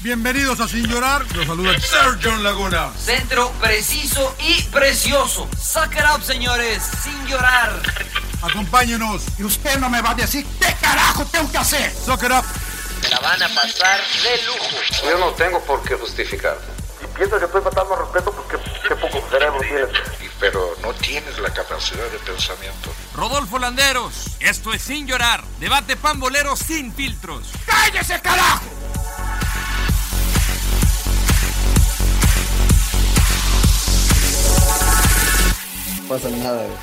Bienvenidos a Sin Llorar. Los saluda Sergio Laguna. Centro preciso y precioso. Suck it up, señores, sin llorar. Acompáñenos. Y usted no me va a decir qué carajo tengo que hacer. Suck it up. Te la van a pasar de lujo. Yo no tengo por qué justificarte. Si piensas que estoy faltando al respeto, pues qué, qué poco cerebro tienes. Pero no tienes la capacidad de pensamiento. Rodolfo Landeros, esto es Sin Llorar. Debate pambolero sin filtros. ¡Cállese, carajo! pasa nada, güey.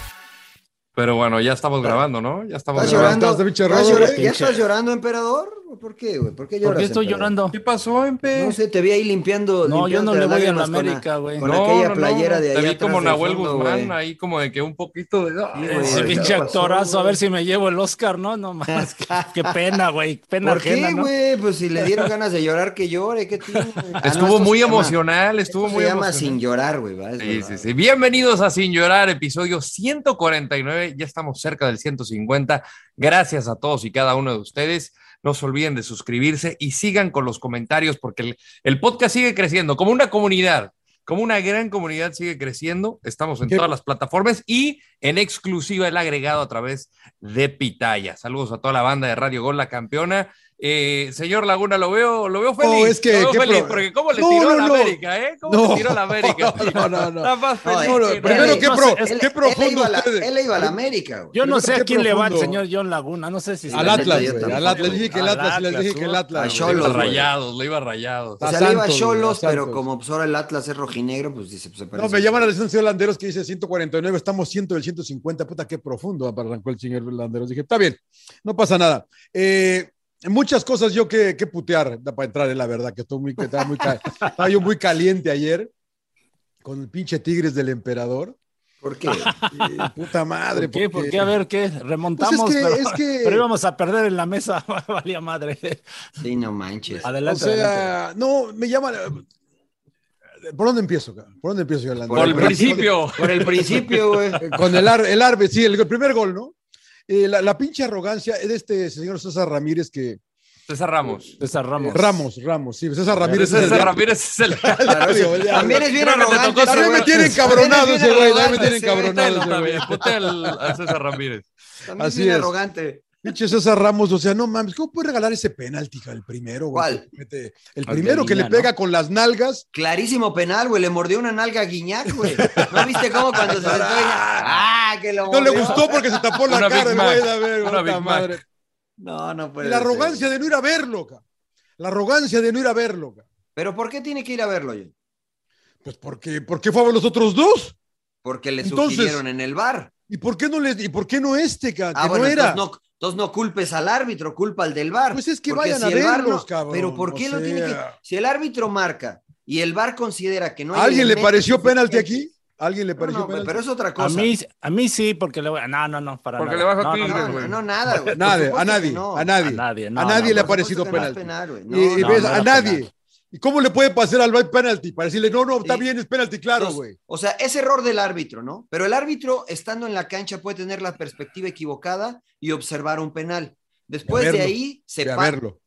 Pero bueno, ya estamos grabando, ¿no? Ya estamos ¿Estás llorando? ¿Estás llora- ¿Ya estás llorando, emperador? ¿Por qué, güey? ¿Por qué lloras? ¿Por qué estoy emperador? llorando? ¿Qué pasó, Empe? No sé, te vi ahí limpiando. No, yo no limpiándote le voy a lágrimas la con América, güey. Con No, aquella no, no. playera de allá. Te vi atrás como del Nahuel fondo, Guzmán, güey. ahí como de que un poquito de... Ay, güey. Ese ¿qué pinche pasó, actorazo, a ver güey? si me llevo el Oscar, ¿no? No más. Qué pena, güey. Pena ¿Por ajena, qué, ¿no? güey? Pues si le dieron ganas de llorar, que llore. ¿Qué tiene? Ah, no, Estuvo esto muy se llama- emocional, esto estuvo muy Se llama emocional. sin llorar, güey. va, es Sí, verdad. sí, sí. Bienvenidos a Sin Llorar, episodio 149. Ya estamos cerca del 150. Gracias a todos y cada uno de ustedes. No se olviden de suscribirse y sigan con los comentarios porque el, el podcast sigue creciendo como una comunidad, como una gran comunidad sigue creciendo. Estamos en Qué- todas las plataformas y en exclusiva el agregado a través de Pitaya. Saludos a toda la banda de Radio Gol, la campeona. Eh, señor Laguna, lo veo, lo veo feliz. Oh, es que- lo veo qué feliz, pro- porque cómo le No, tiró no, a la no. América, ¿eh? ¿Cómo le No. tiró a la América? No, no, no. Está más No, feliz eh, que eh, nadie. Primero, eh, ¿qué, no, pro- él- qué él- profundo Él iba a la, ustedes. él iba a la América, güey. Yo no Primero, sé qué a quién le va el profundo. señor John Laguna. No sé si. Al la Atlas, neta, yo güey. tampoco, Al Atlas. güey. Les dije que el Al Atlas. Les Atlas, dije que el ¿no? A Atlas. Le Xolos, iba Cholos, güey. rayados, le iba rayados. O A sea, le iba Santos, a güey, a Cholos, pero Santos. como pues, ahora el Atlas es rojinegro, pues dice, pues se parece. No, me llama la atención el señor Landeros que dice 149, estamos 100 del 150, puta, qué profundo arrancó el señor Landeros. Dije, está bien, no pasa nada. Eh, muchas cosas yo que, que putear da para entrar, en la verdad, que estoy muy, que estaba, muy ca- estaba yo muy caliente ayer con el pinche Tigres del Emperador. ¿Por qué? Eh, puta madre. ¿Por qué? ¿Por porque- qué? A ver, ¿qué? Remontamos, Pues es que- pero, es que- pero íbamos a perder en la mesa. Valía madre. Sí, no manches. O Adelante. adelante. sea, no, me llama... ¿Por dónde empiezo? cabrón? ¿Por dónde empiezo, yo, Landeros? Por el principio. Por el principio, güey. con el, ar- el árbitro, sí, el, el primer gol, ¿no? Eh, la, la pinche arrogancia de este señor César Ramírez que... César Ramos. César Ramos. Ramos, Ramos, sí, César Ramírez. es el César de- Ramírez es el. Claro, sí. También es bien Creo que te tocó arrogante. ese También me güey. tiene encabronado También es ese güey, también bien me arrogante, tiene ese güey. encabronado ese güey. también. Ponte al- a César Ramírez. También es Así bien es. arrogante. Pinche César Ramos, o sea, no mames, ¿cómo puede regalar ese penalti, hija, el primero, güey? ¿Cuál? Que mete- El Al primero de que le Lina, ¿no? pega con las nalgas. Clarísimo penal, güey. Le mordió una nalga a Guiñac, güey. ¿No viste cómo cuando se sentó Guiñac? ¡Ah, que lo No le mordió! gustó porque se tapó la Oh, cara, Una Big el güey, Mac, a ver, una puta Big Mac. madre. No, no puede La ser. arrogancia de no ir a verlo, ca. La arrogancia de no ir a verlo, ca. ¿Pero por qué tiene que ir a verlo, yo? Pues porque, ¿por qué fue a ver los otros dos? Porque le Entonces- sugirieron en el bar. ¿Y por qué no les, y por qué no este, ca? Ah, que bueno, no era. entonces, no, entonces no culpes al árbitro, culpa al del bar. Pues es que Porque vayan si a el VAR verlos, no- cabrón, Pero ¿por qué o lo tiene que...? sea. Si el árbitro marca y el bar considera que no hay... ¿A alguien le elementos pareció penalti suficientes- aquí? ¿A alguien le No, pareció no, penalti? pero es otra A cosa. mí, a mí sí, porque le voy a. No, no, no. Para Porque nada. le bajo a No, Tigres, no, No, no, güey. no, nada, güey. Por Nadie, supuesto a que nadie, no. a nadie. A nadie, no, a no, nadie por le Por pareció supuesto que no es penalti. penal, güey. y No, y no, ves, no a era nadie. penal. ¿Y cómo le puede pasar al VAR penalti? Para decirle, no, no, está Sí. bien, es penalti, claro, Entonces, güey. O sea, es error del árbitro, ¿no? Pero el árbitro, estando en la cancha, puede tener la perspectiva equivocada y observar un penal. Después Y a de verlo, ahí, se Ve a pa- verlo.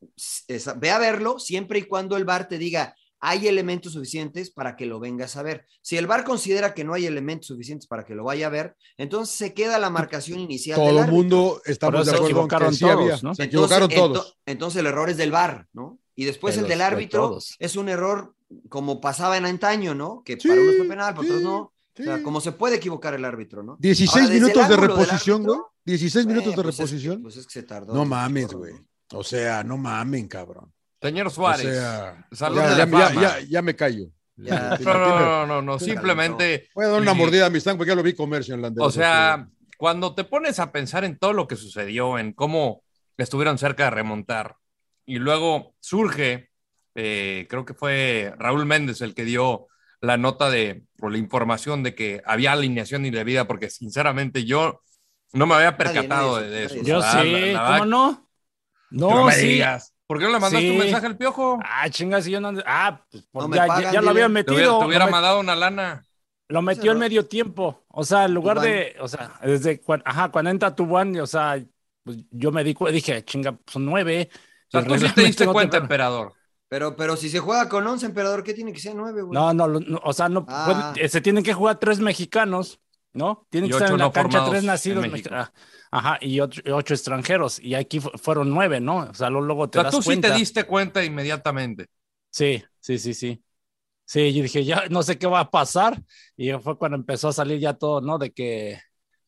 esa- ve a verlo siempre y cuando el VAR te diga hay elementos suficientes para que lo vengas a ver. Si el VAR considera que no hay elementos suficientes para que lo vaya a ver, entonces se queda la marcación inicial. del Todo el árbitro. mundo estamos Pero de se acuerdo en que equivocaron sí había. todos, ¿no? Se equivocaron Entonces, todos. ento- entonces el error es del VAR, ¿no? Y después De el del los- de árbitro todos. es un error como pasaba en antaño, ¿no? Que Sí, para unos fue penal, para otros sí, no. O sea, Sí. como se puede equivocar el árbitro, ¿no? 16 Ahora, desde el minutos de ángulo del reposición, árbitro, güey. 16 minutos de eh, pues es que- reposición. pues es que se tardó. No un mames, chorro, güey. ¿no? O sea, no mamen, cabrón. Señor O Suárez. sea, ya, Salón de ya- la fama. ya- ya- ya me callo. Ya. Sí, No, me- no, no, no, no, Sí, simplemente. Voy a dar una Sí. mordida a mi sangre porque ya lo vi comer, señor Landeros. este, O sea, cuando te pones a pensar en todo lo que sucedió, en cómo estuvieron cerca de remontar, y luego surge, eh, creo que fue Raúl Méndez el que dio la nota de, o la información de que había alineación indebida, porque sinceramente yo no me había percatado nadie, de eso. nadie. Yo O sea, sí, la- la ¿cómo verdad- no? No, No me sí. digas. ¿Por qué no le mandaste un mensaje al piojo? Ah, chingas, si yo no. ando- Ah, pues, pues, No me ya, pagan, ya- ya dile. lo había Te metido. hubiera- te lo hubiera met- mandado una lana. Lo metió en medio tiempo. O sea, en lugar de. O sea, desde. cuan- ajá, cuando entra tu one, o sea, pues yo me di cu- dije, chinga, pues, son nueve. O sea, tú sí te diste Regularmente no cuenta, te- emperador. Pero, pero si se juega con 11, emperador, ¿qué tiene que ser 9, güey? No, no, lo- no, o sea, no Ah. puede- eh, se tienen que jugar tres mexicanos, ¿no? Tienen Y que estar ocho en la no cancha formados tres en nacidos. México. mex- ah, Ajá, y ocho, y ocho extranjeros. Y aquí fu- fueron nueve, ¿no? O sea, lo- luego O te sea, das tú sí cuenta. te diste cuenta inmediatamente. Sí, sí, sí, sí. Sí, yo dije, ya no sé qué va a pasar. Y fue cuando empezó a salir ya todo, ¿no? De que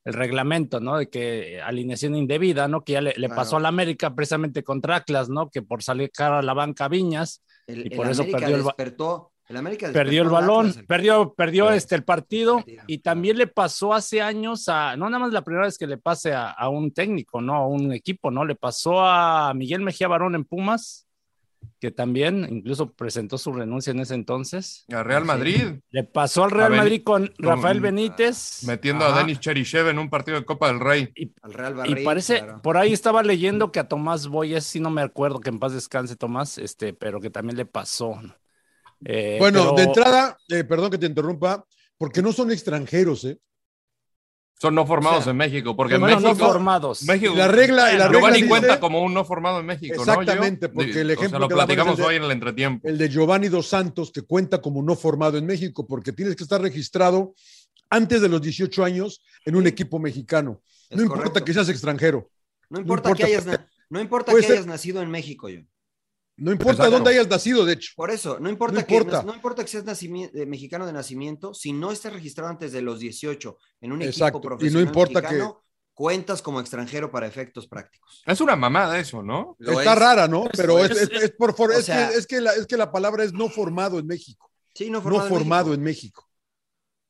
el reglamento, ¿no? De que alineación indebida, ¿no? Que ya le, le Claro. pasó a la América precisamente contra Atlas, ¿no? Que por salir cara a la banca Viñas. El, y el por eso América perdió el, ba- despertó. El América despertó perdió el al balón, Atlas. perdió, perdió este el partido y también le pasó hace años a, no nada más la primera vez que le pase a, a un técnico, no, a un equipo, no, le pasó a Miguel Mejía Barón en Pumas, que también incluso presentó su renuncia en ese entonces. A Real Sí. Madrid. Le pasó al Real A Beni- Madrid con con- mm, Rafael Benítez. Metiendo Ajá. a Denis Cherichev en un partido de Copa del Rey. Al Real Y parece, por ahí estaba leyendo que a Tomás Boyes, si no me acuerdo, que en paz descanse Tomás, este, pero que también le pasó. Eh, bueno, pero- de entrada, eh, perdón que te interrumpa, porque no son extranjeros, ¿eh? Son no formados en México, porque en bueno, no México. formados. México, Y la regla- y la Giovanni regla cuenta dice- como un no formado en México, Exactamente, ¿no? Yo- porque el o sea, ejemplo lo que damos es el platicamos de- hoy en el entretiempo. El de Giovanni Dos Santos, que cuenta como no formado en México, porque tienes que estar registrado antes de los 18 años en un equipo mexicano. No importa que seas extranjero. No importa, importa. que hayas, na- no importa Puede que ser- hayas nacido en México, yo. No importa Exacto. dónde hayas nacido, de hecho. Por eso, no importa, No que, importa. no importa que seas nacimi- eh, mexicano de nacimiento, si no estás registrado antes de los 18 en un Exacto, y equipo no profesional importa que- mexicano, cuentas como extranjero para efectos prácticos. Es una mamada eso, ¿no? Lo Está es. rara, ¿no? Pero es, es- es por for- O es, sea- que, es, que la, es que la palabra es no formado en México. Sí, no No formado formado, en en México.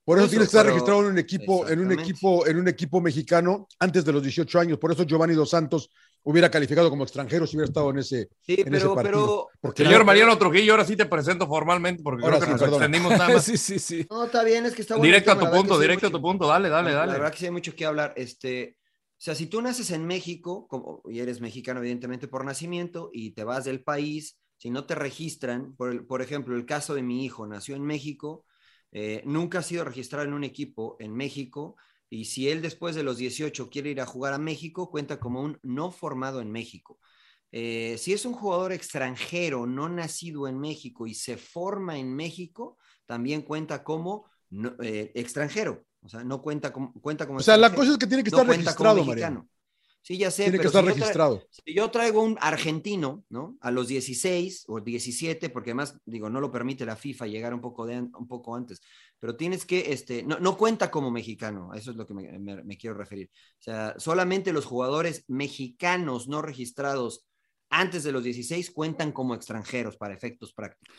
Por eso, Eso, tienes que estar pero- registrado en un equipo, en un Exactamente. equipo, en un equipo mexicano antes de los 18 años. Por eso Giovanni dos Santos hubiera calificado como extranjero si hubiera estado en ese, Sí, en ese pero- partido. pero- Porque Señor Mariano Trujillo, ahora sí te presento formalmente, porque Ahora creo que sí, nos perdón. extendimos nada más. Sí, sí, sí. No, está bien, es que está bueno. el Directo a tema, tu la verdad punto, que sí hay directo a mucho- tu punto. Dale, dale, La dale. verdad que sí hay mucho que hablar. Este, o sea, si tú naces en México como, y eres mexicano, evidentemente, por nacimiento, y te vas del país, si no te registran, por, el- por ejemplo, el caso de mi hijo, nació en México, eh, nunca ha sido registrado en un equipo en México, y si él después de los 18 quiere ir a jugar a México, cuenta como un no formado en México. Eh, si es un jugador extranjero, no nacido en México y se forma en México, también cuenta como no- eh, extranjero. O sea, no cuenta como, cuenta como O sea, la extranjero. cosa es que tiene que No estar cuenta como registrado, mexicano. Mariano. Sí, ya sé. Tiene que pero estar si yo tra- registrado. si yo traigo un argentino, ¿no? A los 16 o 17, porque además, digo, no lo permite la FIFA llegar un poco, de, an- un poco antes, pero tienes que, este, no, no cuenta como mexicano, a eso es lo que me, me- me quiero referir. O sea, solamente los jugadores mexicanos no registrados antes de los 16 cuentan como extranjeros para efectos prácticos.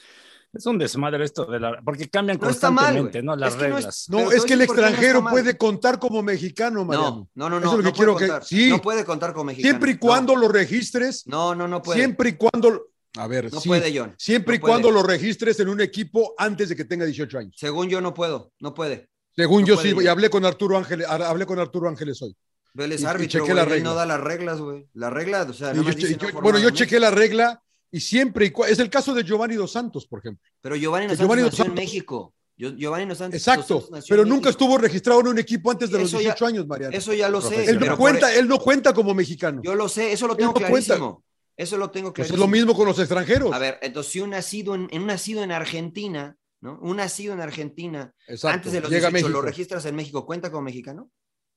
Es un desmadre esto de la. Porque cambian No está mal, constantemente, güey. ¿no? Las Es que no es- reglas. No, Pero es te que el voy a decir por qué no extranjero está mal. puede contar como mexicano, Mariano. No, no, no, no. Eso es lo que no puede quiero que. contar. Sí, No puede contar como mexicano. siempre y No. cuando lo registres. No, no, no puede. Siempre y cuando. A ver, No sí. puede, John. Siempre No y cuando puede. lo registres en un equipo antes de que tenga 18 años. Según yo no puedo, no puede. Según No yo puede, sí, John. y hablé con Arturo Ángeles, ha- hablé con Arturo Ángeles hoy. Vélez Y- y árbitro, chequé güey, la él regla. no da las reglas, güey. La regla, o sea, Y nada yo más che- dice no yo- formado bueno, yo en chequé la México. regla y siempre y cua- es el caso de Giovanni dos Santos, por ejemplo. Pero Giovanni que nos Giovanni nació Dos en Santos- México. Yo- Giovanni Dos Santos- Dos Exacto, Santos nació pero en nunca México. estuvo registrado en un equipo antes de los Eso ya- 18 años, Mariano. Eso ya lo sé. él pero no por cuenta, e- él no cuenta como mexicano. Yo lo sé, eso lo él tengo no cuenta. clarísimo. Eso lo tengo Pues clarísimo. es lo mismo con los extranjeros. A ver, entonces si un nacido en, en un nacido en Argentina, ¿no? Un nacido en Argentina, Exacto, antes de los llega a 18 lo México. registras en México, ¿cuenta como mexicano?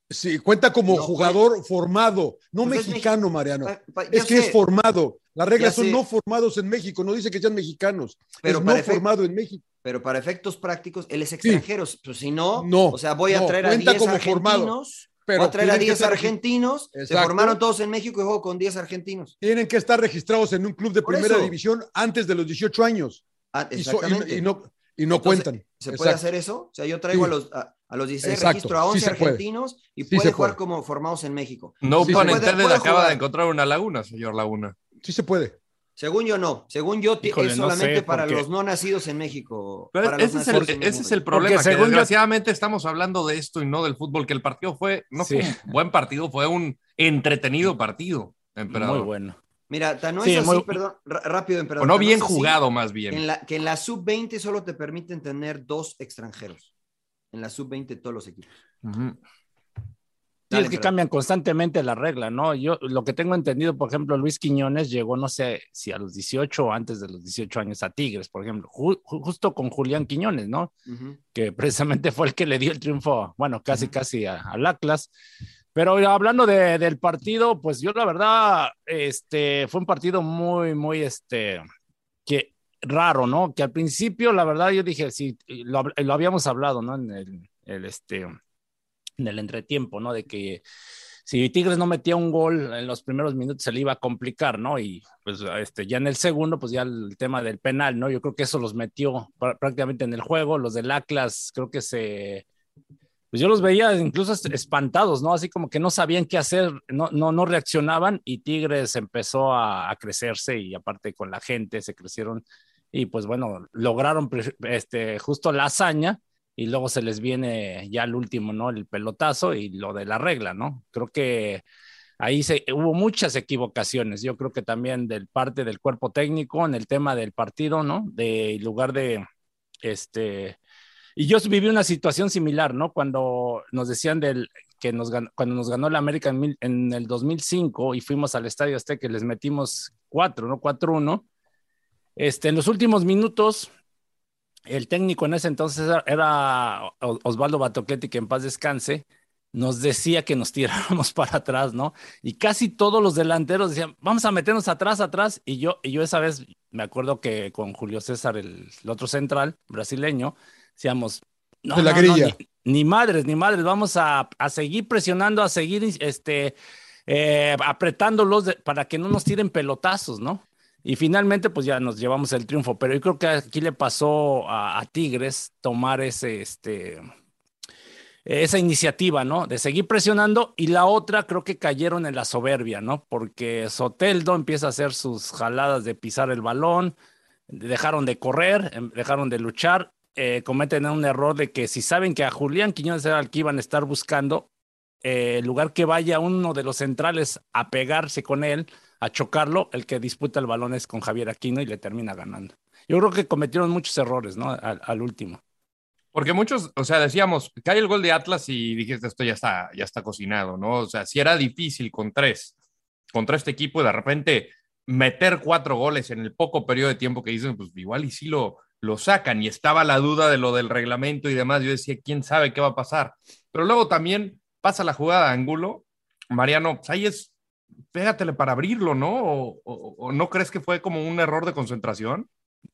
Sí, cuenta como No, jugador formado, no Pues es mexicano, Mariano. Pa- pa- ya es que sé. es formado. Las reglas Ya son sé. no formados en México, no dice que sean mexicanos. Pero es no para efect- formado en México. Pero para efectos prácticos, él es extranjero. Pues si no, No, o sea, voy a no, traer a cuenta 10 como argentinos. formado, voy a traer a tienen que 10 estar- argentinos. Se Exacto. formaron todos en México y juego con 10 argentinos. Tienen que estar registrados en un club de Por primera eso. división antes de los 18 años. Ah, Y, so- y- exactamente. y no, y no Entonces, cuentan. ¿Se puede Exacto. hacer eso? O sea, yo Sí. traigo a los, a, a los 16 Exacto, registro a sí 11 se puede. argentinos y Sí puede se jugar puede. como formados en México. No Sí, Pan sí. Intended Puede- puede acaba jugar. de encontrar una laguna, señor Laguna. Sí se puede. Según yo no, según yo ti- Híjole, es no sé, solamente para porque- los no nacidos en México. Pero para los ese es nacidos el, en ese es el México. problema, que según yo- desgraciadamente estamos hablando de esto y no del fútbol, que el partido fue, no Sí. fue un buen partido, fue un entretenido partido, emperador. Muy bueno. Mira, tan no Sí, es así, muy- perdón, ra- rápido, emperador. O no tan bien es así jugado, más bien. que En la, que en la sub-20 solo te permiten tener dos extranjeros. En la sub-20 todos los equipos. Sí, es que cambian constantemente la regla, ¿no? Yo lo que tengo entendido, por ejemplo, Luis Quiñones llegó, no sé si a los 18 o antes de los 18 años a Tigres, por ejemplo, ju- ju- justo con Julián Quiñones, ¿no? Ujú. que precisamente fue el que le dio el triunfo, bueno, casi, casi a- al Atlas. Pero ya hablando de- del partido, pues yo la verdad, este, fue un partido muy, muy, este, que raro, ¿no? Que al principio, la verdad, yo dije, sí, lo, hab- lo habíamos hablado, ¿no? En el, el, este, en el entretiempo, ¿no? De que si Tigres no metía un gol en los primeros minutos, se le iba a complicar, ¿no? Y pues este, ya en el segundo, pues ya el tema del penal, ¿no? Yo creo que eso los metió pr- prácticamente en el juego. Los del Atlas, creo que se. Pues yo los veía incluso est- espantados, ¿no? Así como que no sabían qué hacer, no, no, no reaccionaban y Tigres empezó a, a crecerse y aparte con la gente se crecieron y pues bueno, lograron pre- este, justo la hazaña y luego se les viene ya el último, ¿no? El pelotazo y lo de la regla, ¿no? Creo que ahí se, hubo muchas equivocaciones. Yo creo que también del parte del cuerpo técnico en el tema del partido, ¿no? De en lugar de este. Y yo viví una situación similar, ¿no? Cuando nos decían del que nos gan- cuando nos ganó la América en, mil- en el 2005 y fuimos al Estadio Azteca y les metimos cuatro, ¿no? 4-1. Este, en los últimos minutos, el técnico en ese entonces era- era O- Osvaldo Batocletti, que en paz descanse, nos decía que nos tiráramos para atrás, ¿no? Y casi todos los delanteros decían, vamos a meternos atrás, atrás. Y yo, y yo esa vez me acuerdo que con Julio César, el, el otro central brasileño, decíamos, De la grilla. ni- ni madres, ni madres, vamos a, a seguir presionando, a seguir este, eh, apretándolos de- para que no nos tiren pelotazos, ¿no? Y finalmente, pues ya nos llevamos el triunfo, pero yo creo que aquí le pasó a, a Tigres tomar ese, este, esa iniciativa, ¿no? De seguir presionando y la otra creo que cayeron en la soberbia, ¿no? Porque Soteldo empieza a hacer sus jaladas de pisar el balón, dejaron de correr, em- dejaron de luchar, eh, cometen un error de que si saben que a Julián Quiñones era el que iban a estar buscando, eh, en lugar que vaya uno de los centrales a pegarse con él, a chocarlo, el que disputa el balón es con Javier Aquino y le termina ganando. Yo creo que cometieron muchos errores, ¿no? Al- al último. Porque muchos, o sea, decíamos, cae el gol de Atlas y dijiste, esto ya está, ya está cocinado, ¿no? O sea, si era difícil con tres, contra este equipo, y de repente meter cuatro goles en el poco periodo de tiempo que dicen, pues igual y sí lo, lo sacan. Y estaba la duda de lo del reglamento y demás. Yo decía, ¿quién sabe qué va a pasar? Pero luego también pasa la jugada de Angulo. Mariano, pues ahí es, pégatele para abrirlo, ¿no? O- o- o no crees que fue como un error de concentración?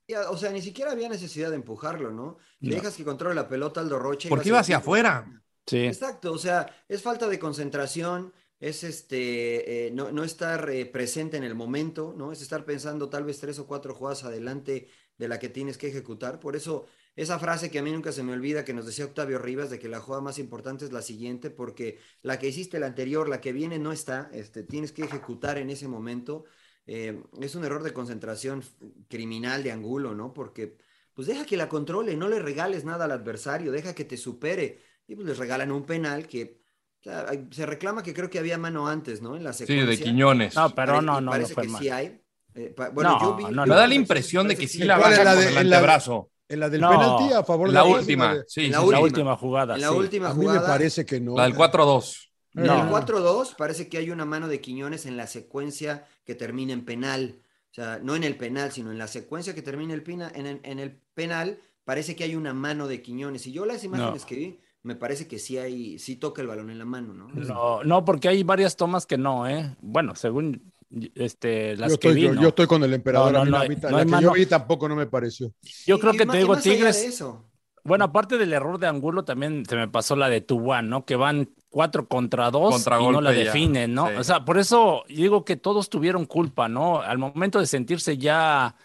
Ya, O sea, ni siquiera había necesidad de empujarlo, ¿no? Le No. dejas que controle la pelota Aldo Rocha. y Porque va iba hacia afuera. Sí. Exacto, o sea, es falta de concentración, es este, eh, no, no estar eh, presente en el momento, ¿no? Es estar pensando tal vez tres o cuatro jugadas adelante de la que tienes que ejecutar. Por eso, esa frase que a mí nunca se me olvida que nos decía Octavio Rivas de que la jugada más importante es la siguiente, porque la que hiciste la anterior, la que viene no está, este, tienes que ejecutar en ese momento. Eh, es un error de concentración f- criminal de Angulo, ¿no? Porque pues deja que la controle, no le regales nada al adversario, deja que te supere. Y pues les regalan un penal que o sea, hay- se reclama que creo que había mano antes, ¿no? En la de secuencia. Quiñones. No, pero Pare- no, y no, Parece no fue que mano. sí hay. Eh, pa- bueno, No, yo vi- no, yo no. Me da la vi- impresión de que parece sí la baja con el antebrazo. En la del No, penalti a favor de la Atlas, última, en la de- sí, En la sí, sí. última. jugada. En la sí. última a mí me jugada. parece que no. La del 4-2. En No. el 4-2 parece que hay una mano de Quiñones en la secuencia que termina en penal. O sea, no en el penal, sino en la secuencia que termina el pina- en, el- en el penal, parece que hay una mano de Quiñones. Y yo las imágenes que vi, me parece que sí hay, sí toca el balón en la mano, ¿no? No, no, porque hay varias tomas que no, ¿eh? Bueno, según este, las yo, que estoy, vi, yo, no. yo estoy con el emperador. a No, no, mí no la hay- mitad- no la hay que yo mano. vi tampoco no me pareció. Yo creo Y que ma- te y digo, más allá de Tigres. eso. Bueno, aparte del error de Angulo, también se me pasó la de Tubán, ¿no? Que van cuatro contra dos y no la Contragolpe ya, definen, ¿no? sí. O sea, por eso digo que todos tuvieron culpa, ¿no? Al momento de sentirse ya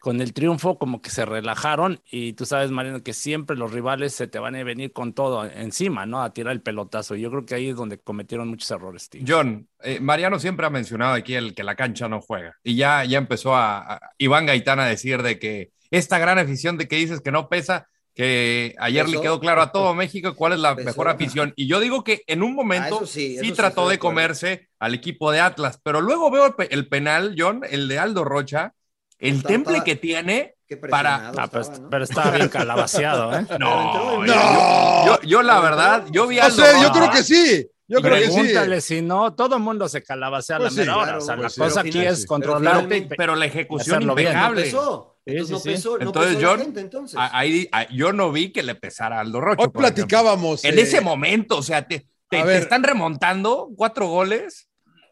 con el triunfo como que se relajaron y tú sabes, Mariano, que siempre los rivales se te van a venir con todo encima, ¿no? A tirar el pelotazo. Yo creo que ahí es donde cometieron muchos errores, tío. John, eh, Mariano siempre ha mencionado aquí el que la cancha no juega. Y ya, ya empezó a, a Iván Gaitán a decir de que esta gran afición de que dices que no pesa, que ayer Pesó. le quedó claro a todo México cuál es la Pesó. mejor afición. Y yo digo que en un momento Ah, eso sí, sí, eso sí trató estoy de de acuerdo. comerse al equipo de Atlas, pero luego veo el, pe- el penal, John, el de Aldo Rocha, el Está- temple estaba- que tiene para... presionado pero, ah, pues, pero estaba bien calabaceado, ¿eh? No, Oh, yo, yo la verdad, yo vi a No Aldo sé, Rocha- yo creo ¿eh? que sí. yo creo que sí. Pregúntale si no, todo el mundo se calabacea a Pues la sí, mera hora. claro, o sea, pues sí. la cosa Pero aquí final- es pero controlar. finalmente- pero la ejecución impecable. Entonces no pesó- no Entonces, pesó la John, gente, entonces. a- ahí- a- yo no vi que le pesara a Aldo Rocha. pues, Hoy por ejemplo. platicábamos, En eh, ese momento, o sea, te, te- a te ver. están remontando cuatro goles,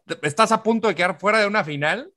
te- estás a punto de quedar fuera de una final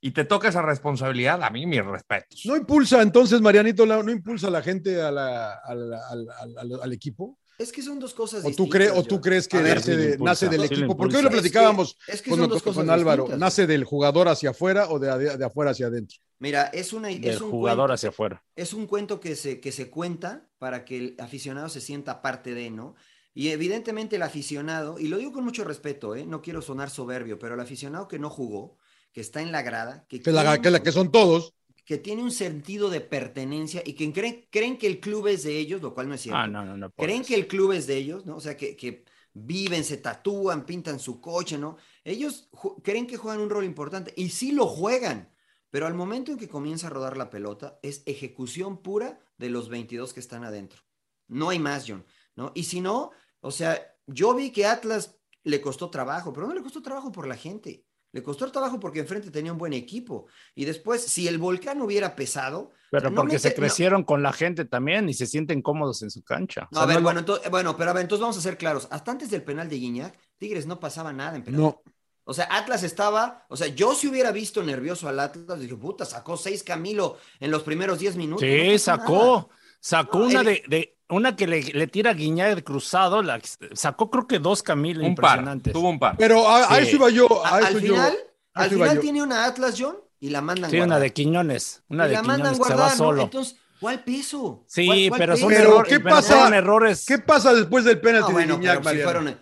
y te toca esa responsabilidad. A mí, mis respetos. ¿No impulsa entonces, Marianito, la- no impulsa a la gente a la- al- al- al- al- al equipo? Es que son dos cosas ¿O tú, crees cre- o tú crees que A ver, nace, sí le de- impulsa. nace del Sí le equipo? impulsa. Porque hoy lo Es que- platicábamos es que con, son con- dos cosas con Álvaro. distintas. ¿Nace del jugador hacia afuera o de, de- de afuera hacia adentro? Mira, es una es un cuento- hacia afuera. es un cuento que se, que se cuenta para que el aficionado se sienta parte de, ¿no? Y evidentemente el aficionado, y lo digo con mucho respeto, ¿eh? no quiero sonar soberbio, pero el aficionado que no jugó, que está en la grada, que, Que, la, quiere- que, la- que son todos. que tiene un sentido de pertenencia y que creen, creen que el club es de ellos, lo cual no es cierto. Ah, no, no, no. pobres. Creen que el club es de ellos, ¿no? O sea, que, que viven, se tatúan, pintan su coche, ¿no? Ellos ju- creen que juegan un rol importante y sí lo juegan, pero al momento en que comienza a rodar la pelota es ejecución pura de los 22 que están adentro. No hay más, John, ¿no? Y si no, o sea, yo vi que Atlas le costó trabajo, pero no le costó trabajo por la gente. Le costó trabajo porque enfrente tenía un buen equipo. Y después, si el volcán hubiera pesado. Pero no porque me se inter- no- crecieron con la gente también y se sienten cómodos en su cancha. O no, sea, a ver, no- bueno, entonces, bueno, pero a ver, entonces vamos a ser claros. Hasta antes del penal de Guiñac, Tigres no pasaba nada en penal. No. O sea, Atlas estaba, o sea, yo si hubiera visto nervioso al Atlas, dije, puta, sacó seis Camilo en los primeros diez minutos. no Sí, pasó nada. sacó, sacó No, una el- de, de- una que le, le tira a Guiñá el cruzado, la, sacó creo que dos Camilo Un par, impresionantes. tuvo un par. Pero a, a Sí. eso iba yo. Ah, A, A- eso al yo- final, a al eso iba final yo. tiene una Atlas, John, y la mandan Sí, una guardar. de Quiñones, una y de la mandan Quiñones que se va guardar, ¿no? solo. Entonces, ¿cuál peso? Sí, ¿Cuál- cuál pero son peso? Pero, errores. ¿qué pero pasa? son errores. ¿Qué pasa después del penalti No, bueno, de Guiñac, pero si Mariano? fueron-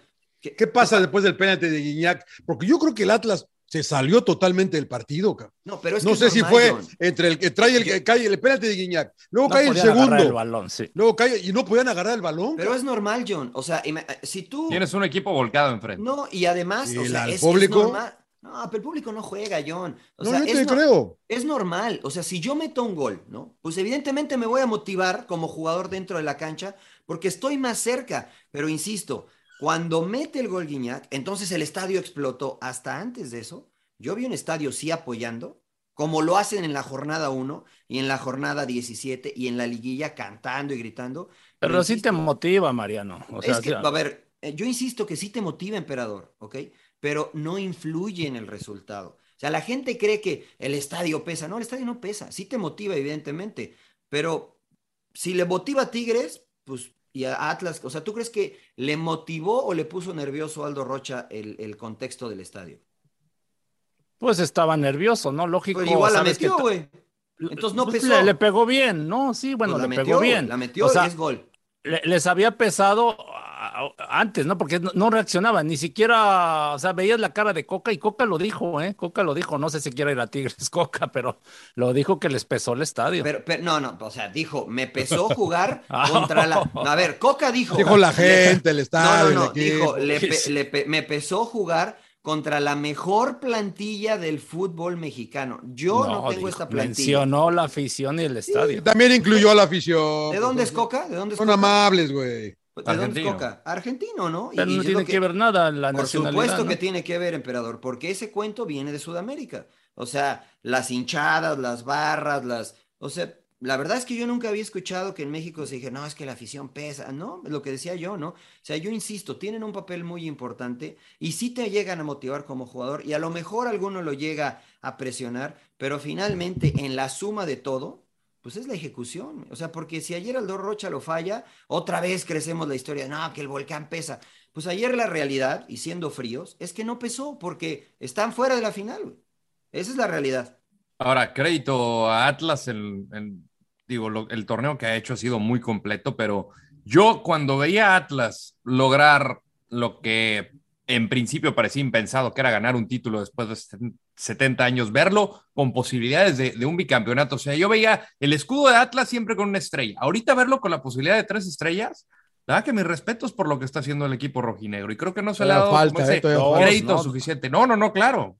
¿Qué, pasa después del penalti de Guiñac? Porque yo creo que el Atlas se salió totalmente del partido. cabrón. No, pero es no que sé es si normal, fue John. entre el que trae el, que cae el penalti de Guiñac, luego No cae el podían agarrar segundo, el balón, sí. luego cae y no podían agarrar el balón. Pero es normal, John. O sea, ima- eh, si tú. Tienes un equipo volcado enfrente. No, y además, ¿Y o el sea, al es- es público? normal. No, pero el público no juega, John. O No, sea, yo es te no- creo. Es normal. O sea, si yo meto un gol, ¿no? Pues evidentemente me voy a motivar como jugador dentro de la cancha porque estoy más cerca. Pero insisto, cuando mete el gol Guiñac, entonces el estadio explotó. Hasta antes de eso, yo vi un estadio sí apoyando, como lo hacen en la jornada 1 y en la jornada 17 y en la liguilla cantando y gritando. Pero sí te motiva, Mariano. O sea, es que, sí, a ver, eh, yo insisto que sí te motiva, emperador, ¿ok? Pero no influye en el resultado. O sea, la gente cree que el estadio pesa. No, el estadio no pesa. Sí te motiva, evidentemente. Pero si le motiva a Tigres, pues, y a Atlas, o sea, ¿tú crees que le motivó o le puso nervioso a Aldo Rocha el, el contexto del estadio? Pues estaba nervioso, ¿no? Lógico. Pues igual la sabes que metió, ta- güey. Entonces no Pues pesó. Le, le pegó bien, ¿no? Sí, bueno, Pues la le metió, pegó güey, bien. la metió O sea, y es gol. le- les había pesado a- a- antes, ¿no? Porque no, no reaccionaban, ni siquiera, o sea, veías la cara de Coca y Coca lo dijo, ¿eh? Coca lo dijo, no sé si quiere ir a Tigres, Coca, pero lo dijo que les pesó el estadio. Pero, pero- no, no, o sea, dijo, me pesó jugar Ah, contra la. no, A ver, Coca dijo. Dijo la le- gente, el estadio, No, no, no, el equipo. dijo, le pe- Pues le pe- me pesó jugar contra la mejor plantilla del fútbol mexicano. Yo no, tengo dijo, esta plantilla. Mencionó la afición y el estadio. También incluyó a la afición. ¿De dónde es Coca? ¿De dónde es Son Coca? amables, güey. ¿De dónde es Coca? Argentino, ¿no? Y- Pero y no es tiene lo que, ver nada la Por nacionalidad. supuesto ¿no? que tiene que ver, emperador, porque ese cuento viene de Sudamérica. O sea, las hinchadas, las barras, las. O sea, la verdad es que yo nunca había escuchado que en México se dije, no, es que la afición pesa. No, lo que decía yo, ¿no? O sea, yo insisto, tienen un papel muy importante y sí te llegan a motivar como jugador y a lo mejor alguno lo llega a presionar, pero finalmente en la suma de todo, pues es la ejecución. O sea, porque si ayer Aldo Rocha lo falla, otra vez crecemos la historia, no, que el volcán pesa. Pues ayer la realidad, y siendo fríos, es que no pesó porque están fuera de la final. güey. Esa es la realidad. Ahora, crédito a Atlas, el, el- digo, lo- el torneo que ha hecho ha sido muy completo, pero yo cuando veía a Atlas lograr lo que en principio parecía impensado, que era ganar un título después de seten- 70 años, verlo con posibilidades de, de un bicampeonato. O sea, yo veía el escudo de Atlas siempre con una estrella. Ahorita verlo con la posibilidad de tres estrellas, la verdad que mis respetos por lo que está haciendo el equipo rojinegro. Y creo que no se le ha Todavía dado como falta, ese eh, todavía falta. crédito No. suficiente. No, no, no, claro.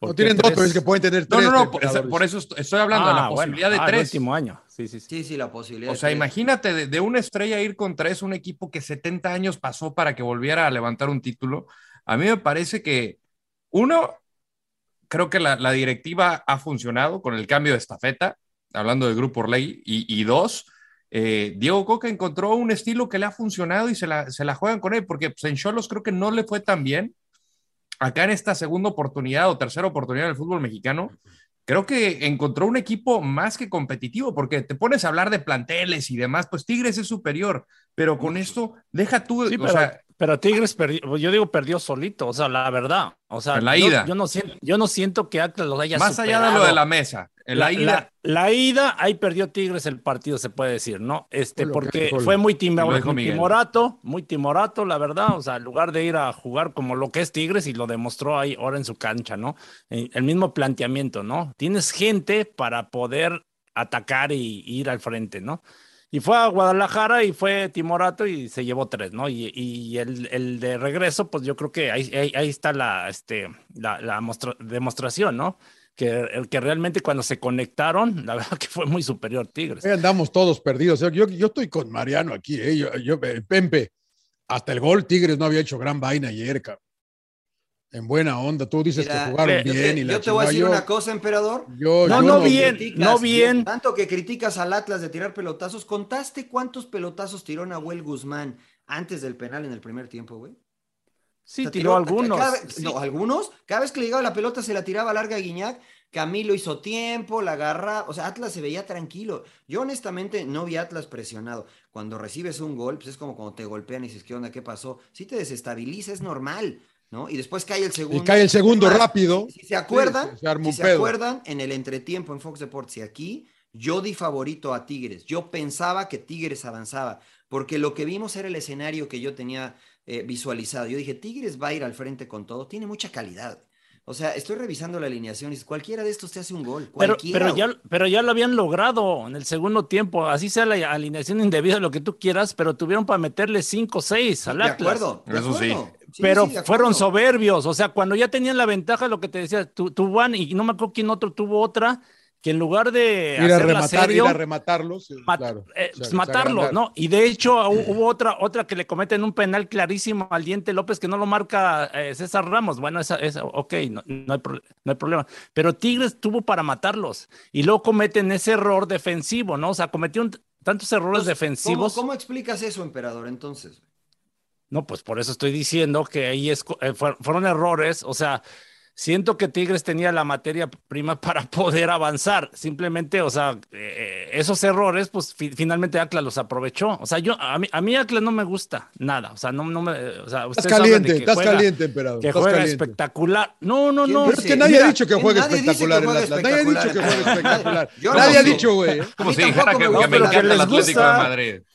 No tienen dos, pero es que pueden tener No, tres. no, no, por, entrenadores. por eso est- estoy hablando de Ah, la bueno. posibilidad Ah, de el tres. último eh, año, sí, sí, sí. Sí, sí, la posibilidad. O sea, de- imagínate de, de una estrella ir con tres, un equipo que 70 años pasó para que volviera a levantar un título. A mí me parece que, uno, creo que la, la directiva ha funcionado con el cambio de estafeta, hablando del grupo Orlegui, y, y dos, eh, Diego Coca encontró un estilo que le ha funcionado y se la, se la juegan con él, porque pues, en Cholos creo que no le fue tan bien. Acá en esta segunda oportunidad o tercera oportunidad del fútbol mexicano, creo que encontró un equipo más que competitivo, porque te pones a hablar de planteles y demás, pues Tigres es superior, pero con esto deja tú, Sí, o pero, sea, pero Tigres perdió, yo digo perdió solito, o sea, la verdad. O sea, En la yo, ida. yo no siento, yo no siento que Atlas los haya más allá de lo superado. de la mesa, en la, ida. La, la ida, ahí perdió Tigres el partido, se puede decir, ¿no? Este, Gol, gol, porque gol. fue muy timba- Lo dijo Miguel. timorato, muy timorato, la verdad. O sea, en lugar de ir a jugar como lo que es Tigres y lo demostró ahí ahora en su cancha, ¿no? Eh, El mismo planteamiento, ¿no? Tienes gente para poder atacar y, y ir al frente, ¿no? Y fue a Guadalajara y fue Timorato y se llevó tres, ¿no? Y, y el, el de regreso, pues yo creo que ahí, ahí- ahí está la, este, la, la mostra- demostración, ¿no? Que, el que realmente cuando se conectaron, la verdad que fue muy superior Tigres. Ahí andamos todos perdidos. Yo, yo- yo estoy con Mariano aquí, ¿eh? Yo- yo- eh, Pempe, hasta el gol Tigres no había hecho gran vaina ayer, cabrón. En buena onda, tú dices Mira, que jugaron yo bien te, y la yo te voy chingada. a decir Yo- una cosa, emperador. yo- yo no bien, no bien. Tanto que criticas al Atlas de tirar pelotazos, ¿contaste cuántos pelotazos tiró Nahuel Guzmán antes del penal en el primer tiempo, güey? Sí, O sea, tiró algunos. cada vez- sí. No, algunos. Cada vez que le llegaba la pelota se la tiraba larga a Guiñac. Camilo hizo tiempo, la agarra. O sea, Atlas se veía tranquilo. Yo honestamente no vi a Atlas presionado. Cuando recibes un gol, pues es como cuando te golpean y dices, ¿qué onda? ¿Qué pasó? Si te desestabiliza, es normal, ¿no? Y después cae el Y segundo. Ah, cae el segundo Además, rápido. Si se acuerdan, Sí, se arma si un se pedo. acuerdan, en el entretiempo en Fox Deportes y aquí, yo di favorito a Tigres. Yo pensaba que Tigres avanzaba, porque lo que vimos era el escenario que yo tenía eh, visualizado. Yo dije, Tigres va a ir al frente con todo, tiene mucha calidad. O sea, estoy revisando la alineación y dices, cualquiera de estos te hace un gol. Pero, Cualquiera. pero, güey. ya, pero ya lo habían logrado en el segundo tiempo, así sea la alineación indebida, lo que tú quieras, pero tuvieron para meterle 5 o 6 al de Atlas. acuerdo. de acuerdo. Sí, pero sí, de acuerdo. fueron soberbios, o sea, cuando ya tenían la ventaja, lo que te decía, tu, Juan, y no me acuerdo quién otro tuvo otra, que en lugar de Ir a hacerla rematar, serio, ir a rematarlos. sí, claro. eh, O sea, pues, se matarlo, agrandaron. ¿no? Y de hecho hu- hubo otra, otra que le cometen un penal clarísimo al diente López que no lo marca eh, César Ramos. Bueno, esa, esa ok, no, no hay pro- no hay problema. Pero Tigres tuvo para matarlos y luego cometen ese error defensivo, ¿no? O sea, cometieron t- tantos errores defensivos. ¿Cómo, cómo explicas eso, emperador? Entonces. No, pues por eso estoy diciendo que ahí es, co- eh, fue- fueron errores. O sea, siento que Tigres tenía la materia prima para poder avanzar. Simplemente, o sea, eh, eh, esos errores, pues fi- finalmente Atlas los aprovechó. O sea, yo a mí, a mí Atlas no me gusta nada. O sea, no, no me. eh, O sea, Estás ustedes hablan de caliente, que estás juega- caliente, emperador. Que estás juega caliente. espectacular. No, no, ¿Quién no. Pero es que nadie ha dicho que juega espectacular el Atlas. Nadie ha dicho que juega espectacular. Yo Nadie ha tampoco. dicho, güey. A mí tampoco me gusta el Atlas.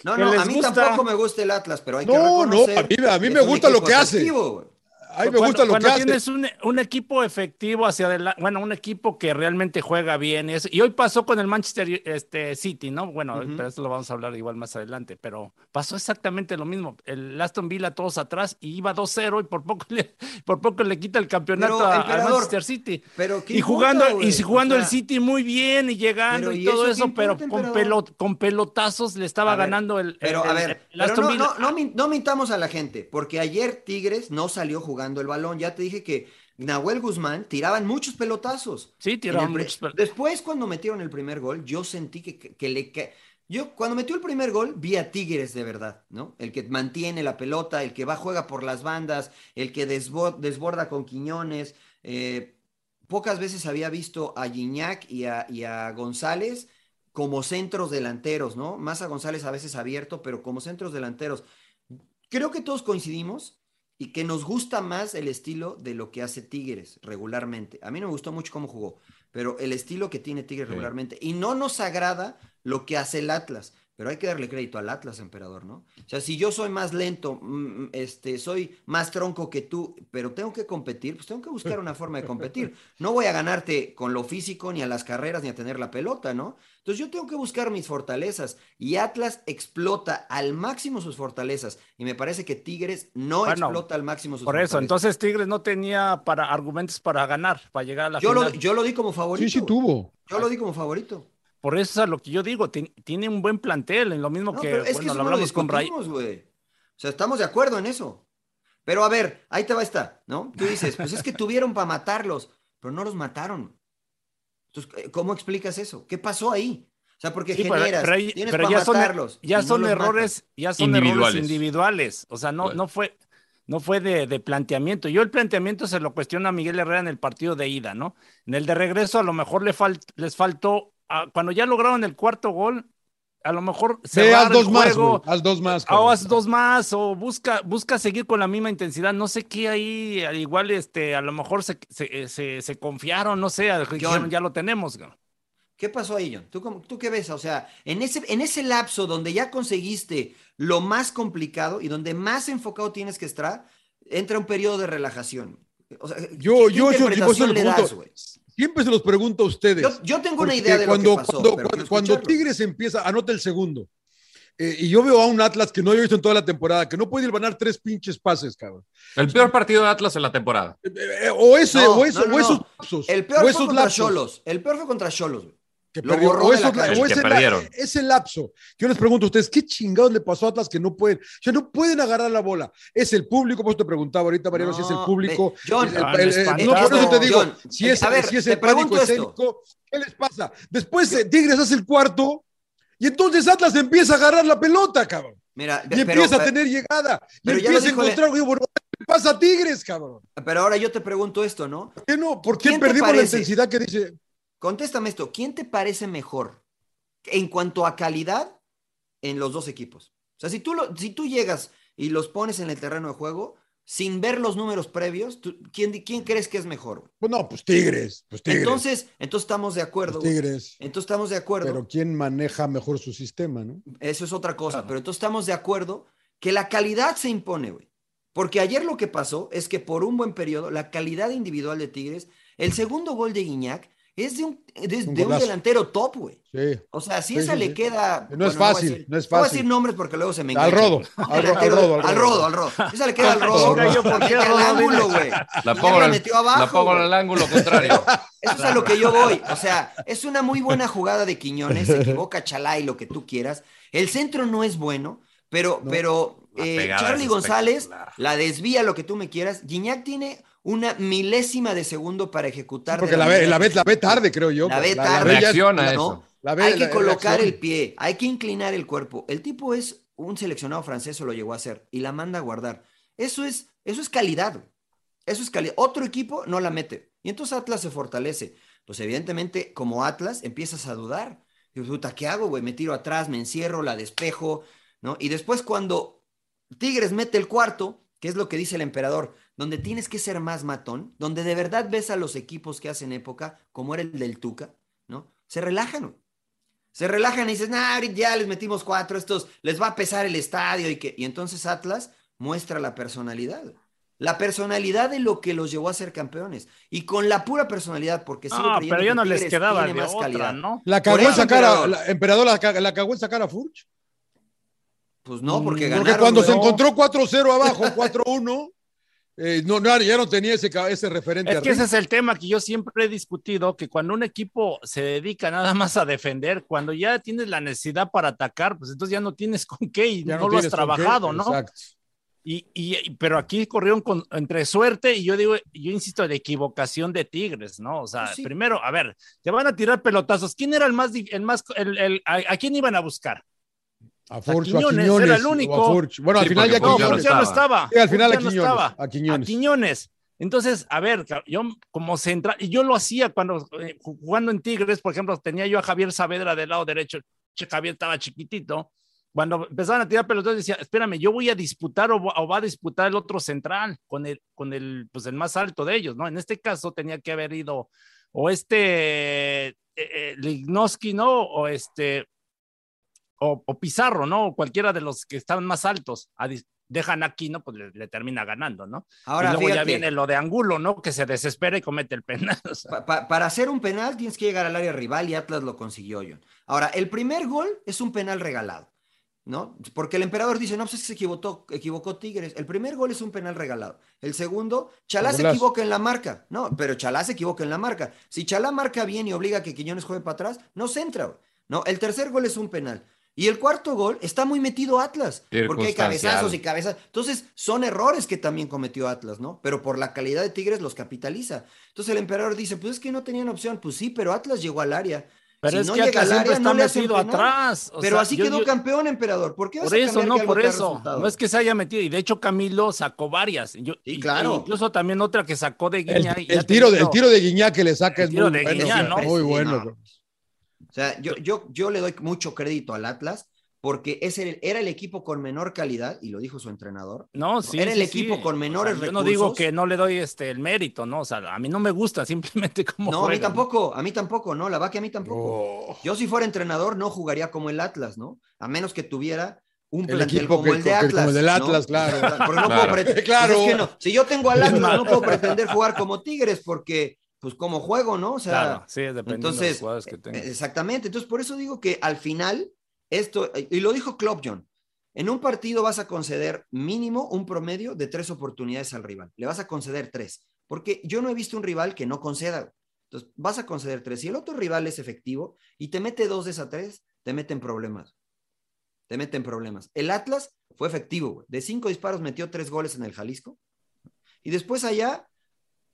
No, no, a mí tampoco me gusta el Atlas, pero hay que No, no, reconocer a mí- a mí que me es un gusta lo equipo que hace. atractivo, güey. A mí me gusta lo cuando que hace. tienes un, un equipo efectivo hacia adelante, bueno, un equipo que realmente juega bien. Y, eso- y hoy pasó con el Manchester este, City, ¿no? Bueno, Ujú. pero eso lo vamos a hablar igual más adelante, pero pasó exactamente lo mismo. El Aston Villa todos atrás y iba 2-0 y por poco le, por poco le quita el campeonato Pero, a- al emperador, Manchester City. Pero ¿qué Y jugando, importa, güey? y si jugando O sea, el City muy bien y llegando pero y, ¿y eso todo qué eso, pero importa, con, emperador? pelot- con pelotazos le estaba A ver, ganando el, Pero el- a el ver, pero Aston no, Villa. no, no, min- no mintamos a la gente, porque ayer Tigres no salió jugando el balón. Ya te dije que Nahuel Guzmán tiraban muchos pelotazos. Sí, tiraban En el pri- muchos pel- Después, cuando metieron el primer gol, yo sentí que, que- que le. ca- Yo, cuando metió el primer gol, vi a Tigres de verdad, ¿no? El que mantiene la pelota, el que va, juega por las bandas, el que desbo- desborda con Quiñones. eh, pocas veces había visto a Guiñac y a, y a González como centros delanteros, ¿no? Más a González a veces abierto, pero como centros delanteros. Creo que todos coincidimos y que nos gusta más el estilo de lo que hace Tigres regularmente. A mí no me gustó mucho cómo jugó. pero el estilo que tiene Tigres regularmente. Y no nos agrada lo que hace el Atlas, pero hay que darle crédito al Atlas, emperador, ¿no? O sea, si yo soy más lento, mm, este, soy más tronco que tú, pero tengo que competir, pues tengo que buscar una forma de competir. No voy a ganarte con lo físico, ni a las carreras, ni a tener la pelota, ¿no? Entonces yo tengo que buscar mis fortalezas y Atlas explota al máximo sus fortalezas y me parece que Tigres no Bueno, explota al máximo sus Por eso, fortalezas. entonces Tigres no tenía para argumentos para ganar, para llegar a la yo lo, final. yo lo di como favorito. sí tuvo. Yo lo di como favorito. Por eso es a lo que yo digo, ti- tiene un buen plantel, en lo mismo No, que, pero es que bueno, eso lo no hablamos con Ray. discutimos, güey. O sea, estamos de acuerdo en eso. Pero a ver, ahí te va esta, ¿no? Tú dices, pues es que tuvieron para matarlos, pero no los mataron. Entonces, eh, ¿cómo explicas eso? ¿Qué pasó ahí? O sea, porque Sí, pero- generas, pero ahí- tienes pero para ya son- e- matarlos. ya y no son los errores, matas. ya son errores individuales. O sea, no, no fue, no fue de, de planteamiento. Yo el planteamiento se lo cuestiono a Miguel Herrera en el partido de ida, ¿no? En el de regreso, a lo mejor le fal- les faltó, ah, cuando ya lograron el cuarto gol, a lo mejor Ve, haz cerrar el dos más, juego, güey, haz dos más. o cabrón. Ah, haz dos más, o busca, busca seguir con la misma intensidad. No sé qué ahí, al igual este, a lo mejor se, se, se- se confiaron, no sé, dijeron, ya lo tenemos. güey. ¿Qué pasó ahí, John? ¿Tú, cómo- ¿Tú qué ves? O sea, en ese, en ese lapso donde ya conseguiste lo más complicado y donde más enfocado tienes que estar, entra un periodo de relajación. O sea, Yo, ¿qué yo, yo, yo se interpretación los le das, pregunto. güey? siempre se los pregunto a ustedes. Yo- yo tengo una Porque idea de lo que cuando, pasó, Cuando, pero quiero cuando Tigres empieza, anota el segundo. Eh, y yo veo a un Atlas que no he visto en toda la temporada, que no puede ganar tres pinches pases, cabrón. El peor partido de Atlas en la temporada. Eh, o ese, No, o eso, no, no, o esos no. lapsos. El peor o fue esos contra lapsos. Cholos. El peor fue contra Cholos. güey. que Lo perdió, o borró de la esos la- cancha. o El que ese, la- perdieron. ese lapso. Yo les pregunto a ustedes, ¿qué chingados le pasó a Atlas que no pueden? O sea, no pueden agarrar la bola. Es el público, por eso te preguntaba ahorita, Mariano, si es el No, público. ve, John, es el- Ah, el- les el- faltó. Eh, no, por eso te digo, John, si es, a ver, si es te el pánico pregunto esto. escénico, ¿qué les pasa? Después eh, Tigres hace el cuarto y entonces Atlas empieza a agarrar la pelota, cabrón. Mira, Y pero- empieza a pero- tener llegada. Y pero ya lo empieza a dijo el- encontrar, güey, bueno, ¿qué pasa a Tigres, cabrón? Pero ahora yo te pregunto esto, ¿no? ¿Por qué no? ¿Por qué ¿Quién te perdimos la parece? intensidad que dice? Contéstame esto. ¿Quién te parece mejor en cuanto a calidad en los dos equipos? O sea, si tú, lo- si tú llegas y los pones en el terreno de juego sin ver los números previos, tú- ¿quién, di- ¿quién crees que es mejor? güey? Pues no, pues Tigres, pues Tigres. Entonces, entonces estamos de acuerdo. Los güey. Tigres. Entonces estamos de acuerdo. Pero quién maneja mejor su sistema, ¿no? Eso es otra cosa, pero entonces estamos de acuerdo que la calidad se impone, güey. Porque ayer lo que pasó es que por un buen periodo, la calidad individual de Tigres, el segundo gol de Guiñac es de un, de- de un golazo. delantero top, güey. Sí. O sea, si Sí, esa sí, le sí. queda. No es voy a fácil, decir- no es voy a fácil. decir nombres porque luego se me Al enganchan. rodo, Un al ro- al delantero- rodo, al Al rodo. rodo, al rodo. Esa le queda al rodo. Chinga, yo, ¿por qué Le queda al rodo? ángulo, güey. La Ya pongo, en el, metió abajo, la pongo en güey. el ángulo contrario. Eso es a lo que yo voy. O sea, es una muy buena jugada de Quiñones. Se equivoca Chalay, lo que tú quieras. El centro no es bueno, pero, pero eh, pegada Charlie es González la desvía lo que tú me quieras. Guiñac tiene una milésima de segundo para ejecutar. Porque de la manera- ve, la ve, la ve tarde, creo yo. La ve ya tarde. es- Reacciona ¿no? eso. La ve- hay que la- colocar reacciona. el pie, hay que inclinar el cuerpo. El tipo es un seleccionado francés, o lo llegó a hacer, y la manda a guardar. Eso es, eso es calidad. güey. Eso es calidad. Otro equipo no la mete. Y entonces Atlas se fortalece. Pues evidentemente, como Atlas, empiezas a dudar. Y puta, ¿qué hago, güey? Me tiro atrás, me encierro, la despejo, ¿no? Y después cuando Tigres mete el cuarto, que es lo que dice el emperador, donde tienes que ser más matón, donde de verdad ves a los equipos que hacen época, como era el del Tuca, ¿no? Se relajan, güey. Se relajan y dices, nah, ahorita ya les metimos cuatro, estos les va a pesar el estadio y que. Y entonces Atlas muestra la personalidad. La personalidad de lo que los llevó a ser campeones. Y con la pura personalidad, porque sigo Ah, creyendo pero ya que no les Tigres quedaba tiene de más otra, calidad. ¿no? La Por cagó en eso, sacar a. emperador. la- emperador, la, ca- la cagó en sacar a Furch. Pues no, porque Porque ganaron. cuando se güey. encontró 4-0 abajo, 4-1, eh, no, no, ya no tenía ese, ca- ese referente. Es que arriba. ese es el tema que yo siempre he discutido, que cuando un equipo se dedica nada más a defender, cuando ya tienes la necesidad para atacar, pues entonces ya no tienes con qué y Ya no, lo has tienes con qué. trabajado, ¿no? Exacto. Y, y- y- pero aquí corrieron con, entre suerte y yo digo, yo insisto, de equivocación de Tigres, ¿no? O sea, Pues sí. primero, a ver, te van a tirar pelotazos. ¿Quién era el más, dif- el más, el- el- a, a quién iban a buscar? A Furch, o a Quiñones, era Quiñones, el o a único. Furch. Bueno, al Sí, final porque ya Furch No, Quiñones. Furch Pues ya no estaba. Sí, al final Furch a ya no Quiñones, estaba. a Quiñones. Entonces, a ver, ca- yo como central, y yo lo hacía cuando eh, ju- jugando en Tigres, por ejemplo, tenía yo a Javier Saavedra del lado derecho. Che, Javier estaba chiquitito. Cuando empezaban a tirar pelotas, decía, espérame, yo voy a disputar o, va- o va a disputar el otro central con el, con el, pues el más alto de ellos, ¿no? En este caso tenía que haber ido o este eh, eh, Lignoski, ¿no? O este, o, o Pizarro, ¿no? O cualquiera de los que estaban más altos. a dis- dejan aquí, ¿no? Pues le, le termina ganando, ¿no? Ahora, y luego ya fíjate. viene lo de Angulo, ¿no? Que se desespera y comete el penal. o sea. Pa- pa- para hacer un penal tienes que llegar al área rival y Atlas lo consiguió, John. Ahora, el primer gol es un penal regalado, ¿no? Porque el emperador dice, no, pues es que se equivocó, equivocó Tigres. El primer gol es un penal regalado. El segundo, Chalá se Golazo. equivoca en la marca, ¿no? Pero Chalá se equivoca en la marca. Si Chalá marca bien y obliga a que Quiñones juegue para atrás, no se entra, güey, ¿no? El tercer gol es un penal. Y el cuarto gol está muy metido Atlas, porque hay Circunstancial. cabezazos y cabezas. Entonces, son errores que también cometió Atlas, ¿no? Pero por la calidad de Tigres los capitaliza. Entonces el emperador dice, pues es que no tenían opción. Pues sí, pero Atlas llegó al área. Pero si es no que llega Atlas al siempre área, está no le hacen metido penal. atrás. O pero sea, así yo- quedó yo- campeón, emperador. ¿Por qué vas a Por eso, cambiar no, que algo por te da eso. resultado? No es que se haya metido. Y de hecho, Camilo sacó varias. Yo, y- claro. e incluso también otra que sacó de El, Guiña. y el ha tiro, de- tenido- el tiro de Guiñá que le saca es tiro muy de bueno. Guiñac, ¿no? Muy Sí, bueno. no. O sea, yo, yo, yo le doy mucho crédito al Atlas porque ese era el- era el equipo con menor calidad, y lo dijo su entrenador. No, sí. Era el sí, equipo sí. con menores O sea, recursos. Yo no digo que no le doy este, el mérito, ¿no? O sea, a mí no me gusta simplemente cómo No, a mí juega. tampoco, a mí tampoco, no, la verdad que a mí tampoco. Oh. Yo si fuera entrenador no jugaría como el Atlas, ¿no? A menos que tuviera un El plantel equipo como que- el de que- Atlas. como el del ¿no? Atlas, claro. Porque no Claro. puedo pretender, Claro. pues es que no, si yo tengo al Atlas más. no puedo pretender jugar como Tigres porque pues como juego, ¿no? O sea, Claro, sí, dependiendo de los entonces, jugadores que tenga. eh, Exactamente. Entonces, por eso digo que al final, esto, y lo dijo Klopp, John, en un partido vas a conceder mínimo un promedio de tres oportunidades al rival. Le vas a conceder tres. Porque yo no he visto un rival que no conceda. Entonces, vas a conceder tres. Si el otro rival es efectivo y te mete dos de esas tres, te meten problemas. Te meten problemas. El Atlas fue efectivo, güey. De cinco disparos metió tres goles en el Jalisco. Y después allá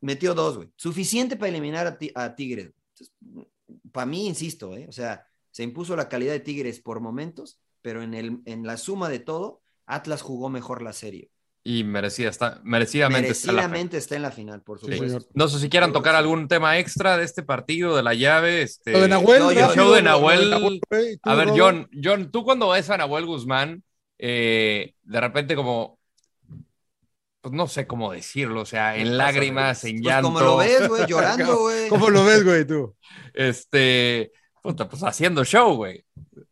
metió dos, güey. Suficiente para eliminar a, Ti- a Tigres. Para mí, insisto, ¿eh? o sea, se impuso la calidad de Tigres por momentos, pero en, el, en la suma de todo, Atlas jugó mejor la serie. Y merecida está, merecidamente, está la pena. Merecidamente está en la final, por Sí. supuesto. No sé si quieran tocar algún tema extra de este partido, de la llave. Este, Lo de Nahuel, el rápido, show lo de de Nahuel. Nahuel, güey, tú, a ver, Rodo. John, John, tú cuando ves a Nahuel Guzmán, eh, de repente como, pues no sé cómo decirlo, o sea, en lágrimas, en Pues llanto. como lo ves, güey, llorando, güey. ¿Cómo lo ves, güey, tú? este, puta, pues haciendo show, güey.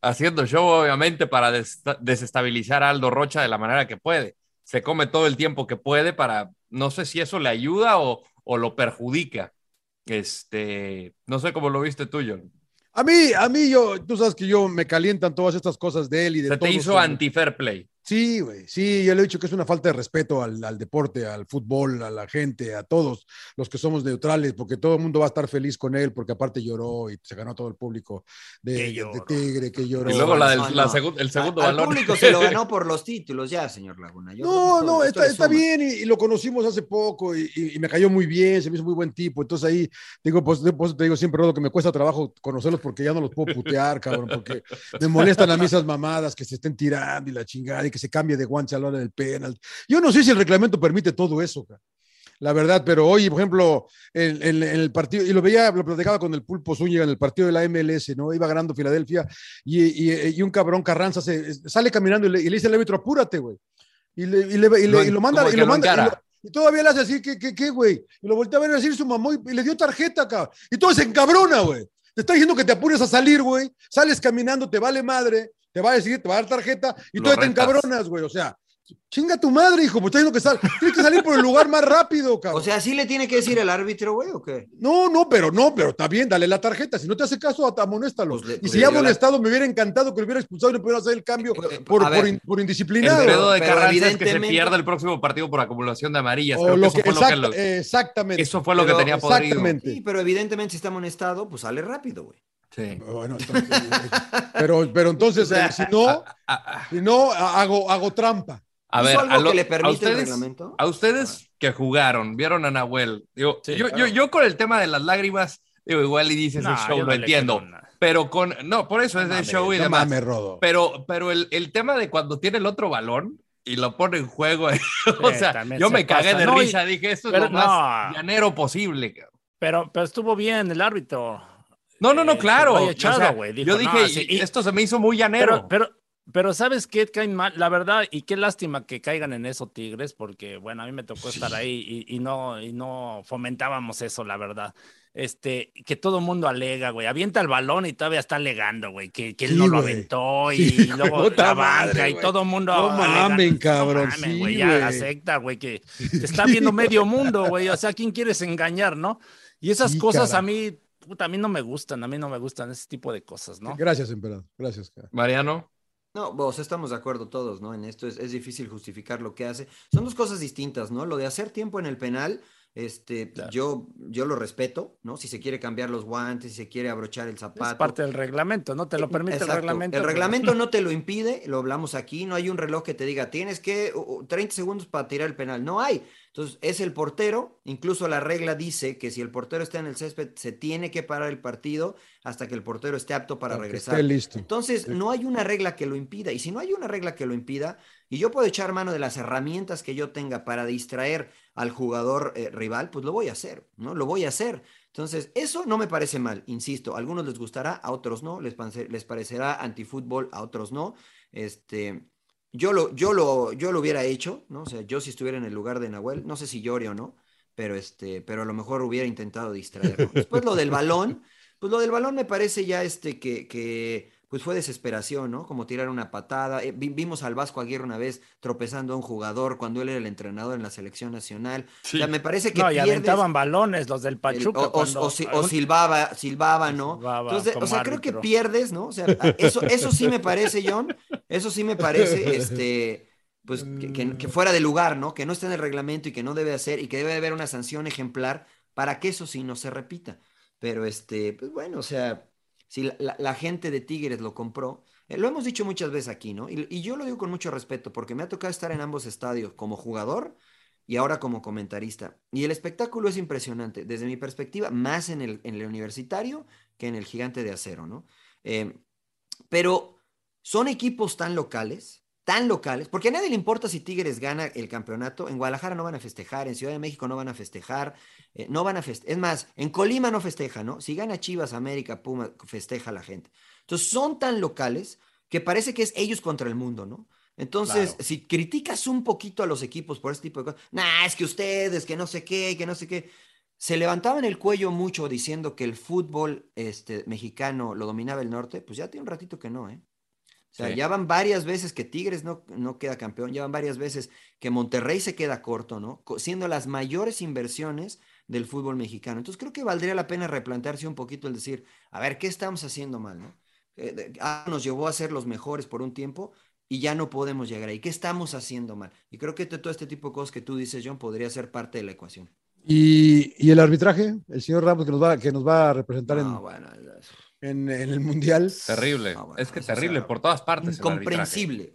Haciendo show, obviamente, para desta- desestabilizar a Aldo Rocha de la manera que puede. Se come todo el tiempo que puede para, no sé si eso le ayuda o, o lo perjudica. Este, no sé cómo lo viste tú, John. A mí, a mí, yo, tú sabes que yo me calientan todas estas cosas de él y de Se te todos hizo los- anti-fair play. Sí, güey, sí, yo le he dicho que es una falta de respeto al, al deporte, al fútbol, a la gente, a todos los que somos neutrales, porque todo el mundo va a estar feliz con él, porque aparte lloró y se ganó todo el público de, de- de Tigre, que lloró. Y luego la del- No, la no. segun- el segundo Al- al balón. público se lo ganó por los títulos, ya, señor Laguna. Yo creo que No, esto- no, esto está, le está suma. bien y, y lo conocimos hace poco y, y- y me cayó muy bien, se me hizo muy buen tipo. Entonces ahí digo, pues, de- por eso te digo siempre lo que me cuesta trabajo conocerlos porque ya no los puedo putear, cabrón, porque me molestan a mí esas mamadas que se estén tirando y la chingada y que se cambie de guanche a la hora del penal. Yo no sé si el reglamento permite todo eso, cabrón. La verdad, pero hoy, por ejemplo, en, en- en el partido, y lo veía, lo platicaba con el Pulpo Zúñiga en el partido de la MLS, ¿no? Iba ganando Filadelfia y, y- y un cabrón Carranza se, sale caminando y le, y le dice al árbitro, apúrate, güey. Y, le, y, le- y le- Lo- y lo manda, como y que lo lo manda. y encara. lo- Y, todavía le hace así, ¿qué, qué, qué, güey? Y lo voltea a ver decir su mamá y, y le dio tarjeta, cabrón. Y todo se encabrona, güey. Te está diciendo que te apures a salir, güey. Sales caminando, te vale madre, te va a decir, te va a dar tarjeta y Lo todo te retas. encabronas, güey. O sea, chinga tu madre, hijo, pues está diciendo que sal, tienes que salir por el lugar más rápido, cabrón. O sea, ¿sí le tiene que decir el árbitro, güey, o qué? No, no, pero no, pero está bien, dale la tarjeta. Si no te hace caso, at- amonéstalo. Pues le- y pues si le ya dio la- Pues, eh, amonestado, me hubiera encantado que lo hubiera expulsado y no pudiera hacer el cambio por, a ver, por in- por El indisciplinado. dedo de pero Carranza es que se evidentemente- pierda el próximo partido por acumulación de amarillas. O Creo que lo eso que- fue lo que exacta- lo- exactamente. eso fue lo que eh, Pero- tenía podrido. Exactamente. Sí, pero evidentemente si está amonestado, pues sale rápido, güey. Sí. Bueno, entonces, eh, pero, pero entonces, O sea, eh, si no, si no, a- hago, hago trampa. A ¿Hizo ver, algo a, lo- que le a permite el ustedes, reglamento? a ustedes que jugaron, vieron a Nahuel. Digo, yo, claro. yo, yo con el tema de las lágrimas, digo, igual y dices Nah, es show, lo yo no le entiendo. creo nada. Pero con, no, por eso es de mames, show y No demás. mames, Rodo. Pero, pero el, el tema de cuando tiene el otro balón y lo pone en juego, o Sí, sea, también yo se me cagué pasa. de No, y- risa, dije, esto es pero lo más no. llanero posible. cabrón. Pero, pero estuvo bien el árbitro. No, no, no, Eh, claro. que lo haya O echado, sea, güey. Dijo, yo no, dije, sí, y- y- esto se me hizo muy llanero. Pero, pero, Pero ¿sabes qué caen mal? La verdad, y qué lástima que caigan en eso Tigres, porque bueno, a mí me tocó estar ahí y, y no, y no fomentábamos eso, la verdad. Este, que todo el mundo alega, güey, avienta el balón y todavía está alegando, güey, que, que él Sí, no lo güey. aventó y, Sí, luego puta la banca madre, y güey. todo el mundo No alegando. mamen, cabrón, No mamen, sí, güey, ya güey. acepta, güey, que te está viendo medio mundo, güey, o sea, ¿quién quieres engañar, no? Y esas Sí, cosas a carajo. mí, puta, a mí no me gustan, a mí no me gustan ese tipo de cosas, ¿no? Gracias, emperador. Gracias, cara. Mariano. No, vos estamos de acuerdo todos, ¿no? En esto es, es difícil justificar lo que hace. Son dos cosas distintas, ¿no? Lo de hacer tiempo en el penal, este, yo, yo lo respeto, ¿no? Si se quiere cambiar los guantes, si se quiere abrochar el zapato. Es parte del reglamento, ¿no? Te lo permite Exacto. el reglamento. pues. El güey. reglamento no te lo impide, lo hablamos aquí, no hay un reloj que te diga, tienes que uh, uh, 30 segundos para tirar el penal, no hay. Entonces, es el portero, incluso la regla dice que si el portero está en el césped, se tiene que parar el partido hasta que el portero esté apto para Para que regresar. esté listo. Entonces, no hay una regla que lo impida, y si no hay una regla que lo impida, y yo puedo echar mano de las herramientas que yo tenga para distraer al jugador eh, rival, pues lo voy a hacer, ¿no? Lo voy a hacer. Entonces, eso no me parece mal, insisto, a algunos les gustará, a otros no, les, pance- les parecerá antifútbol, a otros no. Este, yo lo, yo lo, yo lo hubiera hecho, ¿no? O sea, yo si estuviera en el lugar de Nahuel, no sé si llore o no, pero este, pero a lo mejor hubiera intentado distraerlo. Después lo del balón, pues lo del balón me parece ya este que, que pues fue desesperación, ¿no? Como tirar una patada. Eh, vi- vimos al Vasco Aguirre una vez tropezando a un jugador cuando él era el entrenador en la selección nacional. O sea, me parece que No, y pierdes- aventaban balones los del el- Pachuca. o, o- cuando- o si- o silbaba, silbaba, ¿no? Silbaba Entonces, como o sea, creo que árbitro. pierdes, ¿no? O sea, a- eso, eso sí me parece, John, eso sí me parece, este, pues, que, que- que fuera de lugar, ¿no? Que no está en el reglamento y que no debe hacer y que debe haber una sanción ejemplar para que eso sí no se repita. Pero, este, pues bueno, o sea, si la, la- la gente de Tigres lo compró, eh, lo hemos dicho muchas veces aquí, ¿no? Y, y yo lo digo con mucho respeto porque me ha tocado estar en ambos estadios como jugador y ahora como comentarista. Y el espectáculo es impresionante, desde mi perspectiva, más en el, en el universitario que en el gigante de acero, ¿no? Eh, pero son equipos tan locales, tan locales, porque a nadie le importa si Tigres gana el campeonato, en Guadalajara no van a festejar, en Ciudad de México no van a festejar, eh, no van a festejar, es más, en Colima no festeja, ¿no? Si gana Chivas, América, Puma, festeja la gente. Entonces son tan locales que parece que es ellos contra el mundo, ¿no? Entonces, Claro. si criticas un poquito a los equipos por este tipo de cosas, nah, es que ustedes, que no sé qué, que no sé qué, se levantaban el cuello mucho diciendo que el fútbol este, mexicano lo dominaba el norte, pues ya tiene un ratito que no, ¿eh? O sea, Sí. ya van varias veces que Tigres no, no queda campeón, ya van varias veces que Monterrey se queda corto, ¿no? Co- Siendo las mayores inversiones del fútbol mexicano. Entonces creo que valdría la pena replantearse un poquito el decir, a ver, ¿qué estamos haciendo mal, no? Eh, de- ah, nos llevó a ser los mejores por un tiempo y ya no podemos llegar ahí. ¿Qué estamos haciendo mal? Y creo que te- todo este tipo de cosas que tú dices, John, podría ser parte de la ecuación. ¿Y, y el arbitraje? El señor Ramos que nos va, que nos va a representar en, en- en el Mundial. Terrible. es que terrible por todas partes. el arbitraje. Incomprensible.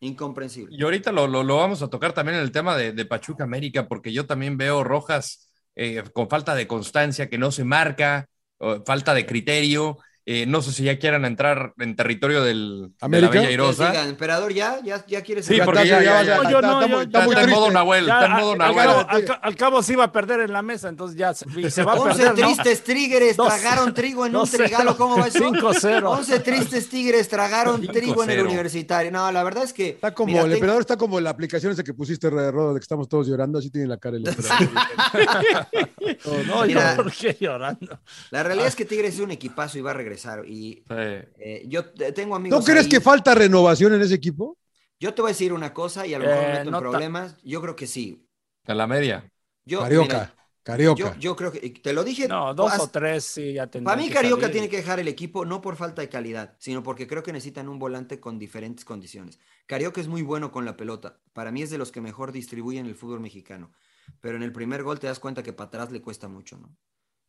Incomprensible. Y ahorita lo, lo- lo vamos a tocar también en el tema de, de Pachuca América, porque yo también veo rojas eh, con falta de constancia, que no se marca, o falta de criterio. Eh, no sé si ya quieran entrar en territorio del América. de la Bella Entonces, Airosa. diga, emperador, ya, ya, ya quieres. Sí, porque ya, ya, ya, No, está, yo no, está yo- muy- está muy en modo Nahuel, Ya, ah, está en modo al- Nahuel. Al, cabo- al ca- al cabo se iba a perder en la mesa, entonces ya se, y se va a 11 perder. ¿no? tristes tigres Dos- tragaron trigo en un dos cero, trigalo, ¿cómo va eso? 5-0. 11 tristes tigres tragaron trigo en el 5-0. universitario. No, la verdad es que. Está Como el emperador está como la aplicación esa que pusiste, Re- Rodo, de que estamos todos llorando, así tiene la cara el emperador. No, yo, Mira. ¿por qué llorando? La Ah. realidad es que Tigres es un equipazo y va a regresar. Y eh, yo te- tengo amigos. ¿No crees ahí. que falta renovación en ese equipo? Yo te voy a decir una cosa y a lo mejor Eh, me meto en no ta- problemas. Yo creo que sí. A la media. Yo, mira, Yo, yo creo que. Te lo dije. No, dos has- o tres sí ya tendrían Para mí, que Carioca salir. tiene que dejar el equipo no por falta de calidad, sino porque creo que necesitan un volante con diferentes condiciones. Carioca es muy bueno con la pelota. Para mí es de los que mejor distribuyen el fútbol mexicano. Pero en el primer gol te das cuenta que para atrás le cuesta mucho, ¿no?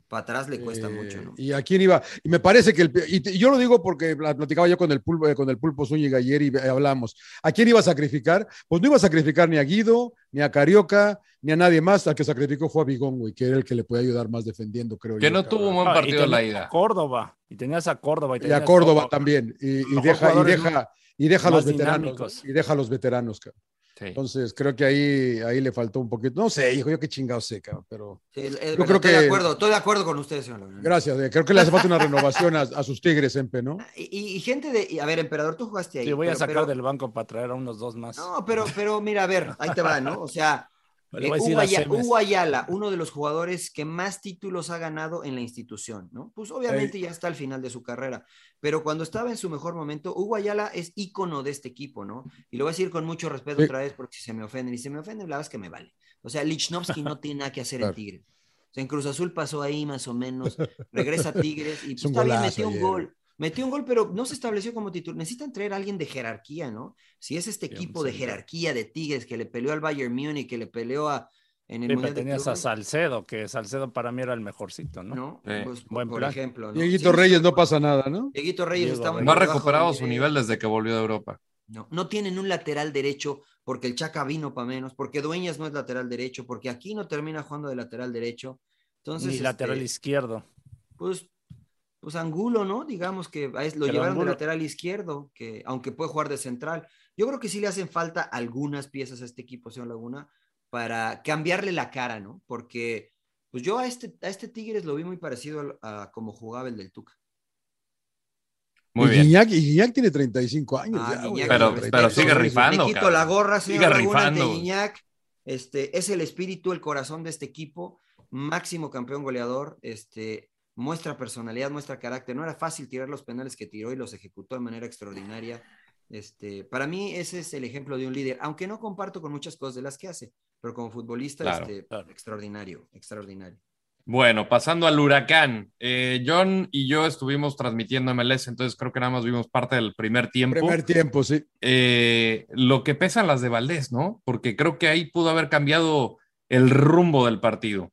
Para atrás le cuesta mucho, ¿no? Eh, ¿Y a quién iba? Y me parece que el, y te- y yo lo digo porque pla- platicaba yo con el pulpo, eh, con el pulpo Zúñiga ayer y eh, hablamos. ¿A quién iba a sacrificar? Pues no iba a sacrificar ni a Guido, ni a Carioca, ni a nadie más. Al que sacrificó fue a Bigón, güey, que era el que le puede ayudar más defendiendo, creo yo. cabrón. tuvo un buen Ah, y partido en la tenías ida. a Córdoba, y tenías a Córdoba. Y, Y a Córdoba también. Y, y Mejor deja, y jugadores deja, y deja a más los veteranos. dinámicos. ¿no? Y deja a los veteranos, cabrón. Entonces, creo que ahí, ahí le faltó un poquito. No sé, hijo, yo qué chingado sé, cabrón, pero. Sí, es- Yo es verdad, creo estoy que- de acuerdo, estoy de acuerdo con ustedes, señor Laguna. Gracias, eh, creo que le hace falta una renovación a, a sus Tigres, Empe, ¿no? Y, y- y gente de. y, a ver, emperador, tú jugaste ahí. Sí, voy a pero- sacar pero- del banco para traer a unos dos más. No, pero, pero mira, a ver, ahí te va, ¿no? O sea, Le eh, voy a decir Hugo a Aya- Semes. Hugo Ayala, uno de los jugadores que más títulos ha ganado en la institución, ¿no? Pues obviamente ya está al final de su carrera, pero cuando estaba en su mejor momento, Hugo Ayala es ícono de este equipo, ¿no? Y lo voy a decir con mucho respeto Sí. otra vez porque si se me ofenden, y si me ofenden, la verdad es que me vale. O sea, Lichnowsky no tiene nada que hacer Claro. en Tigres. O sea, en Cruz Azul pasó ahí más o menos, regresa a Tigres y Es pues, un está bien, golazo metió un ayer. gol, Metió un gol, pero no se estableció como titular. Necesitan traer a alguien de jerarquía, ¿no? Si es este equipo de jerarquía de Tigres que le peleó al Bayern Múnich, que le peleó a en el Sí, pero Mundial de tenías a Clubes, Salcedo, que Salcedo para mí era el mejorcito, ¿no? ¿no? Sí. Pues, Buen por plan. ejemplo, ¿no? Dieguito Sí, Reyes no pasa nada, ¿no? Dieguito Reyes Diego está muy Reyes. No ha por debajo recuperado de su él. nivel desde que volvió de Europa. No, no tienen un lateral derecho porque el Chaca vino para menos, porque Dueñas no es lateral derecho, porque aquí no termina jugando de lateral derecho. Entonces, Ni este, lateral izquierdo. pues, pues Angulo, ¿no? Digamos que a es- lo Pero llevaron Angulo- de lateral izquierdo, que aunque puede jugar de central. Yo creo que sí le hacen falta algunas piezas a este equipo, señor Laguna, para cambiarle la cara, ¿no? Porque pues yo a este, a este Tigres lo vi muy parecido al- a, como jugaba el del Tuca. Muy y bien. Guiñac, y Guiñac tiene 35 años. Ah, ya, güey. Guiñac, Pero- con pero respeto, sigue ¿no? rifando, Me quito Ah, cabrón. la gorra, Sigue señor Laguna, el de rifando. Guiñac. Este, es el espíritu, el corazón de este equipo. Máximo campeón goleador. Este, muestra personalidad, muestra carácter. No era fácil tirar los penales que tiró y los ejecutó de manera extraordinaria. Este, para mí ese es el ejemplo de un líder, aunque no comparto con muchas cosas de las que hace, pero como futbolista Claro, este, extraordinario, extraordinario. Bueno, pasando al huracán. Eh, John y yo estuvimos transmitiendo MLS, entonces creo que nada más vimos parte del primer tiempo. Primer tiempo, sí. Eh, lo que pesan las de Valdés, ¿no? Porque creo que ahí pudo haber cambiado el rumbo del partido.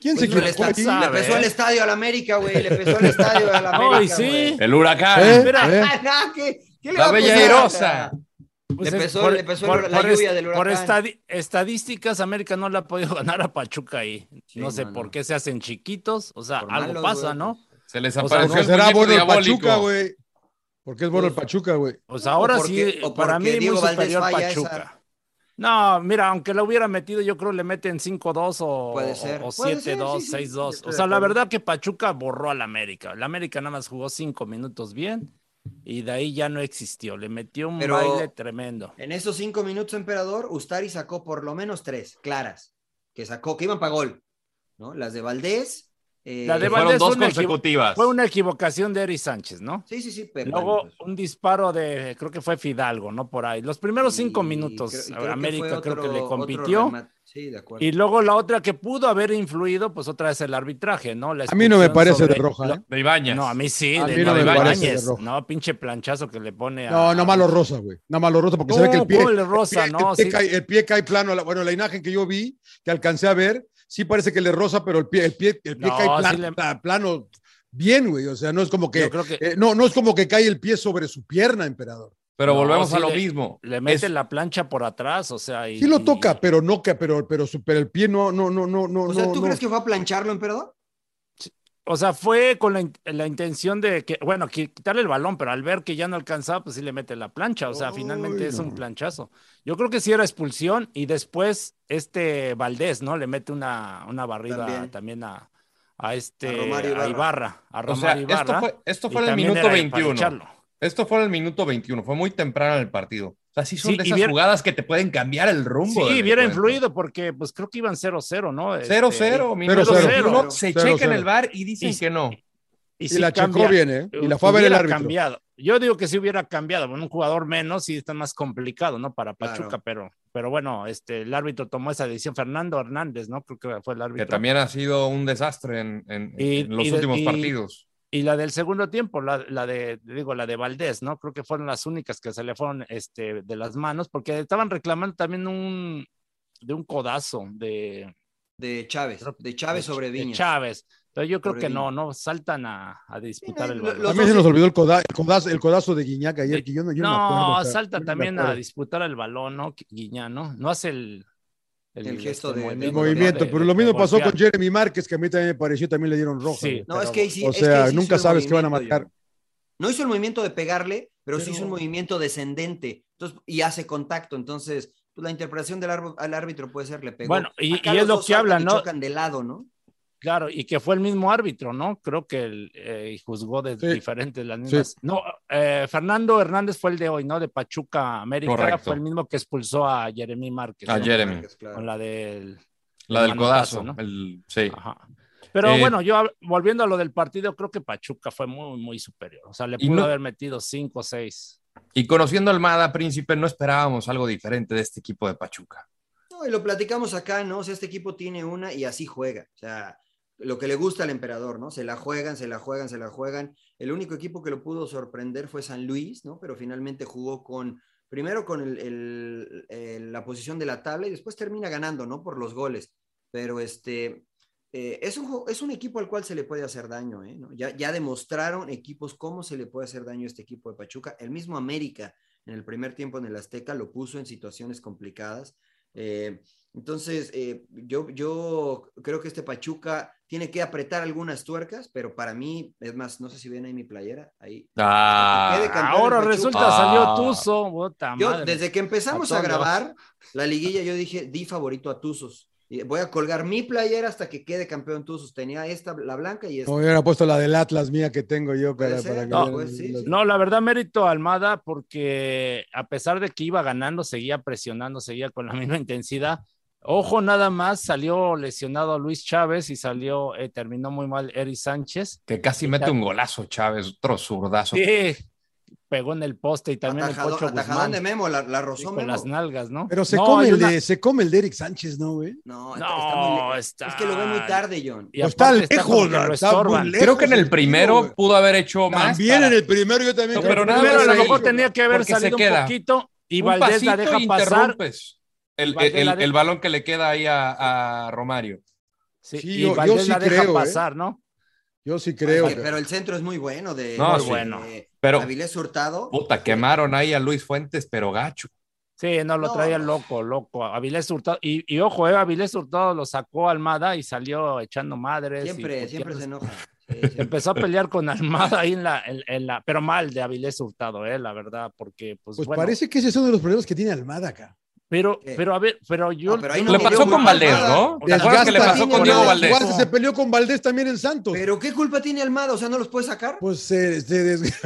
¿Quién Pues se no le, equivocó está- aquí? le pesó el estadio a la América, güey, le pesó el estadio a la Ay, América. sí. güey. El huracán. ¿Eh? Espera. ¿Eh? Ah, ¿Qué, qué le La va a bella pesar? airosa. Pues Le es- pesó- por- le pesó por- la por lluvia est- del Por huracán. estadi- estadísticas, América no le ha podido ganar a Pachuca ahí. Sí, no sé mano. por qué se hacen chiquitos. O sea, Por algo malos, pasa, güey. ¿no? Se les O sea, apareció Porque el será muñeco bueno el diabólico. Pachuca, güey. Porque es bueno el Pachuca, güey. O sea, ahora O porque- sí, o para porque mí muy Diego Valdés superior falla Pachuca. esa. No, mira, aunque la hubiera metido, yo creo le meten 5-2 o, Puede ser. o Puede 7-2, ser, sí, sí, 6-2. estoy o de sea, la acuerdo. verdad que Pachuca borró al América. La América nada más jugó 5 minutos bien y de ahí ya no existió. Le metió un Pero- baile tremendo. En esos cinco minutos, emperador, Ustari sacó por lo menos tres claras, que sacó, que iban para gol, ¿no? Las de Valdés. eh, La de Fueron Valdés dos fue una equivo- consecutivas. Fue una equivocación de Eri Sánchez, ¿no? Sí, sí, sí, pero Luego bueno, pues, un disparo de, creo que fue Fidalgo, ¿no? Por ahí. Los primeros cinco y minutos, creo- y a- creo que América fue creo que otro- le otro compitió. remate. Sí, de acuerdo. Y luego la otra que pudo haber influido, pues otra vez el arbitraje, ¿no? La A mí no me expulsión parece de sobre- roja, lo- ¿eh? De Ibañez. No, a mí sí, A de, mí no no, me de parece Ibáñez. de rojo. No, pinche planchazo que le pone a. No, no malo rosa, güey. No malo rosa, porque se ve No, que el pie. ¿cómo le rosa? el pie, No, el pie sí. cae, el pie cae plano. a la- Bueno, la imagen que yo vi, que alcancé a ver, sí parece que le rosa, pero el pie, el pie, el pie No, cae sí plan- le- pla- plano. Bien, güey. O sea, no es como que. Yo creo que- eh, no, no es como que cae el pie sobre su pierna, emperador. Pero No, volvemos sí a lo le- mismo. Le mete Es- la plancha por atrás, o sea. Y, Sí lo y- toca, pero no, que- pero, pero, su- pero el pie no, no, no, no, no. o sea, no, ¿tú no. crees que fue a plancharlo, emperador? O sea, fue con la, in- la intención de que, bueno, qui- quitarle el balón, pero al ver que ya no alcanzaba, pues sí le mete la plancha. O sea, Ay, finalmente es no. un planchazo. Yo creo que sí era expulsión y después este Valdés, ¿no? Le mete una, una barrida También. también, a, a este A Romario Ibarra. a Ibarra, a O sea, Romario esto Ibarra. fue, esto Y fue en el también minuto era para 21. echarlo. Esto fue en el minuto 21. Fue muy temprano en el partido. O sea, sí son Sí, de y esas vier- jugadas que te pueden cambiar el rumbo. Sí, del hubiera encuentro. influido porque pues creo que iban 0-0, ¿no? 0-0, Este, minuto 0-0. 21, Se Cero, checa en cero. el bar y dicen Y- que no. Y sí la checó cambia- bien, ¿eh? Y la fue a ver el hubiera árbitro. cambiado. Yo digo que si hubiera cambiado, bueno, un jugador menos sí está más complicado, ¿no? Para Pachuca, Claro. pero, pero bueno, este, el árbitro tomó esa decisión, Fernando Hernández, ¿no? Creo que fue el Que árbitro. también ha sido un desastre en, en- Y- en los y de- últimos y- partidos. Y la del segundo tiempo, la, la de, digo, la de Valdés, ¿no? Creo que fueron las únicas que se le fueron este, de las manos, porque estaban reclamando también un, de un codazo de, De Chávez, de Chávez de- sobre de Viñas. Chávez. Entonces yo creo Sobre que no, no saltan a, a disputar Sí, el lo- balón. los A mí se dos- nos olvidó el coda- el codazo, el codazo de Guiñac ayer, que yo no, yo no, me acuerdo, No, o sea, salta yo no me también acuerdo. a disputar el balón, ¿no? Guiñá, ¿no? No hace el, este, El gesto de- El movimiento, pero lo mismo pasó con Jeremy Márquez, que a mí también me pareció, también le dieron roja. Sí. güey. No, Pero es que ahí sí- o es que sea, ahí sí nunca hizo el sabes qué van a movimiento, marcar. John. No hizo el movimiento de pegarle, pero, sí Pero- hizo un movimiento descendente entonces, y hace contacto. Entonces, pues la interpretación del árbol- al árbitro puede ser le pegó. Bueno, y- Acá y es los lo dos que hablan, y ¿no? chocan de lado, ¿no? Claro, y que fue el mismo árbitro, ¿no? Creo que el, eh, juzgó de diferentes las mismas. No, eh, Fernando Hernández fue el de hoy, ¿no? De Pachuca América. Correcto. Fue el mismo que expulsó a Jeremy Márquez. A ¿no? Ah, Jeremy. Con la del. La del manotazo, codazo, el- Ah. sí. Pero Eh, bueno, yo hab- volviendo a lo del partido, creo que Pachuca fue muy, muy superior. O sea, le Y pudo no- haber metido cinco o seis. Y conociendo a Almada, Príncipe, no esperábamos algo diferente de este equipo de Pachuca. No, y lo platicamos acá, ¿no? O sea, este equipo tiene una y así juega. O sea, lo que le gusta al emperador, ¿no? Se la juegan, se la juegan, se la juegan. El único equipo que lo pudo sorprender fue San Luis, ¿no? Pero finalmente jugó con, primero con el- el- el- la posición de la tabla y después termina ganando, ¿no? Por los goles. Pero este, eh, es, un, ju- es un equipo al cual se le puede hacer daño, ¿eh? ¿no? Ya, ya demostraron equipos cómo se le puede hacer daño a este equipo de Pachuca. El mismo América en el primer tiempo en el Azteca lo puso en situaciones complicadas. Eh, entonces, eh, yo, yo creo que este Pachuca tiene que apretar algunas tuercas, pero para mí, es más, no sé si ven ahí mi playera, ahí. Ah, Que quede campeón ahora el Pachuca. resulta salió Tuzo. puta Yo, Ah, madre. desde que empezamos a Antonio. grabar la liguilla, yo dije, di favorito a Tuzos. Y Voy a colgar mi playera hasta que quede campeón Tuzos. Tenía esta, la blanca y esta. No, yo hubiera puesto la del Atlas mía que tengo yo, cara, ser, para que no, vean pues, sí, los- No, la verdad, mérito a Almada, porque a pesar de que iba ganando, seguía presionando, seguía con la misma intensidad. Ojo, nada más salió lesionado Luis Chávez y salió, eh, terminó muy mal Eri Sánchez. Que casi Y mete ta- un golazo, Chávez, otro zurdazo. Sí, pegó en el poste y también Atajado- el Pocho atajadón Guzmán. de Memo, la, la rozó Sí, con Memo. las nalgas, ¿no? Pero se, No, come hay el una- de, se come el de Eric Sánchez, ¿no, güey? No, está, está muy No, le- está. Es que lo ve muy tarde, John. Y Pues está aparte lejos, como que la- lo está muy estorban. lejos. Creo que en el primero güey. pudo haber hecho más. También para- en el primero yo también. No, pero nada Primero, más a lo ahí, mejor tenía que haber porque se salido un queda. poquito y Un Valdés pasito la deja y pasar. interrumpes El, Valdés el- la el deja- balón que le queda ahí a, a Romario. Sí, Sí, y yo- yo Valdés sí la deja creo, ¿eh? pasar, ¿no? Yo sí creo. Oye, güey. pero el centro es muy bueno de, No, de- sí. bueno, de pero- Avilés Hurtado. Puta, quemaron ahí a Luis Fuentes, pero gacho. Sí, no, lo No. traía loco, loco. Avilés Hurtado. Y, y ojo, eh, Avilés Hurtado lo sacó a Almada y salió echando madres. y Siempre, puteando. siempre se enoja. Sí, siempre. Empezó a pelear con Almada ahí en la, en, en la. Pero mal de Avilés Hurtado, eh, la verdad, porque, pues, Pues bueno. parece que ese es uno de los problemas que tiene Almada acá. Pero, ¿Qué? pero a ver, pero yo. No, pero ahí yo no Le tiene pasó con culpa Valdés, Almada. ¿no? ¿Te Desgasta. acuerdas que le pasó con Diego Nada, Valdés? Igual se peleó con Valdés también en Santos. Pero qué culpa tiene Almada, o sea, no los puede sacar. Pues se, se des-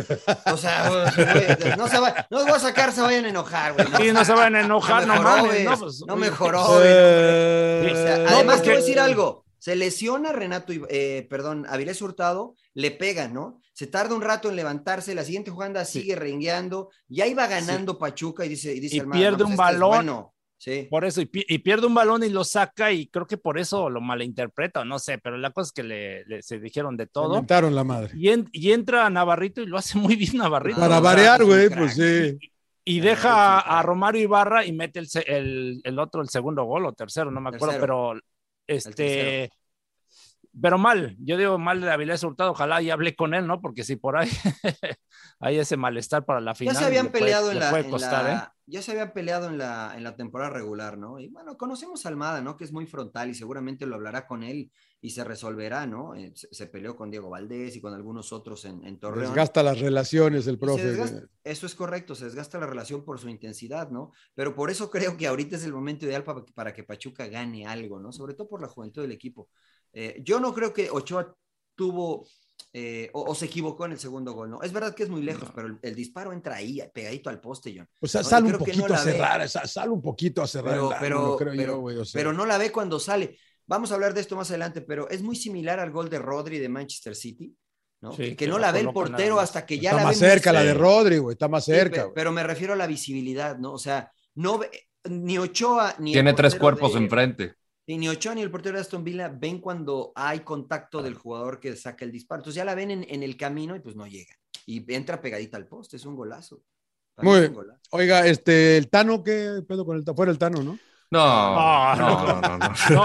O sea, güey, no se va, no los voy a sacar, se vayan a enojar, güey. pues, Sí, no se van a enojar, no mejoró, mames. güey. No, pues, No oye, mejoró, pues, güey. Eh, O sea, No, además, porque- te voy a decir algo. Se lesiona Renato, Iba- eh, perdón, Avilés Hurtado, le pega, ¿no? Se tarda un rato en levantarse, la siguiente jugada sigue rengueando, ya iba ganando Pachuca y dice, y dice Y Almada, pierde no, pues un este es balón. bueno. Sí. Por eso, y, pi- y pierde un balón y lo saca, y creo que por eso lo malinterpreta, o no sé, pero la cosa es que le, le- se dijeron de todo. Mentaron la madre. Y, en- y entra Navarrito y lo hace muy bien Navarrito. Para o sea, variar, es un güey, crack. pues sí. Y Navarrito deja es un crack. a Romario Ibarra y mete el, se- el, el otro, el segundo gol o tercero, no me acuerdo, Tercero. pero este. Pero mal, yo digo mal de Avilés Hurtado, ojalá y hablé con él, ¿no? Porque si por ahí hay ese malestar para la final. ya se habían le puede- peleado le en, la, puede en costar, la- ¿eh? ya se habían peleado en la en la temporada regular no y bueno conocemos a Almada no que es muy frontal y seguramente lo hablará con él y se resolverá no Eh, se, se peleó con Diego Valdés y con algunos otros en, en Torreón Desgasta las relaciones el Y se profe. desgasta- güey. eso es correcto, se desgasta la relación por su intensidad, ¿no? Pero por eso creo que ahorita es el momento ideal pa- para que Pachuca gane algo, ¿no? Sobre todo por la juventud del equipo. Eh, yo no creo que Ochoa tuvo eh, o, o se equivocó en el segundo gol, ¿no? Es verdad que es muy lejos, pero el, el disparo entra ahí, pegadito al poste, John. O sea, No, sale yo un creo que poquito no a la ve. cerrar, sa- sale un poquito a cerrar. Pero, el ángulo, pero, creo yo, pero, güey, o sea. pero no la ve cuando sale. Vamos a hablar de esto más adelante, pero es muy similar al gol de Rodri de Manchester City, ¿no? Sí, que, que no la la ve el coloca nada portero más. hasta que ya Está la más ve muy cerca la de Rodri, güey. Está más Sí, cerca, pe- güey. pero me refiero a la visibilidad, ¿no? O sea, no ve- ni Ochoa ni el Tiene tres portero cuerpos de- enfrente. sí, ni Ochoa ni el portero de Aston Villa ven cuando hay contacto del jugador que saca el disparo. Entonces ya la ven en, en el camino y pues no llega. Y entra pegadita al poste, es un golazo. Para Muy mí es bien. un golazo. Oiga, este, el Tano, ¿qué pedo con el Tano? Fuera el Tano, ¿no? No, no, No, no, no. No,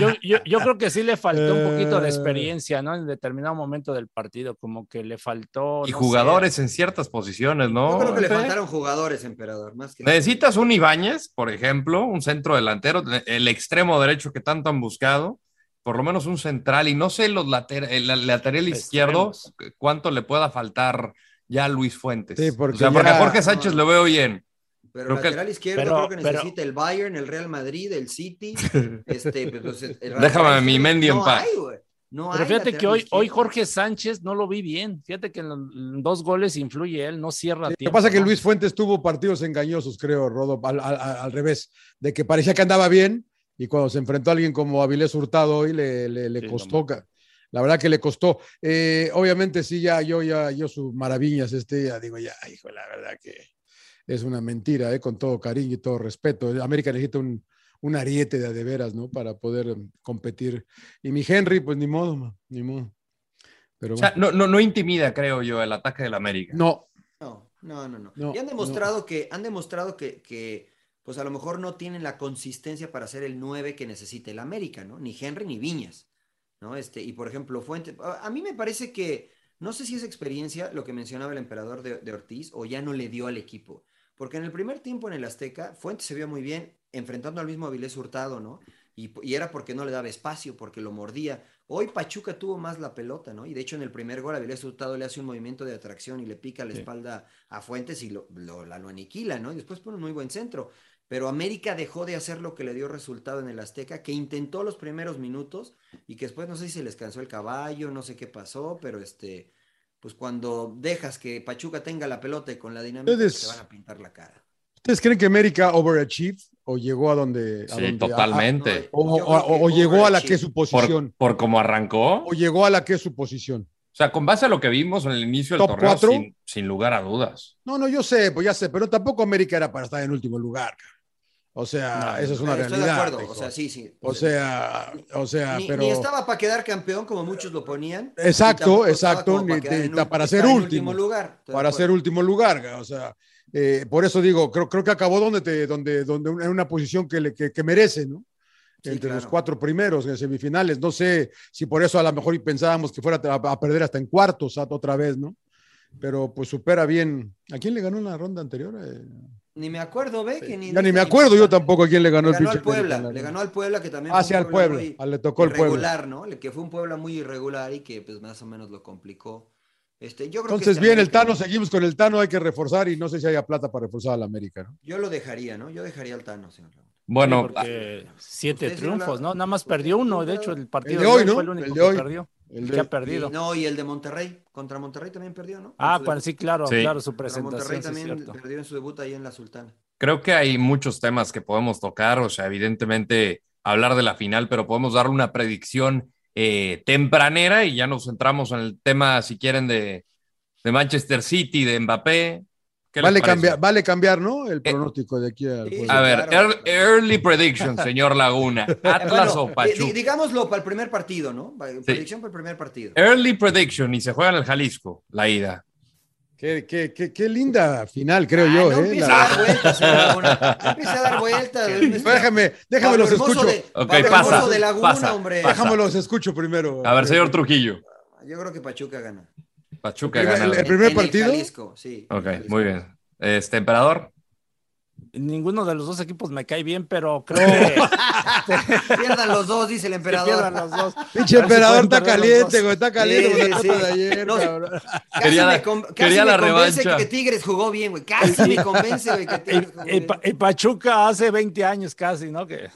yo, yo- yo creo que sí le faltó un poquito de Eh. experiencia, ¿no? En determinado momento del partido, como que le faltó. Y no jugadores sé. en ciertas posiciones, Yo ¿no? creo que le Pepe? faltaron jugadores, emperador, más que Necesitas un Ibáñez, por ejemplo, un centro delantero, el extremo derecho que tanto han buscado, por lo menos un central, y no sé los later- el lateral izquierdo Extremos. cu- cuánto le pueda faltar ya a Luis Fuentes. Sí, porque o sea, porque ya- a Jorge Sánchez lo veo bien, Pero Creo que- lateral izquierdo pero- creo que pero- necesita el Bayern, el Real Madrid, el City. Este, pues, entonces, el Déjame lateral a mi izquierdo Mendy en no paz. hay, güey. No Pero hay fíjate lateral que hoy, izquierdo. hoy Jorge Sánchez no lo vi bien. Fíjate que en los- en dos goles influye él, no cierra Lo que tiempo, pasa es que ¿no? Luis Fuentes tuvo partidos engañosos, creo, Rodo, al, al- al- al revés, de que parecía que andaba bien y cuando se enfrentó a alguien como Avilés Hurtado hoy le, le- le costó. ca- La verdad que le costó. Eh, obviamente, sí, ya yo, ya yo sus maravillas, este, ya digo, ya, hijo, la verdad que es una mentira, eh, con todo cariño y todo respeto. América necesita un, un ariete de, a de veras, ¿no? Para poder eh, competir. Y mi Henry, pues ni modo, ma, ni modo. Pero O sea, bueno. no, no, no intimida, creo yo, el ataque del América. no, No, no, no, no. No, y han demostrado que, han demostrado que, que, pues a lo mejor no tienen la consistencia para ser el 9 que necesita el América, ¿no? Ni Henry ni Viñas, ¿no? Este, y por ejemplo, Fuentes. A a mí me parece que, no sé si es experiencia lo que mencionaba el emperador de, de Ortiz o ya no le dio al equipo. Porque en el primer tiempo en el Azteca, Fuentes se vio muy bien enfrentando al mismo Avilés Hurtado, ¿no? Y, p- y era porque no le daba espacio, porque lo mordía. Hoy Pachuca tuvo más la pelota, ¿no? Y de hecho en el primer gol Avilés Hurtado le hace un movimiento de atracción y le pica la espalda a Fuentes y lo, lo- la, lo aniquila, ¿no? Y después pone un muy buen centro. Pero América dejó de hacer lo que le dio resultado en el Azteca, que intentó los primeros minutos y que después no sé si se les cansó el caballo, no sé qué pasó, pero este, pues cuando dejas que Pachuca tenga la pelota y con la dinámica Ustedes- te van a pintar la cara. ¿Ustedes creen que América overachieved o llegó a donde? a Sí, donde- totalmente. a- o, o- o- o llegó a la que es su posición. Por, por cómo arrancó. O llegó a la que es su posición. O sea, con base a lo que vimos en el inicio del Top torneo, cuatro. sin, sin lugar a dudas. No, no, yo sé, pues ya sé, pero tampoco América era para estar en último lugar. cara. O sea, esa Ah, es una Estoy realidad. de acuerdo, hijo. o sea, sí, sí. O sea, o sea, ni, pero. ni estaba para quedar campeón como muchos lo ponían. y Exacto, tampoco estaba exacto. como ni- quedar ni- en ta- ul- para estar ser en último. lugar. Estoy de Para acuerdo. ser último lugar. ga- O sea, eh, por eso digo, creo, creo que acabó donde te, donde, donde una- en una posición que, le, que, que merece, ¿no? Entre los cuatro primeros en semifinales. No sé si por eso a lo mejor y pensábamos que fuera a, a perder hasta en cuartos a- otra vez, ¿no? Pero pues supera bien. ¿A quién le ganó en la ronda anterior? Eh, Ni me acuerdo, ve, que ni, ya ni me acuerdo yo tampoco a quién le ganó Le ganó el al pinche Puebla, América, le ¿no? ganó al Puebla que también Ah, fue sí, un al Puebla Puebla, muy ah, le tocó el Puebla. irregular, ¿no? Le- Que fue un Puebla muy irregular y que pues más o menos lo complicó. Este, yo creo que Entonces, este bien, el América- Tano, seguimos con el Tano, hay que reforzar y no sé si haya plata para reforzar al América, ¿no? Yo lo dejaría, ¿no? Yo dejaría al Tano, señor. Laguna. Bueno, Sí, porque siete Ustedes hablan- triunfos, ¿no? Nada más perdió uno, de hecho, el partido de hoy, fue el ¿no? ah, único El de que hoy. perdió. El que de- ha perdido. Y, no, y el de Monterrey, contra Monterrey también perdió, ¿no? Ah, pues, En su bueno, debut. sí, claro, Sí. claro, su Contra Monterrey presentación, sí, es también cierto. perdió en su debut ahí en la Sultana. Creo que hay muchos temas que podemos tocar, o sea, evidentemente hablar de la final, pero podemos darle una predicción eh, tempranera y ya nos centramos en el tema, si quieren, de, de Manchester City, de Mbappé. ¿Qué les Vale, parece? Eh, cambiar, vale cambiar, ¿no? El pronóstico de aquí al juego. A ver, ear- early prediction, señor Laguna. Atlas Bueno, eh, o di- di- Pachuca. digámoslo para el primer partido, ¿no? Pa- Predicción para el primer partido. Early prediction y se juega en el Jalisco, la ida. Qué, qué- qué- qué linda final, creo yo, Ah, ¿eh? no empieces La- a dar vueltas, señor Laguna. No empieces a dar vueltas. Déjame, déjame Pablo los Hermoso escucho. de- Ok, Pablo pasa, Hermoso de Laguna, pasa, hombre. pasa. Déjame los escucho primero. A ver, señor Trujillo. Yo creo que Pachuca gana. Pachuca El primer- gana. el primer En partido? Jalisco, sí. Ok, muy bien. Este emperador. Ninguno de los dos equipos me cae bien, pero creo que Pierdan los dos, dice el emperador. pierdan los dos. Pinche A ver si emperador pueden está perder los caliente, dos. güey. Está caliente Sí, con la sí, nota sí. de ayer, No, cabrón. Este, Casi Quería la- me, con- casi quería me la convence revancha. que Tigres jugó bien, güey. Casi me convence, güey, que Tigres Eh, jugó Y, bien. Pa- y Pachuca hace 20 años casi, ¿no? Que, Lo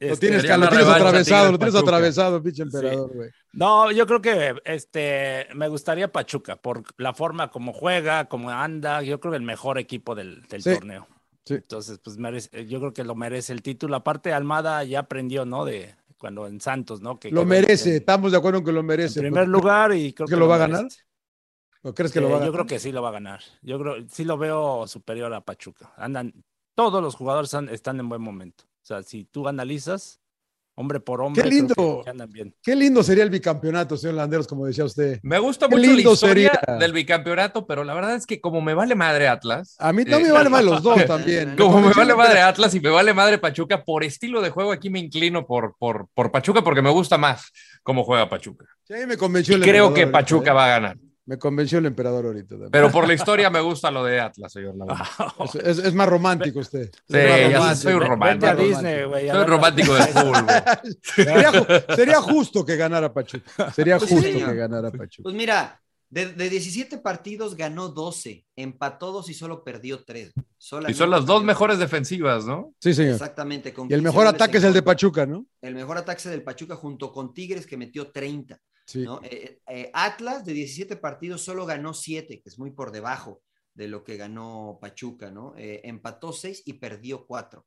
este, tienes, Sería lo una tienes revancha, atravesado, lo Tigres, tienes Pachuca. atravesado, pinche emperador, güey. No, yo creo que este me gustaría Pachuca por la forma como juega, como anda. Yo creo que el mejor equipo del, del Sí, torneo. sí. Entonces, pues merece- yo creo que lo merece el título. Aparte, Almada ya aprendió, ¿no? De cuando en Santos, ¿no? Que Lo quedó merece, En, estamos de acuerdo en que lo merece. en primer lugar y creo ¿Crees que lo va a merece. ganar? ¿O crees que lo Eh, va a ganar? Yo creo que sí lo va a ganar. Yo creo, sí lo veo superior a Pachuca. Andan, todos los jugadores an- están en buen momento. O sea, si tú analizas, hombre por hombre, creo lindo! que- que andan bien. Qué lindo sería el bicampeonato, señor Landeros, como decía usted. Me gusta Qué mucho la lindo historia sería. del bicampeonato, pero la verdad es que como me vale madre Atlas. A mí no eh, me vale mal los dos también. Como me vale Siempre- madre Atlas y me vale madre Pachuca, por estilo de juego aquí me inclino por, por, por Pachuca porque me gusta más cómo juega Pachuca. Sí, ahí me convenció Y el creo emperador que ahorita, Pachuca ¿eh? va a ganar. Me convenció el emperador ahorita. también. Pero por la historia me gusta lo de Atlas, señor Ah, Laguna. Es, es- es más romántico usted. Sí, Es más ya romántico. soy Vete romántico. a Disney, güey. a Soy ver- romántico del fútbol. güey. Sería, ju- sería justo que ganara Pachuca. Sería Pues justo sí. que ganara Pachuca. Pues mira, de, de 17 partidos ganó 12, empató 2 y solo perdió 3. O Y son las dos mejores defensivas, ¿no? Sí, señor. Exactamente. con Y el 15 mejor goles ataque es en el de contra. Pachuca, ¿no? El mejor ataque es el del Pachuca junto con Tigres que metió 30. Sí. ¿no? Eh, eh, Atlas de 17 partidos solo ganó 7, que es muy por debajo de lo que ganó Pachuca, ¿no? Eh, empató 6 y perdió 4.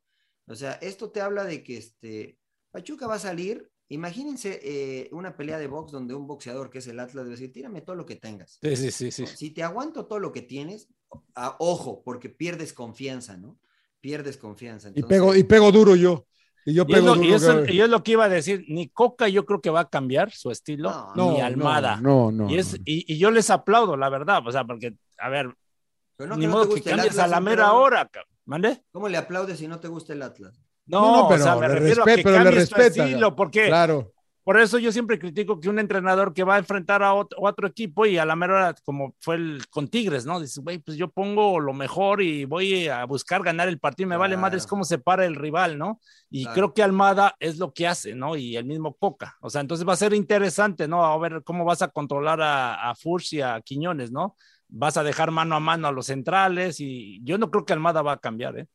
O sea, esto te habla de que este, Pachuca va a salir. Imagínense eh, una pelea de box donde un boxeador que es el Atlas debe decir, tírame todo lo que tengas. Sí, sí, sí, sí. Si te aguanto todo lo que tienes, a- ojo, porque pierdes confianza, ¿no? Pierdes confianza. Y Entonces, pego, y pego duro yo. Y yo Y es, pego lo, duro. y es el- cabrón. y es lo que iba a decir, ni Coca yo creo que va a cambiar su estilo, No, ni no, Almada. no, no, y, es, y, y yo les aplaudo, la verdad, o sea, porque, a ver, Pero no ni que no te modo que guste el cambies a Atlas, la pero- mera hora, cabrón. ¿Mande? ¿Cómo le aplaudes si no te gusta el Atlas? No, No, no, o sea, pero me le refiero a respet- que pero le cambies tu respeta, estilo, claro. porque Claro. por eso yo siempre critico que un entrenador que va a enfrentar a ot- a otro equipo y a la mera hora, como fue el con Tigres, ¿no? Dices, güey, pues yo pongo lo mejor y voy a buscar ganar el partido, me vale madres cómo se para el rival, ¿no? Y Claro. creo que Almada es lo que hace, ¿no? Y el mismo Coca. O sea, entonces va a ser interesante, ¿no? A ver cómo vas a controlar a, a Furch y a Quiñones, ¿no? Vas a dejar mano a mano a los centrales y yo no creo que Almada va a cambiar, ¿eh?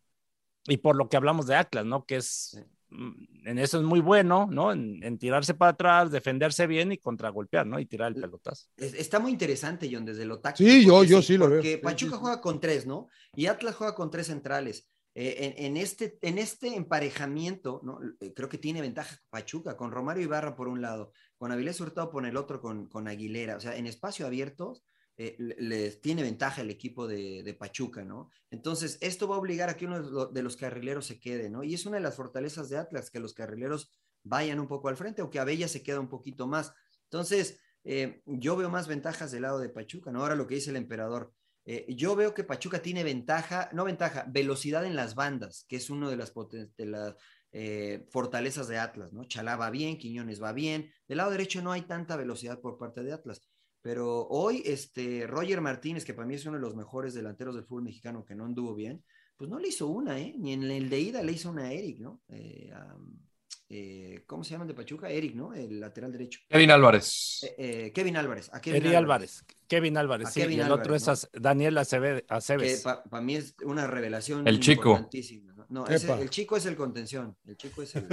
Y por lo que hablamos de Atlas, ¿no? Que es, mm, en eso es muy bueno, ¿no? En, en tirarse para atrás, defenderse bien y contragolpear, ¿no? Y tirar el pelotazo. Es- Está muy interesante, John, desde lo táctico. Sí, yo- porque yo sí lo veo. Porque Sí, Pachuca sí, sí. juega con tres, ¿no? Y Atlas juega con tres centrales. Eh, en, en este, en este emparejamiento, ¿no? Eh, creo que tiene ventaja Pachuca, con Romario Ibarra por un lado, con Avilés Hurtado por el otro, con, con Aguilera. O sea, en espacio abierto eh, le- les tiene ventaja el equipo de, de Pachuca, ¿no? Entonces, esto va a obligar a que uno de lo- de los carrileros se quede, ¿no? Y es una de las fortalezas de Atlas, que los carrileros vayan un poco al frente o que Abella se queda un poquito más. Entonces, eh, yo veo más ventajas del lado de Pachuca, ¿no? Ahora lo que dice el emperador. eh, yo veo que Pachuca tiene ventaja, no ventaja, velocidad en las bandas, que es una de las, poten- de las eh, fortalezas de Atlas, ¿no? Chalá va bien, Quiñones va bien. Del lado derecho no hay tanta velocidad por parte de Atlas. Pero hoy, este, Roger Martínez, que para mí es uno de los mejores delanteros del fútbol mexicano, que no anduvo bien, pues no le hizo una, ¿eh? Ni en el de ida le hizo una a Eric, ¿no? Eh, a, eh, ¿Cómo se llama el de Pachuca? Eric, ¿no? El lateral derecho. Kevin Álvarez. Eh, eh, Kevin Álvarez. A Kevin Eddie Álvarez. Kevin Álvarez, A sí, Kevin y el otro Álvarez, es ¿no? Ace- Daniel Que Aceve- Aceves. para mí es una revelación. El chico. importantísima, No, No, ese- Epa. el chico es el contención. El chico es el.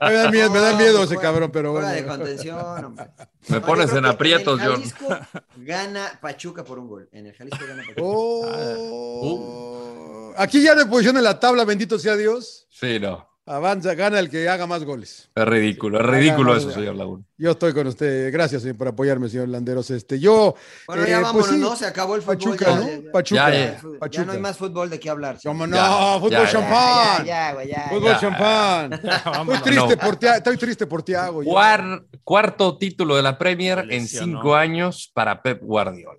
Me da miedo, me da No, miedo pues ese juega- cabrón, pero juega bueno. de contención, hombre. Me No, pones yo creo en que aprietos, en el John. Jalisco Gana Pachuca por un gol. En el Jalisco gana Pachuca. Oh, Ah. Aquí ya reposición en la tabla, bendito sea Dios. Sí, no. Avanza, gana el que haga más goles. Es ridículo, es Haga ridículo más- eso, señor Laguna. Yo estoy con usted. Gracias, señor, por apoyarme, señor Landeros. Este, yo. Bueno, ya eh, vámonos, sí, ¿no? Se acabó el fútbol. Pachuca, ya, ¿no? ya, ya. Pachuca, Ya, ya, ya. Pachuca. Ya no hay más fútbol de qué hablar. ¿Cómo no? Ya. fútbol Ya, champán. ya, ya, güey, ya. Fútbol Ya. champán. Estoy vámonos. triste, No. por Tia- estoy triste por Tiago. Cuar- cuarto título de la Premier en Lesionó. cinco años para Pep Guardiola.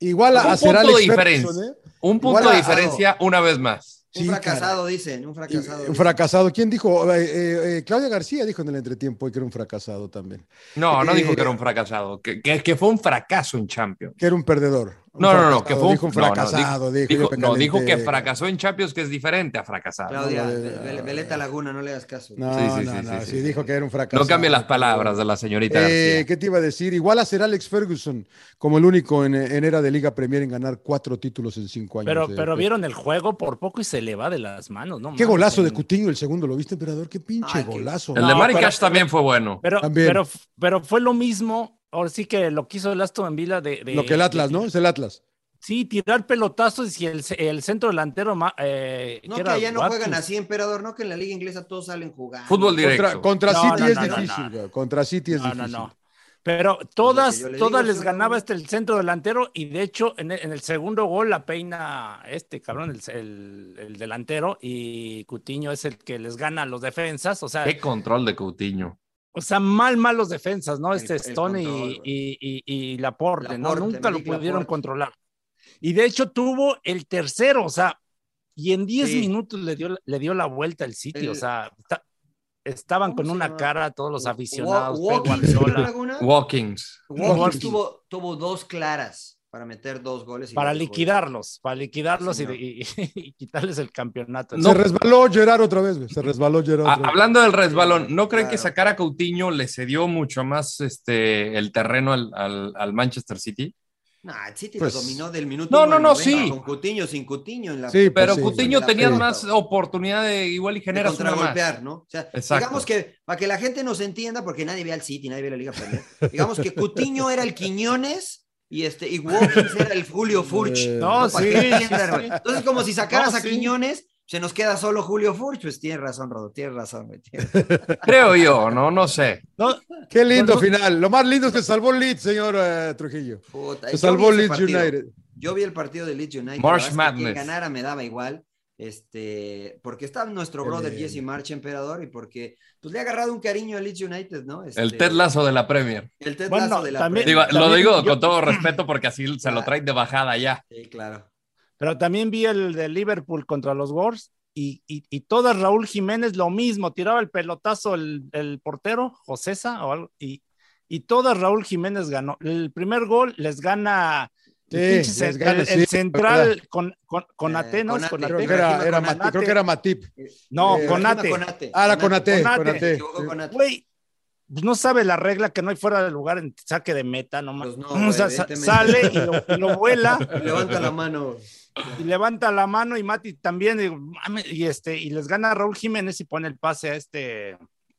Igual a, Un a ser punto Alex de diferencia. Ferguson, ¿eh? Un punto Igual ah, de a- diferencia una vez más. Un fracasado, dicen. Un fracasado. Un dicen. fracasado. ¿Quién dijo? Eh, eh, eh, Claudia García dijo en el entretiempo que era un fracasado también. No, no Eh, dijo que era un fracasado, que, que- que fue un fracaso en Champions. Que era un perdedor. Un No, no, no, fracasado, que fue un, dijo un no, no, fracasado. dijo, dijo, yo dijo- me no, dijo calenté. que fracasó en Champions, que es diferente a fracasar. Claudia, No, Ve- Ve- Veleta Laguna, no le hagas caso. No, Sí, sí, no, sí, no, sí, sí, sí. dijo que era un fracasado. no cambie las palabras de la Eh, señorita García. ¿Qué te iba a decir? Igual a ser Alex Ferguson como el único en, en era de Liga Premier en ganar cuatro títulos en cinco años. Pero, Eh, pero eh, vieron el juego por poco y se le va de las manos, ¿no? Qué mames, golazo el- de Cutiño el segundo, ¿lo viste, emperador? Qué pinche golazo. El de No, Mari pero- Cash también fue bueno. Pero, También. pero, pero fue lo mismo, ahora sí que lo que hizo el Aston Villa de, de- Lo que el Atlas, ¿no? Es el Atlas. Sí, tirar pelotazos y el, el centro delantero. ma- eh, No, que que era allá no juegan Watkins. así, emperador. No, que en la liga inglesa todos salen jugando. Contra, contra No, City no, es no, no, difícil, no. güey. Contra City es No, no, difícil. no. Pero todas, yo le digo, todas es les una- ganaba este el centro delantero y de hecho en el, en el segundo gol la peina este cabrón, el, el- el delantero y Cutiño es el que les gana a los defensas, o sea, Qué control de Coutinho. o sea mal, mal los defensas, ¿no? Este el Stone y- y, y, y Laporte, ¿no? Laporte, Nunca lo Milik Laporte. pudieron controlar. Y de hecho tuvo el tercero, o sea, y en 10 Sí. minutos le dio, le dio la vuelta al sitio, El- o sea, esta- estaban con una cara todos los aficionados. Pep Watkins, Guardiola. ¿no, Laguna? Ah. Walkings. Watkins tuvo, tuvo dos claras para meter dos goles. y Para dos goles. liquidarlos, para liquidarlos Sí, y, y- y quitarles el campeonato. Se resbaló Gerard otra vez, güey. Se resbaló Gerard. Ah, otra vez. hablando del resbalón, ¿no creen que sacar a Coutinho le cedió mucho más este, el terreno al, al- al Manchester City? No, el City Pues- lo dominó del minuto. No, uno no, al no, 90, sí. Con Cutiño, sin Cutiño. En la, Sí, pero Cutiño en la- tenía más oportunidad de igual y de generas una más. contragolpear, ¿no? O sea, Exacto. digamos que para que la gente nos entienda, porque nadie ve al City, nadie ve la Liga Premier, digamos que Cutiño era el Quiñones y este y Watkins era el Julio Furch. Eh, no, Para sí, que sí, entiendan, sí. güey. Entonces, como si sacaras No, a sí. Quiñones, se nos queda solo Julio Furch. Pues tienes razón, Rodo, tienes razón. güey, tienes- Creo yo, no, no sé. Qué lindo final. Lo más lindo es que salvó Leeds, señor eh, Trujillo. Puta, Se yo vi salvó ese Leeds partido. United. Yo vi el partido de Leeds United. March la verdad es que Madness. Quien ganara me daba igual. Este, porque está nuestro Qué brother bien. Jesse March, emperador, y porque pues, le ha agarrado un cariño a Leeds United, ¿no? Este, El Ted Lazo de la Premier. El Ted Bueno, Lazo de la también- Premier. Digo, lo también digo yo- con todo respeto porque así se lo traen de bajada ya. Sí, claro. Pero también vi el de Liverpool contra los Wolves y, y, y todas Raúl Jiménez lo mismo, tiraba el pelotazo el, el portero, Josesa o algo, y, y todas Raúl Jiménez ganó. El primer gol les gana el, Sí, pinche les cen- gana, el- sí, el es central verdad. con, con, con Eh, Atenas, Conate, con Creo Atenas. que era, era Conate. Mati- creo que era Matip. No, Eh, con Ate. Conate. Ah, la Conate, Conate. Conate. Equivocó con Ate. Güey, pues no sabe la regla que no hay fuera de lugar en saque de meta, no más. Pues no, O sea, güey, sa- evidentemente. sale y lo, y lo vuela Levanta la mano. y levanta la mano y Mati también y, mame, y este y les gana a Raúl Jiménez y pone el pase a este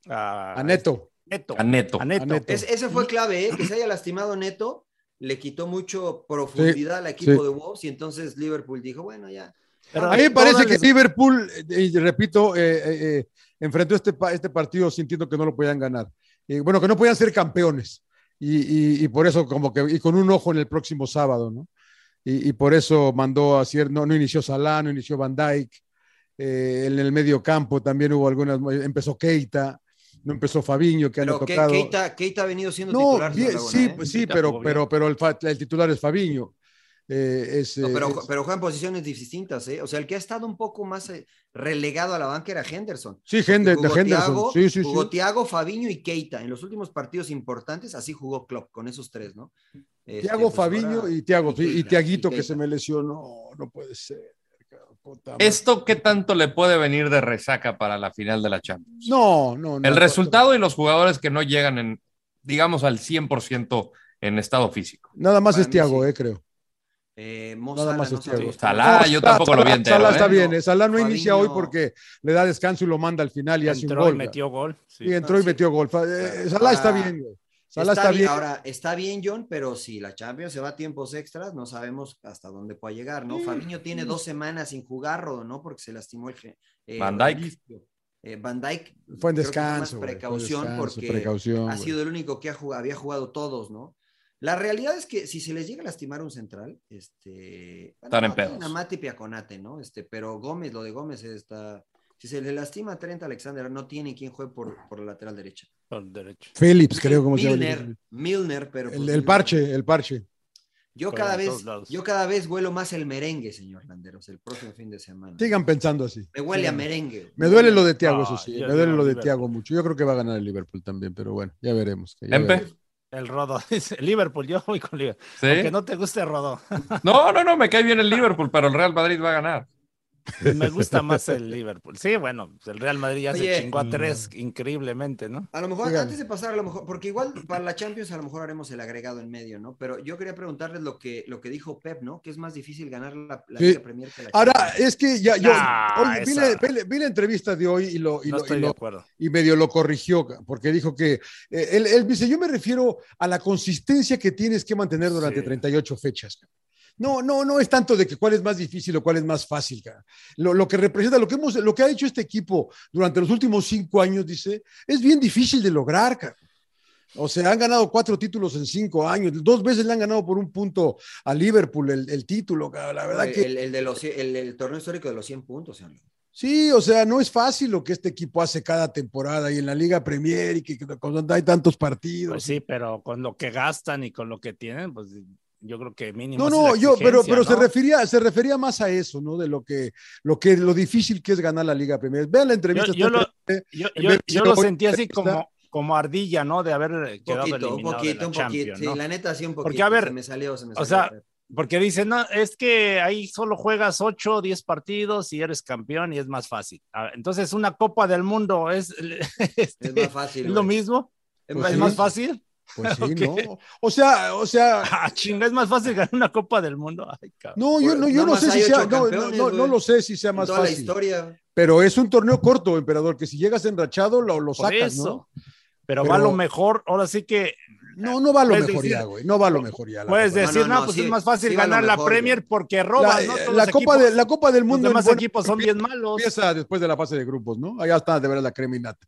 a, A Neto. Neto. A Neto. A Neto. A Neto. Es- ese fue clave, ¿eh? que se haya lastimado Neto, le quitó mucho profundidad al equipo sí. de Wolves y entonces Liverpool dijo, bueno, ya. Pero A mí me parece todas que les- Liverpool, eh, y repito, eh, eh, eh, enfrentó este, pa- este partido sintiendo que no lo podían ganar. Eh, bueno, que no podían ser campeones. Y, y- y por eso, como que, y con un ojo en el próximo sábado, ¿no? Y, y por eso mandó a Cier, no, no inició Salah, no inició Van Dijk. Eh, en el medio campo también hubo algunas, empezó Keita, no empezó Fabiño, que Pero han Ke- tocado. Keita, Keita ha venido siendo no, titular. bien, Laguna, sí, ¿eh? pues sí, Keita pero, jugó bien. pero, pero el, fa- el titular es Fabiño. Eh, es, No, eh, pero, es- pero juegan posiciones distintas, ¿eh? O sea, el que ha estado un poco más eh, relegado a la banca era Henderson. sí, Hender- Jugó Henderson. Thiago, sí, sí, jugó sí. Thiago, Fabiño y Keita. En los últimos partidos importantes, así jugó Klopp, con esos tres, ¿no? Este, Tiago pues, Fabiño ahora- y Tiago, Keita, y, Tiaguito y que Keita. se me lesionó, no puede ser. cabrón, puta madre. ¿Esto qué tanto le puede venir de resaca para la final de la Champions? No, no, no. El resultado y los jugadores que no llegan en, digamos, al 100% en estado físico. Nada más Para es mí Tiago, eh, creo. Eh, Mo Nada Salah, más no es Thiago. sabemos. Salah, No, yo tampoco lo vi entero. Salah ¿eh? está bien, No, eh, Salah no inicia hoy Fabinho- porque le da descanso y lo manda al final y hace un entró y gol. metió gol. sí. güey. Sí, entró y Ah, metió gol. Fa- eh, Salah Ah, está bien, güey. Salah está, está bien, bien. Ahora, está bien, John, pero si la Champions se va a tiempos extras, no sabemos hasta dónde puede llegar, ¿no? Fabiño tiene dos semanas sin jugar, Rodo, ¿no? Porque se lastimó el... ge- eh, Van Dijk. menisco. Eh, Van Dijk. Fue en creo que fue más descanso. güey, fue precaución descanso, porque precaución, ha güey. sido el único que ha jugado, había jugado todos, ¿no? La realidad es que si se les llega a lastimar un central, este... bueno, Están en no, tienen pedos. A Mati Piaconate, ¿no? Este, pero Gómez, lo de Gómez está... Si se le lastima a Trent Alexander, no tiene quien juegue por, por la lateral derecha. Por derecho. Phillips, Pues creo como se llama. Milner, El, Milner, pero... pues, el Milner- parche, el parche. yo Para cada todos vez, lados. yo cada vez huelo más el merengue, señor Landeros, el próximo fin de semana. Sigan pensando así. Me huele a Sigan. merengue. Me duele lo de Tiago, No, eso sí. yo Me duele digo lo de Liverpool. Tiago mucho. Yo creo que va a ganar el Liverpool también, pero bueno, ya veremos. ya Empe. veremos. El Rodo. dice, Liverpool, yo voy con Liverpool. ¿Sí? Aunque no te guste Rodo. No, no, no, me cae bien el Liverpool, pero el Real Madrid va a ganar. Me gusta más el Liverpool. Sí, bueno, el Real Madrid ya Oye. se chingó a tres increíblemente, ¿no? A lo mejor, Dígame. antes de pasar, a lo mejor, porque igual para la Champions a lo mejor haremos el agregado en medio, ¿no? Pero yo quería preguntarles lo que, lo que dijo Pep, ¿no? Que es más difícil ganar la, la Sí. Liga Premier que la Ahora, eh, Champions. es que ya yo Ah, oye, vi, esa. la, vi la- vi la entrevista de hoy y, lo, y no lo- y estoy lo- de acuerdo. y medio lo corrigió, porque dijo que eh, él, él dice, yo me refiero a la consistencia que tienes que mantener durante Sí. 38 fechas. cabrón". No, no, no es tanto de que cuál es más difícil o cuál es más fácil. cabrón. Lo, lo que representa, lo que, hemos, lo que ha hecho este equipo durante los últimos cinco años, dice, es bien difícil de lograr. cabrón. O sea, han ganado cuatro títulos en cinco años. Dos veces le han ganado por un punto a Liverpool el, el título. cabrón. La verdad Oye, que Eh, el, el de los, cien- el, el torneo histórico de los 100 puntos, señor. Sí, o sea, no es fácil lo que este equipo hace cada temporada y en la Liga Premier y que que cuando hay tantos partidos. Pues sí, pero con lo que gastan y con lo que tienen, pues yo creo que mínimo. no, es no, la yo, pero, exigencia, pero se ¿no? refería, se refería más a eso, ¿no? De lo que, lo que, lo difícil que es ganar la Liga Premier. Vean la entrevista. Yo- yo está lo- interesante. Yo, en yo- vez de yo ser lo hoy sentí así periodista. como, como ardilla, ¿no? De haber Un poquito, un quedado eliminado de la poquito, un poquito. Champions, Sí, ¿no? la neta, sí, un poquito. Porque, a ver, se me salió, se me o salió. sea, Pep. Porque dicen, no, es que ahí solo juegas 8 o 10 partidos y eres campeón y es más fácil. A ver, Entonces, una Copa del Mundo es, este, es más fácil. ¿es lo güey. mismo, Es Pues más es sí. más fácil. fácil. Pues sí, Ok. ¿no? O sea, o sea. Ah, chinga, es más fácil ganar una Copa del Mundo. Ay, cabrón. No, yo no, yo Pues Nada no más sé si hay ocho sea, no, no, campeones, no, no güey. lo sé si sea En más toda la fácil. historia. Pero es un torneo corto, emperador, que si llegas enrachado lo, lo Por sacas, eso. ¿no? Pero, va a Pero- lo mejor, ahora sí que. No, no va a lo puedes mejor decir- ya, güey. No va a lo mejor ya. la Puedes Copa del decir, Mundo. no, pues es más fácil ganar la Premier porque robas, ¿no? La, eh, Todos la los Copa equipos- de, la Copa del Mundo. Los en demás buena- equipos son bien malos. Empieza después de la fase de grupos, ¿no? Allá está, de verdad, la crema innata.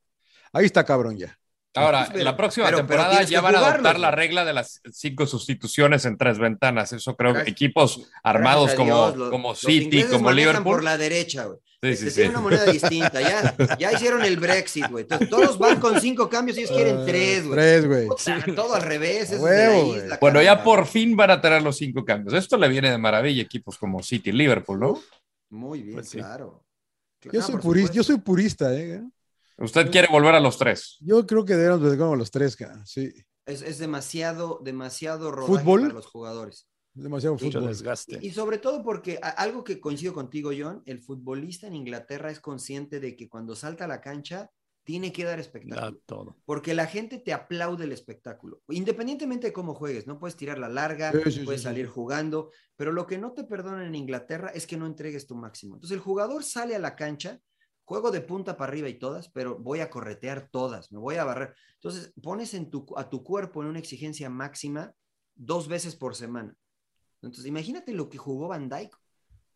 Ahí está, cabrón, ya. Ahora, Pero- la próxima pero- pero temporada tienes ya que van a jugarlo, adoptar la güey. regla de las cinco sustituciones en tres ventanas. Eso creo que Gracias- equipos armados Gracias a como, Dios, los- como los City, ingleses como manejan Liverpool. Por la derecha, güey. Sí, Se sí, sí. tiene una moneda distinta. Ya, ya hicieron el Brexit, güey. Entonces, Todos van con cinco cambios, ellos quieren tres, Ah, güey. Ah, Tres, güey. Puta, Todo al revés. eso es de la Huevo, isla, güey. bueno, ya por fin van a tener los cinco cambios. Esto le viene de maravilla a equipos como City, Liverpool, ¿no? Muy bien, claro. Pues Yo soy purista, yo soy purista, ¿eh? Usted quiere volver a los tres. Yo creo que deberíamos de como los tres, cara. Sí. Es, es demasiado, demasiado rodaje Fútbol. para los jugadores. Demasiado Mucho fútbol. Y sobre todo porque a- algo que coincido contigo, John, el futbolista en Inglaterra es consciente de que cuando salta a la cancha tiene que dar espectáculo. Porque la gente te aplaude el espectáculo. Independientemente de cómo juegues, no puedes tirar la larga, Sí, sí, puedes sí, salir sí. jugando, pero lo que no te perdonan en Inglaterra es que no entregues tu máximo. Entonces el jugador sale a la cancha, juego de punta para arriba y todas, pero voy a corretear todas, me voy a barrer. Entonces pones en tu, a tu cuerpo en una exigencia máxima dos veces por semana. Entonces imagínate lo que jugó Van Dyke,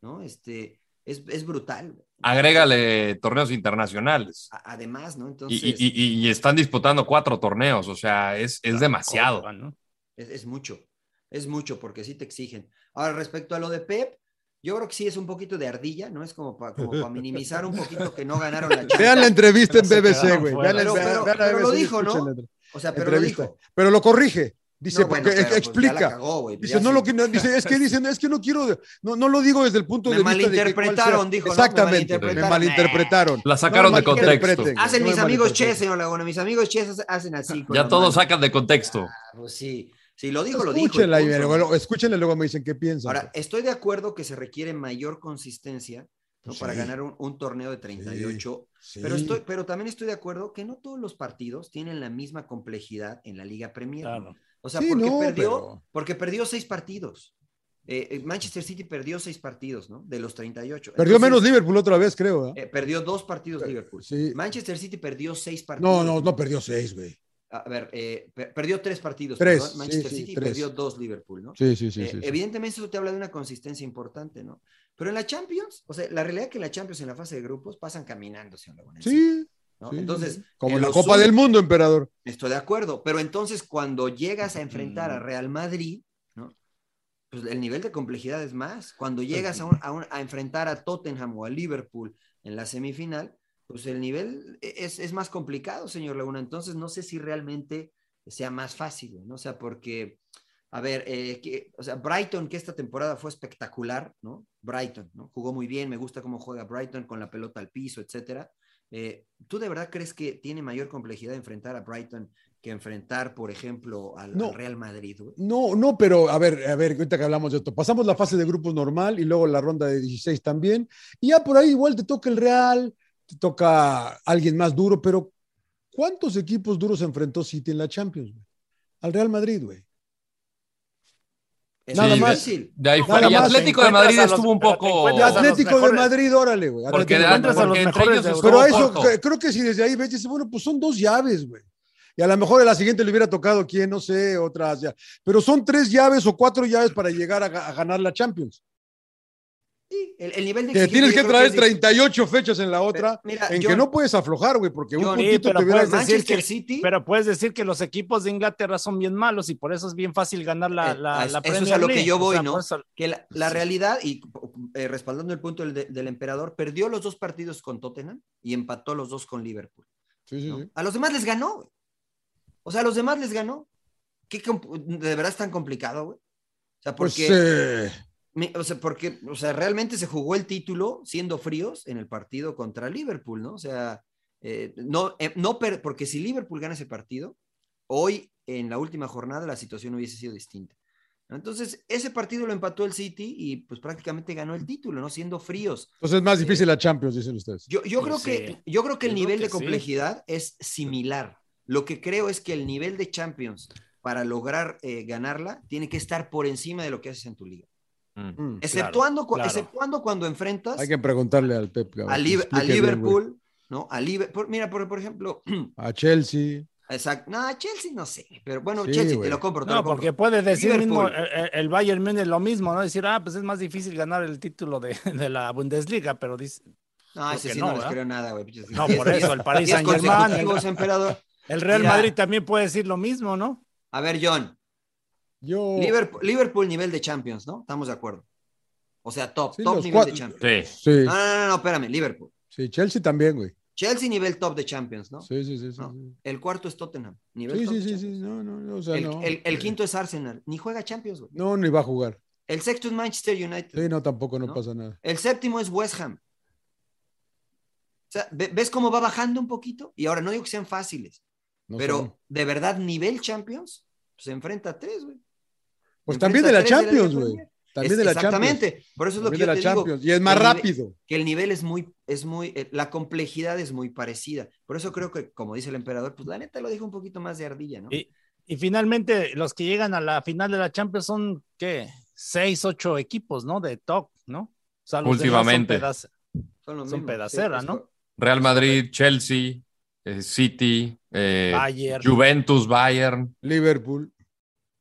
¿no? Este, es, es brutal, Agrégale torneos internacionales. a- además, ¿no? Y, Entonces y- y- y están disputando cuatro torneos. O sea, es, es demasiado. Es, es mucho, es mucho porque sí te exigen. Ahora, respecto a lo de Pep, yo creo que sí es un poquito de ardilla, ¿no? Es como para minimizar un poquito que no ganaron la Champions. Vean la entrevista en Pero se BBC, quedaron güey. fuera. Vean la- Pero, vean- pero- vean la pero lo BBC, dijo, ¿no? escuchen la entre- O sea, pero lo entrevista. dijo. Pero lo corrige. Dice, No, bueno, porque pero, ex- pues, ya la explica. cagó, güey, dice, ya no sí. lo que no- dice, es que dicen, es que no quiero, no, no lo digo desde el punto Me de vista de que cuál malinterpretaron, sea". dijo, ¿no? Me Exactamente, me malinterpretaron. malinterpretaron. La sacaron No me de contexto. malinterpreten, güey, Hacen no mis me amigos malinterpreten. che, señor Laguna, mis amigos che hacen así. con Ya la todos mano. sacan de contexto. Ah, pues sí, si lo dijo, lo dijo. y Escúchenla, y punto, ¿no? luego, escúchenla y luego me dicen qué piensan. Ahora, estoy de acuerdo que se requiere mayor consistencia ¿no? Sí. para ganar un, un torneo de 38, Sí, pero, sí. estoy, pero también estoy de acuerdo que no todos los partidos tienen la misma complejidad en la Liga Premier. ¿no? O sea, Sí, porque, no, perdió, pero- porque perdió seis partidos. Eh, eh, Manchester City perdió seis partidos, ¿no? De los 38. Perdió Entonces, menos Liverpool otra vez, creo. ¿verdad? eh, perdió dos partidos Liverpool. Manchester City perdió seis partidos. No, no, no perdió seis, güey. A ver, eh, per- perdió tres partidos. Tres, perdón. Manchester sí, sí, City tres. perdió dos Liverpool, ¿no? Sí, sí, sí, Eh, sí, sí. Evidentemente eso te habla de una consistencia importante, ¿no? Pero en la Champions, o sea, la realidad es que en la Champions en la fase de grupos pasan caminando, señor Laguna, Sí. ¿no? sí, Entonces, sí. como en la los Copa sub- del Mundo, emperador. Estoy de acuerdo, pero entonces cuando llegas a enfrentar a Real Madrid, ¿no? Pues el nivel de complejidad es más. Cuando llegas a, un- a un- a enfrentar a Tottenham o a Liverpool en la semifinal, pues el nivel es, es más complicado, señor Laguna. Entonces no sé si realmente sea más fácil, ¿no? O sea, porque, a ver, eh, que- o sea, Brighton, que esta temporada fue espectacular, ¿no? Brighton, ¿no? Jugó muy bien, me gusta cómo juega Brighton con la pelota al piso, etcétera. Eh, ¿Tú de verdad crees que tiene mayor complejidad enfrentar a Brighton que enfrentar, por ejemplo, al, No. al Real Madrid? güey? No, no, pero a ver, a ver, ahorita que hablamos de esto, pasamos la fase de grupos normal y luego la ronda de 16 también, y ya por ahí igual te toca el Real, te toca alguien más duro, pero ¿cuántos equipos duros enfrentó City en la Champions? güey? Al Real Madrid, güey. Es Nada muy más. difícil. De ahí No, fuera. nada Y más. Atlético de Madrid estuvo un poco. Y Atlético de Madrid, órale, güey. Porque Atlético de de- Madrid. porque entre ellos estuvo Pero a eso, corto. cre- creo que si desde ahí ves, dices, bueno, pues son dos llaves, güey. Y a lo mejor en la siguiente le hubiera tocado quién, no sé, otras ya. Pero son tres llaves o cuatro llaves para llegar a, ga- a ganar la Champions. Sí, el, el nivel de Te exigencia tienes yo que creo traer es difícil. 38 fechas en la otra, mira, en yo- que no puedes aflojar, güey, porque un Yo- Sí, puntito te pero, hubiera puedes decir que, City. pero puedes decir que los equipos de Inglaterra son bien malos y por eso es bien fácil ganar la, Eh, la, a- la eso es a Premier lo que League. yo O voy, sea, ¿no? por eso- Que la, la Sí. realidad, y eh, respaldando el punto del, del emperador, perdió los dos partidos con Tottenham y empató los dos con Liverpool. sí, ¿no? A los demás les ganó. güey. O sea, a los demás les ganó. ¿Qué comp- ¿De verdad es tan complicado, güey? O sea, Pues, porque... eh, Me- O sea, porque, o sea, realmente se jugó el título siendo fríos en el partido contra Liverpool, ¿no? O sea, eh, no, eh, no per- porque si Liverpool gana ese partido, hoy en la última jornada la situación hubiese sido distinta. ¿no? Entonces, ese partido lo empató el City y pues prácticamente ganó el título, ¿no? Siendo fríos. entonces pues es más difícil la Champions, dicen ustedes. Yo, yo, creo, Pues que, sí. yo creo que el Yo creo nivel que de sí. complejidad es similar. Lo que creo es que el nivel de Champions para lograr eh, ganarla, tiene que estar por encima de lo que haces en tu liga. Mm, exceptuando, cu- claro, claro. exceptuando cuando enfrentas Hay que preguntarle al Pep. cabrón, a, que Liv- a explique bien, Liverpool, güey. ¿no? A Liver- por- mira, por, por ejemplo, a Chelsea. exacto, no, Chelsea no sé, pero bueno, Sí, Chelsea güey. te lo compro. te No, lo compro. porque puedes decir mismo, Liverpool. eh, eh, el Bayern Múnich lo mismo, ¿no? Decir, ah, pues es más difícil ganar el título de, de la Bundesliga, pero dice. No, creo ese que sí no, les ¿verdad? creo nada, güey. No, por eso, el Paris Saint Germain. El Real Madrid también puede decir lo mismo, ¿no? A ver, John. Yo. Liverpool, Liverpool nivel de Champions, ¿no? Estamos de acuerdo. O sea, top, top los nivel cuatro- de Champions. Sí. No, no, no, no, espérame, Liverpool. Sí, Chelsea también, güey. Chelsea nivel top de Champions, ¿no? Sí, sí, sí. sí, No. sí. El cuarto es Tottenham. Nivel Sí, top sí, de sí, Champions. sí, no, no, no, o sea, el, no. el- el quinto es Arsenal. Ni juega Champions, güey. No, ni va a jugar. El sexto es Manchester United. Sí, no, tampoco no, ¿No? pasa nada. El séptimo es West Ham. O sea, ve- ¿ves cómo va bajando un poquito? Y ahora no digo que sean fáciles, No pero son. de verdad, nivel Champions, pues se enfrenta a tres, güey. Pues enfrenta también de la tres de la Champions, Liga güey. Premier. También Es- de la Champions. exactamente. Por eso es lo También de que yo la te digo, Champions. Y es que más el nive- rápido. Que el nivel es muy, es muy, eh, la complejidad es muy parecida. Por eso creo que, como dice el emperador, pues la neta lo dijo un poquito más de ardilla, ¿no? Y, y finalmente, los que llegan a la final de la Champions son, ¿qué? Seis, ocho equipos, ¿no? De top, ¿no? O sea, los demás son Últimamente. pedace- Son, los son mismos, pedaceras, sí, es ¿no? Real Madrid, Chelsea, eh, City, eh, Bayern. Juventus, Bayern, Liverpool.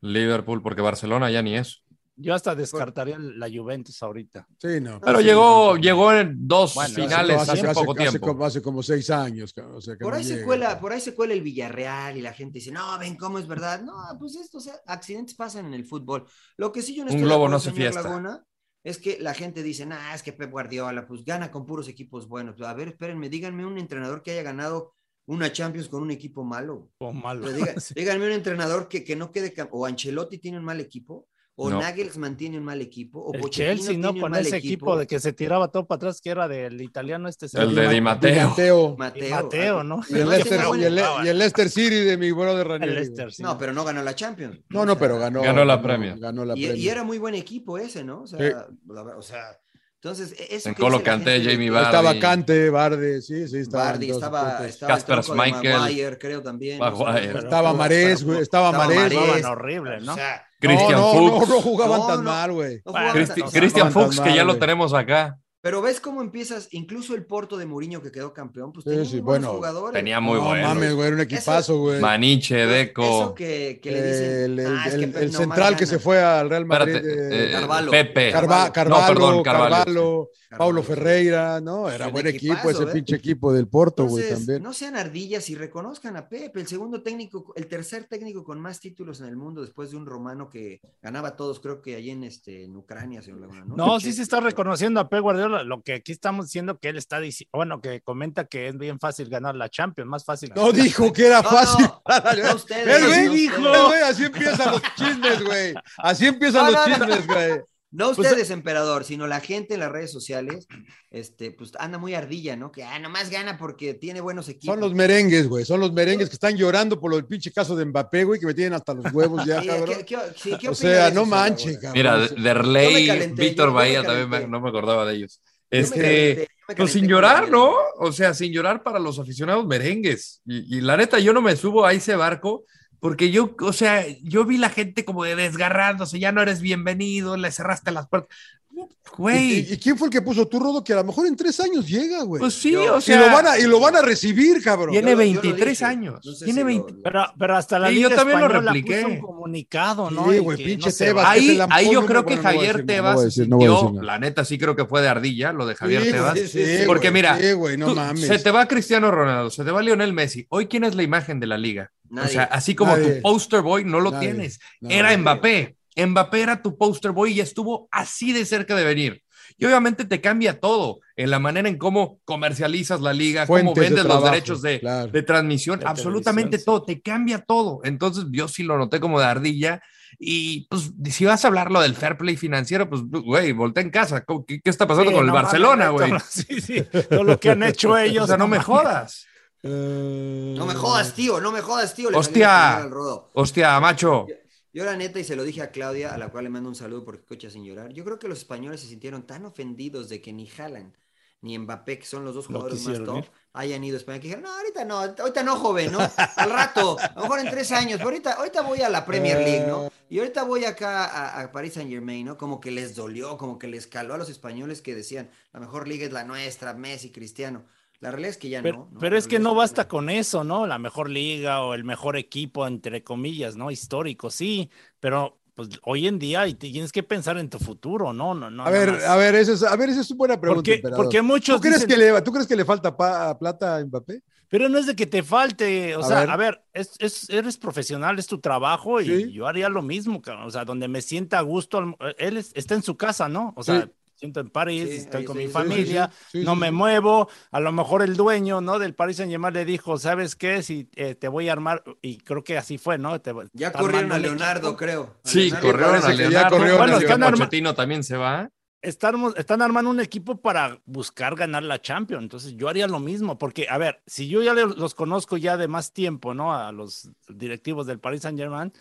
Liverpool, porque Barcelona ya ni es. Yo hasta descartaría la Juventus ahorita. Ah, Sí, no. Pero llegó, llegó en dos Bueno, finales hace, poco hace tiempo. como- hace como seis años, cabrón, o sea, que Por no ahí, se llega. cuela, por ahí se cuela el Villarreal y la gente dice, no, ven cómo es verdad. No, pues esto, o sea, accidentes pasan en el fútbol. Lo que sí yo Un no estoy de globo acuerdo, no se señor fiesta. Laguna, es que la gente dice, nah, es que Pep Guardiola, pues gana con puros equipos buenos. A ver, espérenme, díganme un entrenador que haya ganado una Champions con un equipo malo. O O Oh, sea, malo. diga- Díganme un entrenador que, que no quede, cam- o Ancelotti tiene un mal equipo, o No. Nagelsmann tiene un mal equipo, o El Pochettino Chelsea, tiene ¿no? un Con mal ese equipo de que se tiraba todo para atrás, que era del italiano este. El de Di Mateo. Mateo. Mateo. ah, Mateo, ¿no? Y el, Pero este Leicester, no y, el, jugaba. y el Leicester City de mi brother El Ranieri. Leicester, sí. No, pero no ganó la Champions. No, no, pero ganó. Ganó la Premier. Ganó la Y, Premier. y era muy buen equipo ese, ¿no? O sea, Sí. la verdad, o sea, entonces, e- eso En que dice Colo la Kanté, gente de Jamie que Vardy. Estaba Cante, Barde, sí, sí, estaba. Vardy, estaba, estaba el Kasper tronco de Schmeichel. Maguire, creo también. ¿no? Maguire. Pero- Estaba Marés, güey, estaba estaba Marés. Marés. Jugaban horrible, ¿no? O sea, Christian no, no, Fuchs. no jugaban No, tan no. mal, güey. no jugaban Cristi- tan- o sea, Christian no van tan Fuchs, que ya mal, lo güey. tenemos acá. Pero ves cómo empiezas, incluso el Porto de Mourinho que quedó campeón, pues Sí, tenía sí, muy buenos bueno, jugadores. Tenía muy no, bueno. mames, güey, era un equipazo, güey. Maniche, pues, Entonces, Deco. Eso que, que le dicen. El, el- "Ah, es que el- Pep el nomás central que se gana". fue al Real Madrid. Espérate, eh, eh, Carvalho. Pepe. Carva- No, Carvalho, perdón, Carvalho, Carvalho, Carvalho, Paulo sí. Ferreira, ¿no? Era Un buen equipazo, equipo ese ¿eh? pinche equipo del Porto, güey, Entonces, también. no sean ardillas y reconozcan a Pep, el segundo técnico, el tercer técnico con más títulos en el mundo después de un romano que ganaba todos, creo que allí en este en Ucrania, señor Laguna, ¿no? No, Que- sí se está reconociendo a Pep Guardiola. Lo que aquí estamos diciendo que él está diciendo, bueno, que comenta que es bien fácil ganar la Champions, más fácil. No dijo que era No, fácil. no, no ustedes, ¿Ves, güey? no ustedes. ¿Ves, güey? Así empiezan los chismes, güey. Así empiezan No, los no, no. chismes, güey. No ustedes, emperador, sino la gente en las redes sociales, este, pues anda muy ardilla, ¿no? Que ah, nomás gana porque tiene buenos equipos. Son los merengues, güey. Son los merengues que están llorando por lo del pinche caso de Mbappé, güey, que me tienen hasta los huevos ya, Sí, cabrón. ¿qué- qué- sí, ¿qué o opina de sea, eso, no señor manches, Laguna? cabrón. Mira, Yo me Derley, calenté, yo- Víctor yo me Bahía también me- calenté. no me acordaba de ellos. Yo me calenté, yo me Este, calenté pues sin con llorar, Daniel. ¿no? O sea, sin llorar para los aficionados merengues. Y, y la neta, yo no me subo a ese barco porque yo, o sea, yo vi la gente como de desgarrándose, ya no eres bienvenido, le cerraste las puertas. ¿Y, Güey, y quién fue el que puso tu rodo que a lo mejor en tres años llega, güey? pues sí, Yo- o sea. y, lo van a, y lo van a recibir, cabrón. Tiene Yo lo- yo lo 23 dije. años. No sé tiene si lo- 20. lo- Pero, pero hasta la Sí, Liga yo también lo Española repliqué. puso un comunicado, Sí, ¿no? Y güey, que pinche se Tebas. va. que se Ahí, la ahí yo pone, creo bueno, no que voy a Javier decir, no Tebas voy a se decir, no voy a sintió- decir nada. la neta sí creo que fue de ardilla lo de Javier Sí, Tebas. sí, sí, porque güey, mira, sí, güey, no tú- mames. se te va Cristiano Ronaldo, se te va Lionel Messi. Hoy, ¿quién es la imagen de la liga? Nadie. O sea, así como Nadie. tu poster boy no lo Nadie. tienes. Nadie. Era Mbappé. Mbappé era tu poster boy y estuvo así de cerca de venir. Y obviamente te cambia todo en la manera en cómo comercializas la liga, cómo Fuentes de vendes los trabajo, derechos de, claro. de transmisión, De absolutamente televisión, sí. todo, te cambia todo. Entonces yo sí lo noté como de ardilla y pues si vas a hablar lo del fair play financiero, pues güey, voltea en casa. ¿Cómo- ¿Qué, qué está pasando Sí, con el no Barcelona, mames, güey? cabrón, Sí, sí, todo lo que han hecho ellos. O sea, no me mames. jodas. Eh, No me jodas, tío, no me jodas, tío. le salió Hostia. la señal al rodo. Hostia, macho. Yo la neta, y se lo dije a Claudia, a la cual le mando un saludo porque cocha sin llorar, yo creo que los españoles se sintieron tan ofendidos de que ni Haaland ni Mbappé, que son los dos No jugadores más quisieron top, ir. hayan ido a España. Que dijeron, no, ahorita no, ahorita no, joven, ¿no? Al rato, a lo mejor en tres años, pero ahorita, ahorita voy a la Premier League, Ah. ¿no? Y ahorita voy acá a, a Paris Saint Germain, ¿no? Como que les dolió, como que les caló a los españoles que decían, la mejor liga es la nuestra, Messi, Cristiano. La realidad es que ya Pero, no. ¿no? pero es que no basta con eso, ¿no? La mejor liga o el mejor equipo, entre comillas, ¿no? Histórico, sí, pero pues hoy en día y te- tienes que pensar en tu futuro, ¿no? no, no A ver, nada más. a ver, eso es, a ver, esa es una buena pregunta. Porque- emperador. porque muchos ¿Tú crees, dicen- que le, ¿Tú crees que le falta pa- plata a Mbappé? Pero no es de que te falte, o A sea, ver. a ver, es, es- eres profesional, es tu trabajo y yo haría lo mismo, cabrón. o sea, donde me sienta a gusto, al- eh, él es- está en su casa, ¿no? O sea, Sí. siento en París, Sí, estoy ahí con sí, mi sí, familia, sí, sí, sí, no sí, me sí. muevo, a lo mejor el dueño, ¿no? Del Paris Saint-Germain le dijo, ¿sabes qué? Si eh, te voy a armar, y creo que así fue, ¿no? Te- Ya está corrieron armando a el Leonardo, creo. A Sí, Leonardo. corrieron a parece que ya Leonardo. corrieron a Bueno, Leonardo. están Arma- Pochettino también se va. están, están armando un equipo para buscar ganar la Champions. Entonces yo haría lo mismo, porque, a ver, si yo ya le- los conozco ya de más tiempo, ¿no? A los directivos del Paris Saint Germain,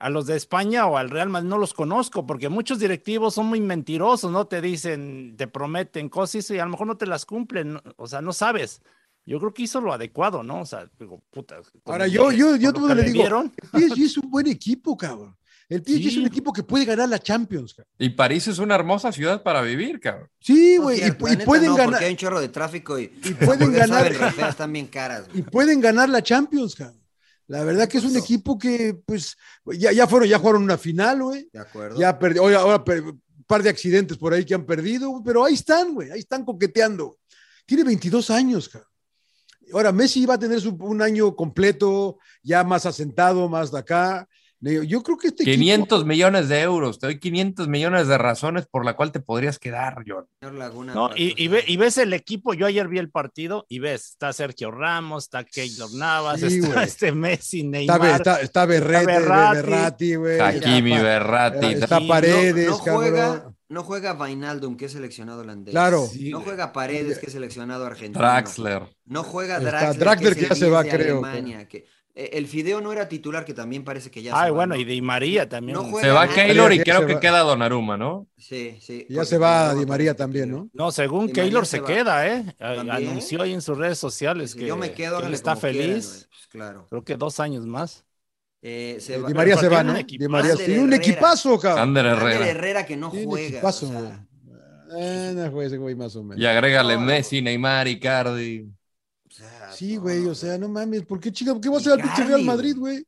a los de España o al Real Madrid no los conozco, porque muchos directivos son muy mentirosos, ¿no? Te dicen, te prometen cosas y a lo mejor no te las cumplen, ¿no? o sea, no sabes. Yo creo que hizo lo adecuado, ¿no? O sea, digo, puta. con Ahora, lo yo, que- yo, yo con todo lo que le digo, dieron. el PSG es un buen equipo, cabrón. El PSG es Sí. un equipo que puede ganar la Champions, cabrón. Y París es una hermosa ciudad para vivir, cabrón. Sí, No es güey, y- cierto, y, la neta pueden no, ganar, Porque hay un chorro de tráfico y, y pueden ganar. están bien caras. y pueden ganar la Champions, cabrón. La verdad que es un equipo que, pues, ya, ya fueron, ya jugaron una final, güey. De acuerdo. Ya perdi- oye, ahora per- un par de accidentes por ahí que han perdido, güey, pero ahí están, güey, ahí están coqueteando. güey. Tiene 22 años, cabrón. Ahora, Messi va a tener su- un año completo, ya más asentado, más de acá. Le digo, Yo creo que este equipo- 500 millones de euros, te doy 500 millones de razones por la cual te podrías quedar, John. Señor Laguna, No, para- y, y ve- y ves el equipo. Yo ayer vi el partido y ves, está Sergio Ramos, está Keylor Navas, Sí, está güey. este Messi, Está, Neymar. Be- está, está Berrete, está Berratti. Berrati, güey. Hakimi, Está- Berratti, Está Hakimi. Paredes, no, no cabrón. juega, no juega Vainaldum, que es seleccionado holandés. Claro. no juega Paredes, que es seleccionado argentino. Draxler. No juega Está Draxler. Draxler, es que ya el se va, 10 de creo, Alemania, que- eh, el Fideo no era titular, que también parece que ya Ay, se va, Ah, bueno, ¿no? y Di María también. No juega Se va nada. Keylor y Ya creo se que va. queda Donnarumma, ¿no? Sí, sí. Ya porque se va Donnarumma Di María también, ¿no? No, según Di María Keylor se se va. queda, ¿eh? A- ¿También? Anunció ahí en sus redes sociales Dice, que, yo me quedo, que él háganle está como quieran, feliz. güey. Pues claro. Creo que dos años más. Eh, se Di va- María pero se va, tiene ¿no? un Di equipazo. María Ander tiene un Herrera. equipazo, cabrón. Ander Ander Herrera. Herrera que no Tiene un juega. equipazo, o sea, güey. Eh, no juega ese güey más o menos. Y agrégale Messi, Neymar, Icardi. o sea, Sí, no, güey, no, o sea, no mames, ¿por qué chica? ¿Por qué va a ser al pinche Icardi, Real güey. Madrid, güey?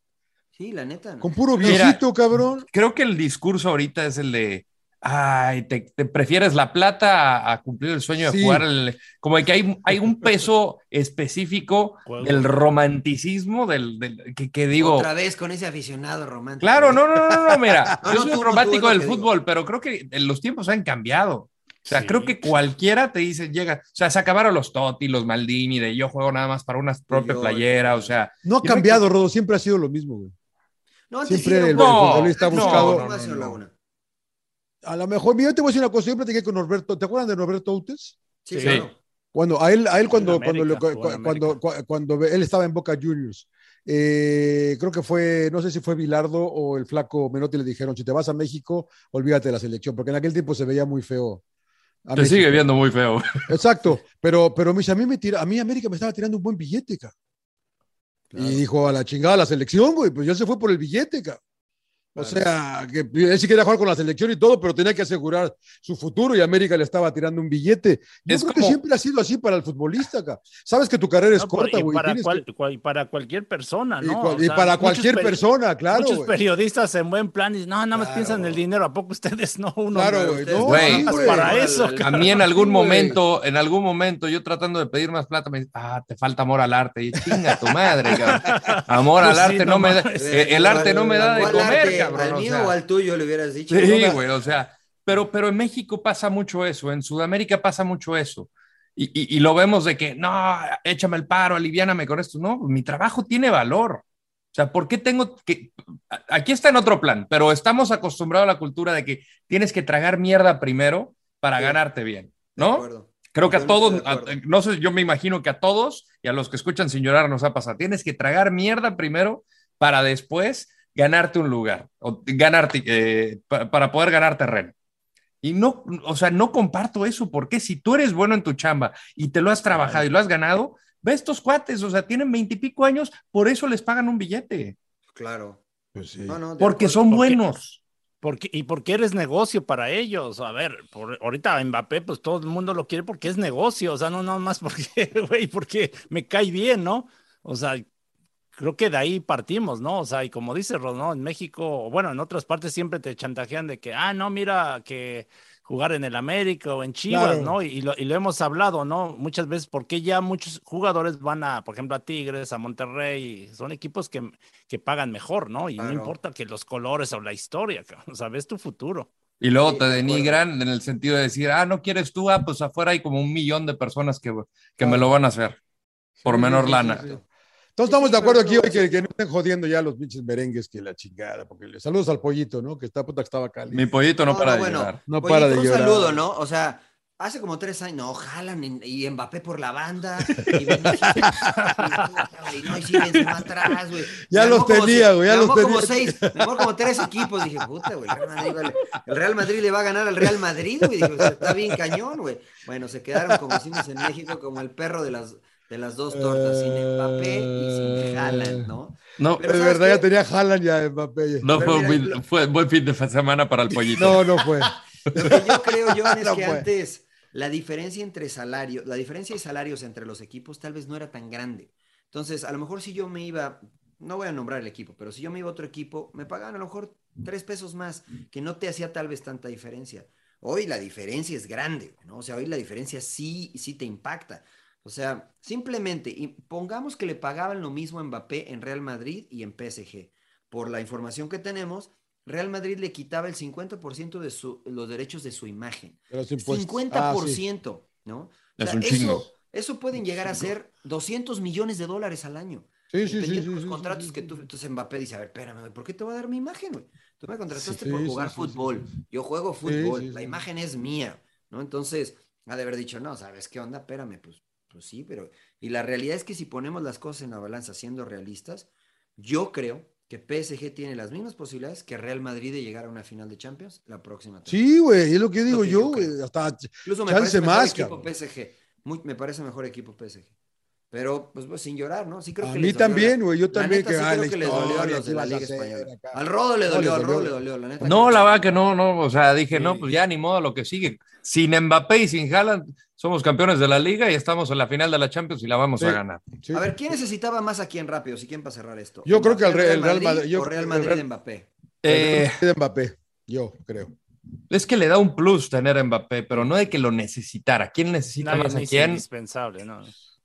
Sí, la neta. no. Con puro Mira. viejito, cabrón. Creo que el discurso ahorita es el de, ay, te, te prefieres la plata a, a cumplir el sueño Sí. de jugar el... Como de que hay, hay un peso específico Juego. del romanticismo, del, del- que, que digo... Otra vez con ese aficionado romántico. Claro, no, no, no, no, mira, No, yo soy no, tú, un no, tú, es romántico lo del que fútbol, pero creo que eh, los tiempos han cambiado. O sea, Sí. creo que cualquiera te dice, llega, o sea, se acabaron los Totti, los Maldini, de yo juego nada más para una propia yo, playera, o sea... No ha yo creo cambiado, Rodo, siempre ha sido lo mismo, güey. No, antes Siempre sí era el un- No, futbolista ha no, buscado. no, no, Señor no. Laguna. A lo mejor, mira, yo te voy a decir una cosa, yo platiqué con Norberto, ¿te acuerdan de Norberto Utes? Sí, Sí. claro. Cuando, a él, a él cuando, América, cuando, le- jugó en cu- América. cuando, cu- cuando él estaba en Boca Juniors, eh, creo que fue, no sé si fue Vilardo o el flaco Menotti le dijeron, si te vas a México, olvídate de la selección, porque en aquel tiempo se veía muy feo. a Te México. sigue viendo muy feo. Exacto, pero, pero me dice, a mí me tira, a mí América me estaba tirando un buen billete, cabrón. Y dijo, a la chingada la selección, güey, pues ya se fue por el billete, cabrón. O sea, que él sí quería jugar con la selección y todo, pero tenía que asegurar su futuro y América le estaba tirando un billete. Yo Es creo que como- siempre ha sido así para el futbolista, cabrón. Sabes que tu carrera es No, por- corta, y, güey. para tienes cual- que- cual- y para cualquier persona, y ¿no? cual- O y sea, para muchos cualquier peri- persona, claro, Muchos güey. periodistas en buen plan y no, nada más Claro. piensan en el dinero. ¿A poco ustedes no? Uno Claro, no, güey, ustedes no, Güey. trabajan güey. para Ahora, eso. A cabrón. mí en algún Sí, güey. momento, en algún momento, yo tratando de pedir más plata, me dice, ah, te falta amor al arte. Y chinga tu madre, cabrón. Amor Pues al sí, arte no no me da, mames. el, eh, el arte no me da de ¿Cuál comer, arte? cabrón. Al o mío sea. o al tuyo le hubieras dicho. Sí, No, güey, o sea, pero, pero en México pasa mucho eso, en Sudamérica pasa mucho eso. Y, y- y lo vemos de que, no, échame el paro, aliviáname con esto. No, mi trabajo tiene valor. O sea, ¿por qué tengo que...? a- Aquí está en otro plan, pero estamos acostumbrados a la cultura de que tienes que tragar mierda primero para ganarte bien, de ¿no? acuerdo. Creo que Yo a no estoy todos, de a- acuerdo. no sé, yo me imagino que a todos y a los que escuchan sin llorar nos ha pasado. Tienes que tragar mierda primero para después ganarte un lugar, o ganarte, eh, pa- para poder ganar terreno. Y no, o sea, no comparto eso, porque si tú eres bueno en tu chamba y te lo has trabajado y lo has ganado, ve estos cuates, o sea, tienen veintipico años, por eso les pagan un billete. Claro. porque son buenos. Porque, y porque eres negocio para ellos. A ver, por, ahorita Mbappé, pues todo el mundo lo quiere porque es negocio. O sea, no nada más porque, güey, porque me cae bien, ¿no? O sea, creo que de ahí partimos, ¿no? O sea, y como dice Ros, ¿no? En México, o bueno, en otras partes siempre te chantajean de que, ah, no, mira, que jugar en el América o en Chivas, Claro. ¿no? Y, y lo, y lo hemos hablado, ¿no? Muchas veces, porque ya muchos jugadores van a, por ejemplo, a Tigres, a Monterrey, y son equipos que, que pagan mejor, ¿no? Y Claro. no importa que los colores o la historia, cabrón, o sea, ves tu futuro. Y luego te denigran en el sentido de decir, ah, no quieres tú, ah, pues afuera hay como un millón de personas que, que me lo van a hacer por Sí, menor sí, sí, lana. sí. Entonces estamos de acuerdo aquí hoy que, que no estén jodiendo ya los pinches merengues que la chingada, porque le saludos al pollito, ¿no? Que está puta que estaba caliente. Mi pollito no para de llorar. No Oye, para de un llorar. saludo, ¿no? O sea, hace como tres años, no, jalan en- y Mbappé por la banda. Y, ven- y no, y siguen atrás, güey. Ya Me los armó como tenía, si- güey, ya me los armó como tenía. seis, me armó como tres equipos. Dije, puta, güey, el Real Madrid, vale- el Real Madrid le va a ganar al Real Madrid, güey. Dije, o sea, está bien cañón, güey. Bueno, se quedaron, como decimos en México, como el perro de las, de las dos tortas, sin Mbappé y sin Haaland, ¿no? No, Pero de ¿sabes verdad qué? ya tenía Jalan ya Mbappé. No Pero fue, mira, un fin- fue buen fin de semana para el pollito. No, no fue. Lo que yo creo, John, es No que puede. antes la diferencia entre salario, la diferencia de salarios entre los equipos tal vez no era tan grande. Entonces, a lo mejor si yo me iba, no voy a nombrar el equipo, pero si yo me iba a otro equipo, me pagaban a lo mejor tres pesos más, que no te hacía tal vez tanta diferencia. Hoy la diferencia es grande, ¿no? O sea, hoy la diferencia sí, sí te impacta. O sea, simplemente, y pongamos que le pagaban lo mismo a Mbappé en Real Madrid y en PSG. Por la información que tenemos, Real Madrid le quitaba el 50% de su- los derechos de su imagen. de los impuestos. 50%, Ah, sí. ¿no? O Es sea, un chingo. eso, eso pueden llegar a ser 200 millones de dólares al año. Sí, sí, sí, Dependiendo sí, de los sí, contratos que tú, entonces Mbappé dice, a ver, espérame, güey, ¿por qué te voy a dar mi imagen, güey? Tú me contrataste Sí, por sí, jugar sí, sí, fútbol, yo juego Sí, fútbol, sí, la sí. imagen es mía, ¿no? Entonces, ha de haber dicho, no, ¿sabes qué onda? Espérame, pues, pues sí, pero... Y la realidad es que si ponemos las cosas en la balanza siendo realistas, yo creo que PSG tiene las mismas posibilidades que Real Madrid de llegar a una final de Champions la próxima temporada. Sí, güey, es lo que digo yo, güey. Hasta Incluso me chance parece mejor más, equipo cabrón. PSG. Muy- me parece mejor equipo PSG. Pero, pues, pues, sin llorar, ¿no? Sí creo A que mí les dolió también, la- güey, yo la también neta que, sí ah, creo la que les dolió a historia, los ¿qué de la vas a Liga hacer Española. acá? Al Rodo le No, dolió, les al Rodo dolió. le dolió, la neta. No, la verdad que no, no, o sea, dije, no, pues ya ni modo lo que sigue. Sin Mbappé y sin Haaland, somos campeones de la liga y estamos en la final de la Champions y la vamos a ganar. A ver, ¿quién necesitaba más a quién rápido? Si quién para cerrar esto. Yo creo que al ¿Mbappé Re- el Real Madrid- yo o creo Real que Madrid el Real- Mbappé. Eh, De Mbappé, yo creo. Es que le da un plus tener a Mbappé, pero no de que lo necesitara. ¿Quién necesita Nadie más a es quién? indispensable, ¿no?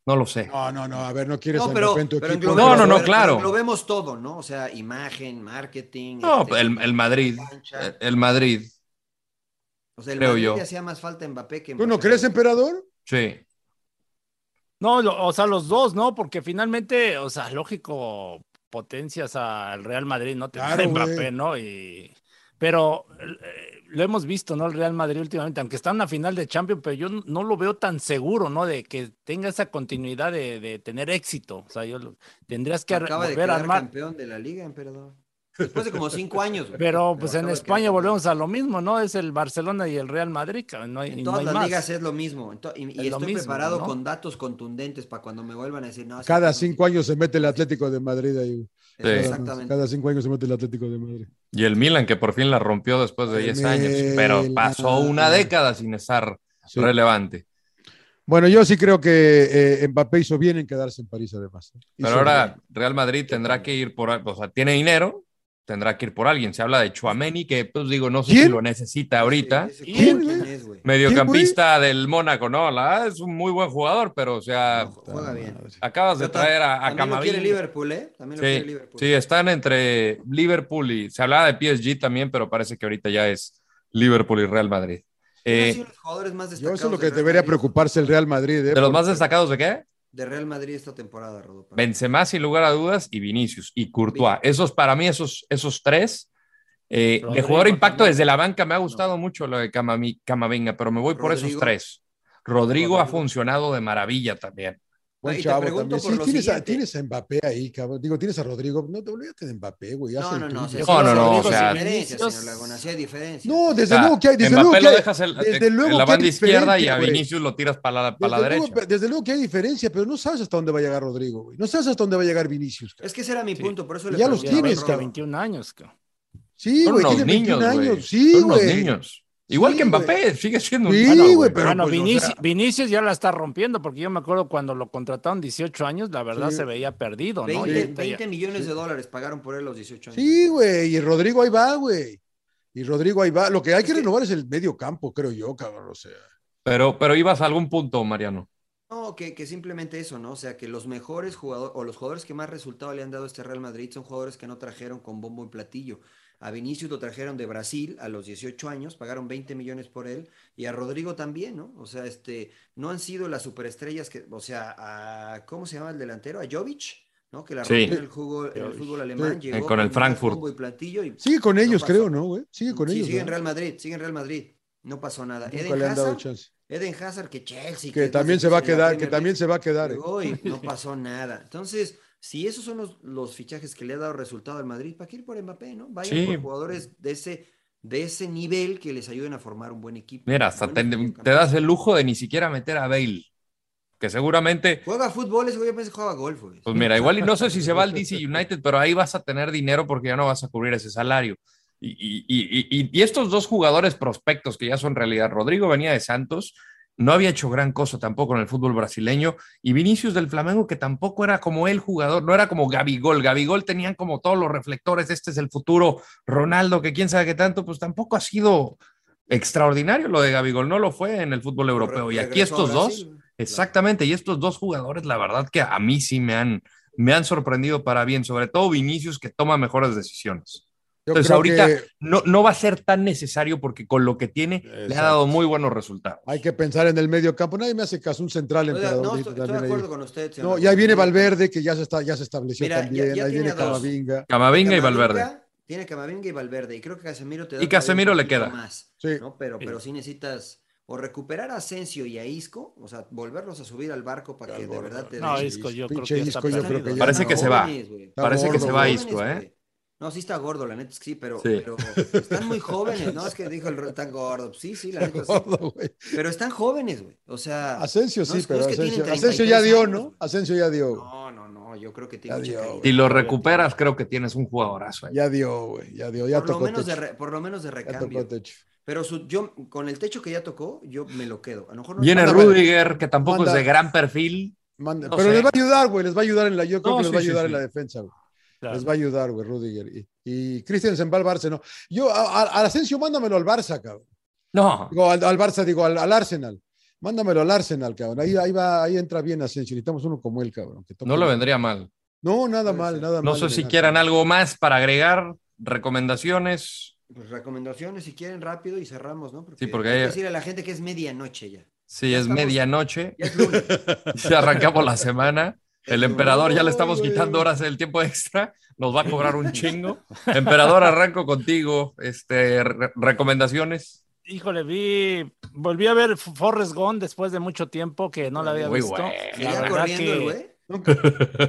No lo sé. No, no, no, a ver, no quieres No, a pero, Mbappé en tu pero equipo. englobemos- No, no, no, pero- pero claro. englobemos todo, ¿no? O sea, imagen, marketing. No, este, el, el Madrid. cancha. el- El Madrid. o sea, el creo Madrid yo. le hacía más falta a Mbappé que ¿Tú no crees, emperador? Sí. No, lo- o sea, los dos, ¿no? Porque finalmente, o sea, lógico, potencias al Real Madrid, ¿no? Te Claro, güey. Mbappé, ¿no? Y, pero eh, lo hemos visto, ¿no? El Real Madrid últimamente, aunque está en la final de Champions, pero yo n- no lo veo tan seguro, ¿no? De que tenga esa continuidad de, de tener éxito. O sea, yo lo- tendrías que Acaba de volver a quedar armar. campeón de la liga, emperador. Después de como cinco años. güey. Pero pues en acaba de España quedar campeón. volvemos a lo mismo, ¿no? Es el Barcelona y el Real Madrid, cabrón, no hay, y En no todas hay las más. ligas es lo mismo. Ento- y y Es lo estoy mismo, preparado ¿no? con datos contundentes para cuando me vuelvan a decir, no, es que Cada tú no cinco años se mete el Atlético de Madrid ahí. güey. Sí. Nada más. Exactamente. Cada cinco años se mete el Atlético de Madrid. Y el Milan, que por fin la rompió después de 10 años, pero pasó una década sin estar Sí. relevante. Bueno, yo sí creo que eh, Mbappé hizo bien en quedarse en París, además. ¿eh? Hizo Pero ahora Real Madrid tendrá que ir por, al- o sea, tiene dinero, tendrá que ir por alguien. Se habla de Chuameni, que pues digo, no sé si ¿Quién? lo necesita ahorita. Sí, ese cabrón, ¿Quién, ¿quién es, güey? Mediocampista del Mónaco, no, la, es un muy buen jugador, pero o sea, Juega bien. acabas de Pero ta- traer a, a También lo quiere Camavinga. Liverpool, ¿eh? También lo quiere Sí, Liverpool. sí, están entre Liverpool y se hablaba de PSG también, pero parece que ahorita ya es Liverpool y Real Madrid. ¿Quién ha Eh, sido los jugadores más Yo destacados eso es lo de que Real debería Madrid- preocuparse el Real Madrid. ¿eh? de los Porque- más destacados de qué? de Real Madrid esta temporada, Rodo? Benzema sin lugar a dudas y Vinicius y Courtois. Esos para mí esos esos tres eh, de Rodrigo jugador impacto también. desde la banca me ha gustado mucho lo de Camami- Camavinga, pero me voy por esos Rodrigo. tres. Rodrigo, ha Rodrigo. funcionado de maravilla también. Buen Y te chavo pregunto también. por Sí, lo tienes a, siguiente. tienes a Mbappé ahí, cabrón. Digo, tienes a Rodrigo. No te olvides de Mbappé, güey. haz No, el no, no. tuyo. No, no, no. Sí hay diferencia, señor Laguna, sí hay diferencia. No, desde O sea, luego que hay. Desde Mbappé luego que lo hay- dejas el- eh, desde en luego la que hay banda izquierda y a diferencia, güey. Vinicius lo tiras para la, para la Desde derecha. luego, pe- desde luego que hay diferencia, pero no sabes hasta dónde va a llegar Rodrigo, güey. No sabes hasta dónde va a llegar Vinicius. cabrón. Es que ese era mi punto, por eso le Ya los pregunté a tienes, Rob. cabrón. 21 años, cabrón. Sí, Son güey, unos tiene niños, 21 güey. años. Sí, Son unos güey. niños. Igual Sí, que Mbappé, güey. sigue siendo un Sí, niño, güey, pero bueno, pues, o Vinici- sea- Vinicius ya la está rompiendo, porque yo me acuerdo cuando lo contrataron 18 años, la verdad Sí. se veía perdido, ¿no? 20, Y ahorita ya- 20 millones de dólares pagaron por él los 18 años. Sí, güey, y Rodrigo ahí va, güey. Y Rodrigo ahí va. Lo que hay que renovar es el medio campo, creo yo, cabrón. O sea, Pero, pero ibas a algún punto, Mariano. No, que, que simplemente eso, ¿no? O sea, que los mejores jugadores o los jugadores que más resultado le han dado a este Real Madrid son jugadores que no trajeron con bombo y platillo. A Vinicius lo trajeron de Brasil a los 18 años, pagaron 20 millones por él, y a Rodrigo también, ¿no? O sea, este, no han sido las superestrellas que, o sea, a, ¿cómo se llama el delantero? A Jovic, ¿no? Que la Sí. eh, rompió en el, jugo- en el fútbol alemán, Sí. llegó Con el más Frankfurt. bombo y platillo y sigue con no ellos, pasó. creo, ¿no, güey? Sigue con Sí, ellos. sigue en ¿no? Real Madrid, sigue en Real Madrid. No pasó nada. Nunca Eden le han dado Hazard, chance. Eden Hazard que Chelsea. Que es más también se va a difícil en la quedar, que Premier también se va a quedar. eh. Llegó y no pasó nada. Entonces, si esos son los, los fichajes que le ha dado resultado al Madrid, ¿para qué ir por Mbappé, no? Vayan Sí. por jugadores de ese, de ese nivel que les ayuden a formar un buen equipo. Mira, hasta te, Buenos te das el lujo de ni siquiera meter a Bale. Que seguramente, Juega fútbol, ese güey yo pensé que jugaba golf, güey. pues mira, igual y no sé si se va al DC United, pero ahí vas a tener dinero porque ya no vas a cubrir ese salario. Y, y- y- y- y estos dos jugadores prospectos que ya son realidad, Rodrigo venía de Santos, no había hecho gran cosa tampoco en el fútbol brasileño, y Vinicius del Flamengo, que tampoco era como el jugador, no era como Gabigol. Gabigol tenían como todos los reflectores, este es el futuro, Ronaldo, que quién sabe qué tanto, pues tampoco ha sido extraordinario lo de Gabigol, no lo fue en el fútbol europeo. Y aquí regresó a estos dos, Brasil. exactamente, y estos dos jugadores, la verdad que a mí sí me han, me han sorprendido para bien, sobre todo Vinicius, que toma mejores decisiones. Yo Entonces creo ahorita que- no, no va a ser tan necesario porque con lo que tiene le ha dado muy buenos resultados. Hay que pensar en el medio campo. Nadie me hace caso. Un central Estoy de- emperador. no, ahorita estoy- estoy de también ahí. acuerdo con usted, señor No, Laguna. ya viene Valverde, que ya se, está, ya se estableció Mira, ya- también. ya ahí tiene viene a dos. Camavinga. Camavinga y Valverde. Tiene Camavinga y Valverde. Y creo que Casemiro te da Y todavía Casemiro un le poquito queda. Más, Sí. ¿no? Pero, pero sí necesitas o recuperar a Asensio y a Isco, o sea, volverlos a subir al barco para que de verdad te den. No, Isco, yo creo Pinche que ya está Isco, yo creo perdido. que ya Parece no. que se va. Jóvenes, güey. Está Parece que gordo, se va güey. Isco, Jóvenes, ¿eh? güey. No, sí está gordo, la neta es que sí, pero, Sí. pero están muy jóvenes, ¿no? Es que dijo el re- tan gordo. Sí, sí, la neta sí. Gordo, güey. Pero están jóvenes, güey. O sea, Asensio no sí, es- no pero es que tienen Asensio, Asensio ya 33 dio, años, ¿no? Asensio ya dio. güey. No, no, no, yo creo que Ya tiene mucha dio, calidad. güey. Si lo recuperas, creo que tienes un jugadorazo ahí. Ya dio, güey. Ya dio. Ya por, lo tocó menos de techo. re- por lo menos de Ya recambio. tocó techo. Pero su- yo, con el techo que ya tocó, yo me lo quedo. A lo mejor no Viene Manda- Rudy. Rudiger, que tampoco es Manda- de gran perfil. Manda- No pero sé. les va a ayudar, güey. Les va a ayudar en la. Yo creo No, que les sí, va a sí, ayudar en sí. la defensa, güey. Claro. Les va a ayudar, güey, Rudiger. Y, y Christensen va al Barça, ¿no? Yo, a, a- al Asensio, mándamelo al Barça, cabrón. No, Digo, al, al Barça, digo, al, al Arsenal. Mándamelo al Arsenal, cabrón. Ahí, ahí va, ahí entra bien Asensio. Necesitamos uno como él, cabrón. que toque no lo bien. vendría mal. No, nada mal, nada No mal. sé si nada. quieran algo más para agregar, recomendaciones. Pues recomendaciones si quieren rápido y cerramos, ¿no? Sí, porque hay que hay- decir a la gente que es medianoche ya. Si es estamos- medianoche, Ya es lunes. ya arrancamos la semana. El emperador ya le estamos Ay, güey. quitando horas del tiempo extra, nos va a cobrar un chingo. Emperador, arranco contigo. Este, re- recomendaciones. Híjole, vi, volví a ver F- Forrest Gump después de mucho tiempo que no la había Muy visto. buena. La Seguía verdad corriendo el que- güey.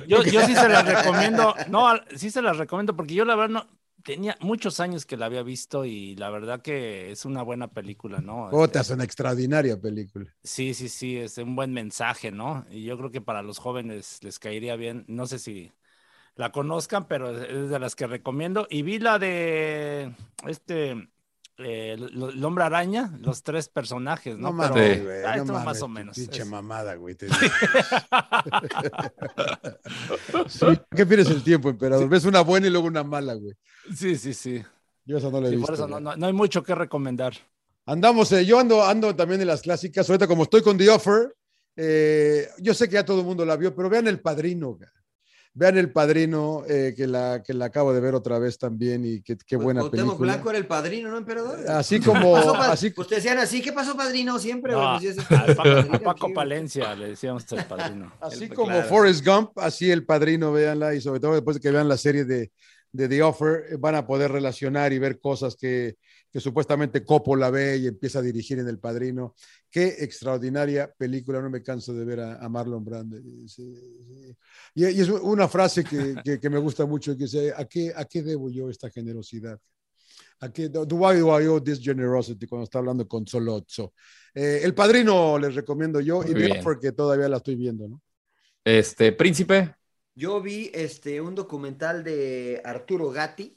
Yo, yo sí se las recomiendo, no, al- sí se las recomiendo porque yo la verdad no tenía muchos años que la había visto y la verdad que es una buena película, ¿no? Puta, es una extraordinaria película. Sí, sí, sí, es un buen mensaje, ¿no? Y yo creo que para los jóvenes les caería bien, no sé si la conozcan, pero es de las que recomiendo. Y vi la de este, eh, lo- el hombre araña, los tres personajes, ¿no? No Pero- mames, Sí. güey. Ah, No esto más mames, o menos. Pinche es- mamada, güey. te digo. Sí, ¿Qué pierdes el tiempo, emperador? Ves una buena y luego una mala, güey. Sí, sí, sí. Yo esa no la he Sí, visto. por eso no, güey. no- no hay mucho que recomendar. Andamos, eh, yo ando, ando también en las clásicas. Ahorita, como estoy con The Offer, eh, yo sé que ya todo el mundo la vio, pero vean El Padrino. güey. Vean El Padrino, eh, que, la, que la acabo de ver otra vez también y que- qué, buena Pues Cuauhtémoc película. Blanco era el padrino, ¿no, emperador? Así como, ¿Qué pasó, pa- así, Pues te decían así, ¿qué pasó, padrino? Siempre, No, güey, a, pues, ya se- a Paco, a aquí, Paco güey. Palencia le decíamos el padrino. así El- como claro. Forrest Gump, así El Padrino, véanla y sobre todo después de que vean la serie de, de The Offer eh, van a poder relacionar y ver cosas que, que supuestamente Coppola ve y empieza a dirigir en El Padrino. Qué extraordinaria película, no me canso de ver a, a Marlon Brando. Es, eh, Y, y es una frase que, que- que me gusta mucho, que dice, ¿a qué, ¿a qué debo yo esta generosidad? ¿A qué, do I, do I owe this generosity? Cuando está hablando con Solozzo. Eh, el Padrino les recomiendo yo Muy y The bien. Offer, que todavía la estoy viendo, ¿no? Este, príncipe, Yo vi este, un documental de Arturo Gatti,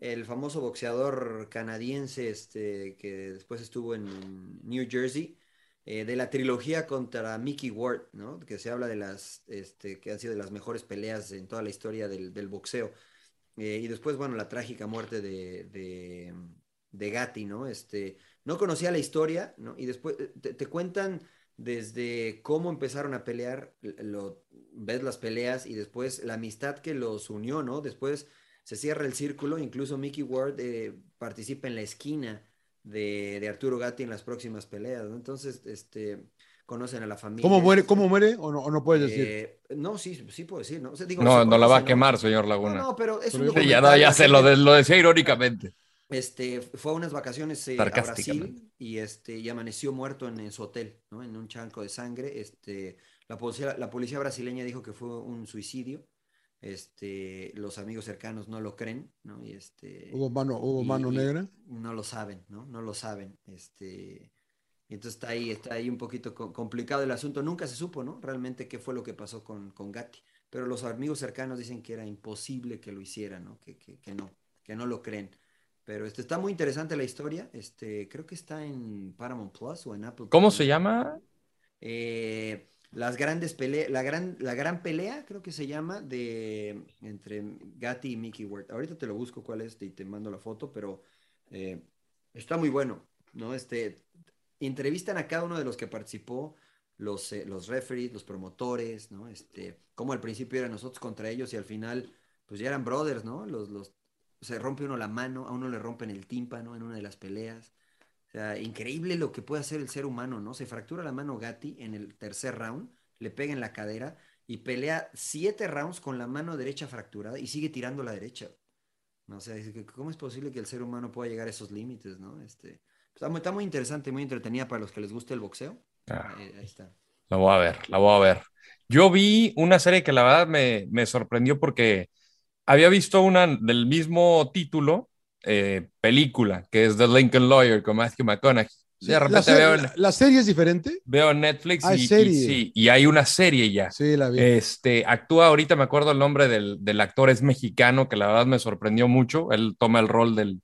el famoso boxeador canadiense este, que después estuvo en New Jersey, eh, de la trilogía contra Mickey Ward, ¿no? que se habla de las este, que han sido de las mejores peleas en toda la historia del, del boxeo. Eh, y después, bueno, la trágica muerte de, de, de Gatti, ¿no? Este, no conocía la historia, ¿no? Y después eh, te, te cuentan desde cómo empezaron a pelear, l- lo, ves las peleas y después la amistad que los unió, ¿no? Después se cierra el círculo, incluso Mickey Ward eh, participa en la esquina de, de Arturo Gatti en las próximas peleas, ¿no? Entonces, este, conocen a la familia. ¿Cómo muere, cómo muere o no, o no puedes decir? Eh, no, sí, sí puedo decir, ¿no? O sea, digo, no, se no la va conoce, a ¿no? quemar, señor Laguna. No, no, pero es un Sí, ya, documental, ya ¿no? se lo, de- lo decía irónicamente. Este, fue a unas vacaciones eh, a Sarcásticamente. Brasil y, este, y amaneció muerto en, en su hotel, ¿no? En un charco de sangre. Este, la policía, la policía brasileña dijo que fue un suicidio. Este, los amigos cercanos no lo creen, ¿no? Y este, ¿Hubo mano, hubo y- mano y negra? No lo saben, ¿no? No lo saben. Este, y entonces está ahí, está ahí un poquito co- complicado el asunto. Nunca se supo, ¿no? Realmente qué fue lo que pasó con, con Gatti. Pero los amigos cercanos dicen que era imposible que lo hiciera, ¿no? Que, que- que no, que no lo creen. Pero este, está muy interesante la historia. Este, creo que está en Paramount Plus o en Apple. ¿Cómo TV. se llama? Eh, las grandes peleas, la gran, la gran pelea, creo que se llama, de entre Gatti y Mickey Ward. Ahorita te lo busco cuál es y te mando la foto, pero eh, está muy bueno, ¿no? Este, entrevistan a cada uno de los que participó, los, eh, los referees, los promotores, ¿no? Este, como al principio eran nosotros contra ellos y al final, pues ya eran brothers, ¿no? Los, los, se rompe uno la mano, a uno le rompen el tímpano en una de las peleas. O sea, increíble lo que puede hacer el ser humano, ¿no? Se fractura la mano Gatti en el tercer round, le pega en la cadera y pelea siete rounds con la mano derecha fracturada y sigue tirando la derecha. No, o sea, dice que ¿cómo es posible que el ser humano pueda llegar a esos límites, ¿no? Este, está, muy, está muy interesante, muy entretenida para los que les guste el boxeo. Ah. Eh, ahí está. La voy a ver, la voy a ver. Yo vi una serie que la verdad me, me sorprendió porque había visto una del mismo título, eh, película, que es The Lincoln Lawyer con Matthew McConaughey. De la, repente serie, veo, la- la serie es diferente? veo Netflix Ah, y, y serie. sí, y hay una serie ya. Sí, la Eh, vi. Este, actúa ahorita, me acuerdo el nombre del, del actor, es mexicano, que la verdad me sorprendió mucho. Él toma el rol del,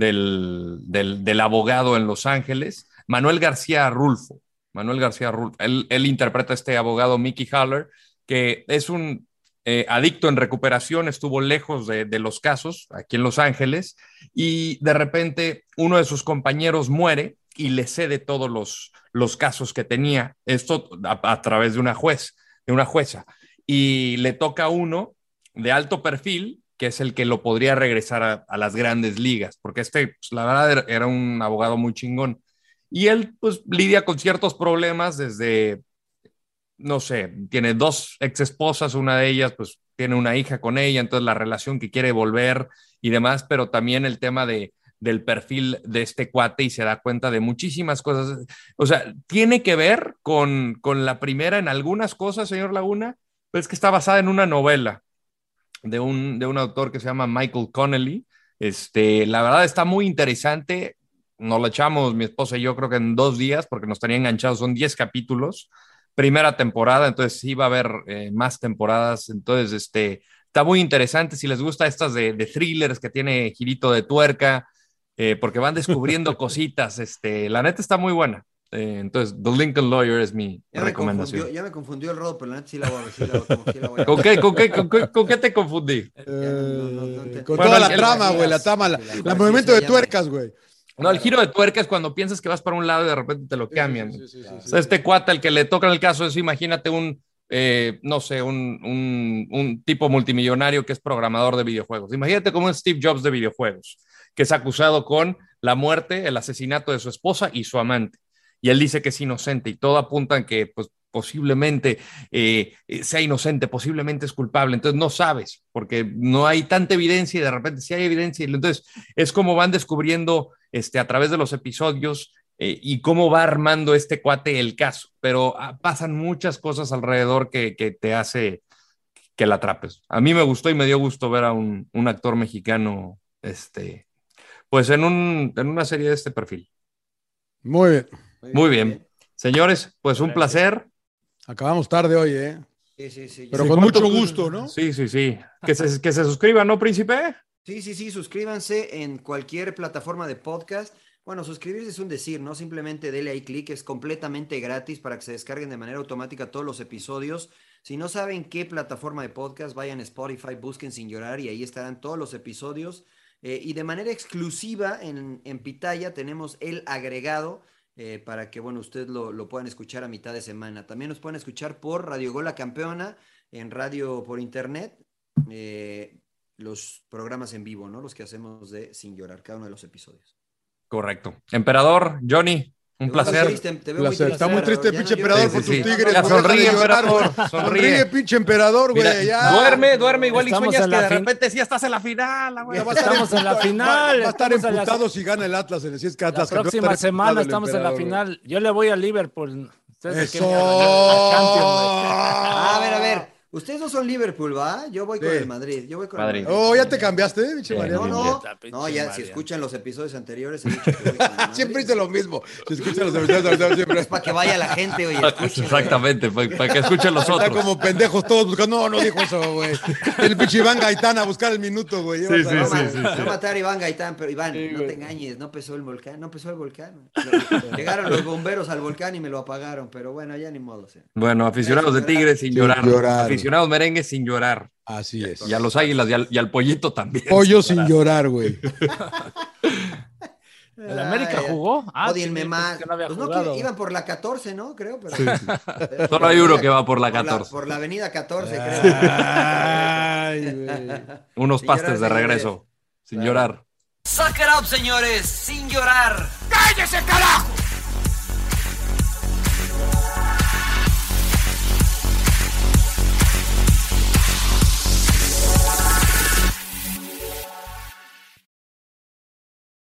del, del, del abogado en Los Ángeles, Manuel García Rulfo. Manuel García Rulfo. Él, él interpreta a este abogado Mickey Haller, que es un eh, adicto en recuperación, estuvo lejos de, de los casos aquí en Los Ángeles, y de repente uno de sus compañeros muere y le cede todos los, los casos que tenía, esto a, a través de una juez, de una jueza, y le toca a uno de alto perfil, que es el que lo podría regresar a, a las grandes ligas, porque este, pues, la verdad, era- era un abogado muy chingón. Y él, pues, lidia con ciertos problemas desde, no sé, tiene dos ex esposas, una de ellas, pues, tiene una hija con ella, entonces la relación que quiere volver y demás, pero también el tema de del perfil de este cuate y se da cuenta de muchísimas cosas. O sea, tiene que ver con, con la primera en algunas cosas, señor Laguna, pero Pues es que está basada en una novela de un, de un autor que se llama Michael Connelly. Este, la verdad está muy interesante. Nos la echamos, mi esposa y yo, creo que en dos días, porque nos tenía enganchados. Son 10 capítulos, primera temporada, entonces sí va a haber eh, más temporadas. Entonces, este, está muy interesante. Si les gusta estas de, de thrillers que tiene girito de tuerca, eh, porque van descubriendo cositas. Este, la neta está muy buena. Eh, entonces, The Lincoln Lawyer es mi Ya me, recomendación. confundió, ya me confundió el rodo, pero la neta sí la voy a sí la voy a- como que sí la voy a- ¿Con qué, con qué- con qué- con qué te confundí? Eh, Con Bueno, toda la el- trama, güey, la trama, la, la movimiento de tuercas, güey. No, el giro de tuerca es cuando piensas que vas para un lado y de repente te lo cambian. O sea, este cuata, el que le toca el caso, es imagínate un, eh, no sé, un, un- un tipo multimillonario que es programador de videojuegos. Imagínate como un Steve Jobs de videojuegos, que es acusado con la muerte, el asesinato de su esposa y su amante. Y él dice que es inocente y todo apunta en que pues, posiblemente eh, eh, sea inocente, posiblemente es culpable, entonces no sabes, porque no hay tanta evidencia y de repente sí hay evidencia, y entonces es como van descubriendo este, a través de los episodios eh, y cómo va armando este cuate el caso, pero ah, pasan muchas cosas alrededor que, que te hace que la atrapes. A mí me gustó y me dio gusto ver a un, un actor mexicano, este, pues en, un, en una serie de este perfil. Muy bien. Muy bien. Señores, pues un placer. Acabamos tarde hoy, ¿eh? Sí, sí, sí. Pero con mucho gusto, ¿no? Sí, sí, sí. Que se, que se suscriban, ¿no, príncipe? Sí, sí, sí, suscríbanse en cualquier plataforma de podcast. Bueno, suscribirse es un decir, ¿no? Simplemente dele ahí clic, es completamente gratis para que se descarguen de manera automática todos los episodios. Si no saben qué plataforma de podcast, vayan a Spotify, busquen Sin Llorar y ahí estarán todos los episodios. Eh, y de manera exclusiva en, en Pitaya tenemos el agregado eh, para que, bueno, ustedes lo, lo puedan escuchar a mitad de semana. También nos pueden escuchar por Radio Gola Campeona, en radio por internet, eh, los programas en vivo, ¿no? Los que hacemos de Sin Llorar, cada uno de los episodios. Correcto. Emperador, Johnny, un Te veo muy placer. triste, te veo muy Placer. Está muy triste, ya pinche no emperador, llores. por Sí, sí, tus sí. tigres. Ya por dejar de sonríe, llorar, emperador, güey. sonríe. pinche emperador, Mira, güey. ya. duerme, duerme, igual y Estamos sueñas en que la de fin- repente sí ya estás en la final, güey. Ya va a estar Estamos en la emputado, final. Va, va a estar estamos en la- emputado si gana el Atlas. En el, si es que La Atlas campeón, va a próxima estar semana emputado el estamos en la emperador, final. Yo le voy a Liverpool. güey. ¿Ustedes de qué ¡Eso! Ah, mierda? Yo- al Champions, güey. A ver, a ver. Ustedes no son Liverpool, ¿va? Yo voy con Sí. el Madrid. Yo voy con Madrid. el Madrid. Oh, ya te cambiaste, eh, pinche Sí, Mariano. No, no. Pinche No, ya, si Mariano. escuchan los episodios anteriores, he dicho que voy con el Madrid. Siempre hice lo mismo. Se escuchan los empresarios siempre. Es para que vaya la gente, oye. escuche. Exactamente, para, para que escuchen los Está otros. como pendejos todos buscando. No, no dijo eso, güey. El pinche Iván Gaitán a buscar el minuto, güey. Sí, Ibas a- sí, No, sí, man, sí, no sí. matar a Iván Gaitán, pero Iván, no te engañes, no empezó el volcán, no empezó el volcán. Llegaron los bomberos al volcán y me lo apagaron, pero bueno, ya ni modo. o sea. Bueno, aficionados de Tigres sin, Sin llorar. llorar. Aficionados merengues sin llorar. Así es. Y a los águilas y al, y al pollito también. Pollo sin llorar, güey. ¿El América Ay, jugó? Ah, Ódienme sí, más. es que no había Pues no, que jugado. iban por la 14, ¿no? Creo, pero. Solo hay uno que va por la 14. Por la, avenida 14, Ah. Ay, güey. Unos Sin pastes llorar, de sin regreso. Sin llorar. Suck it up, señores, sin llorar. ¡Cállese, carajo!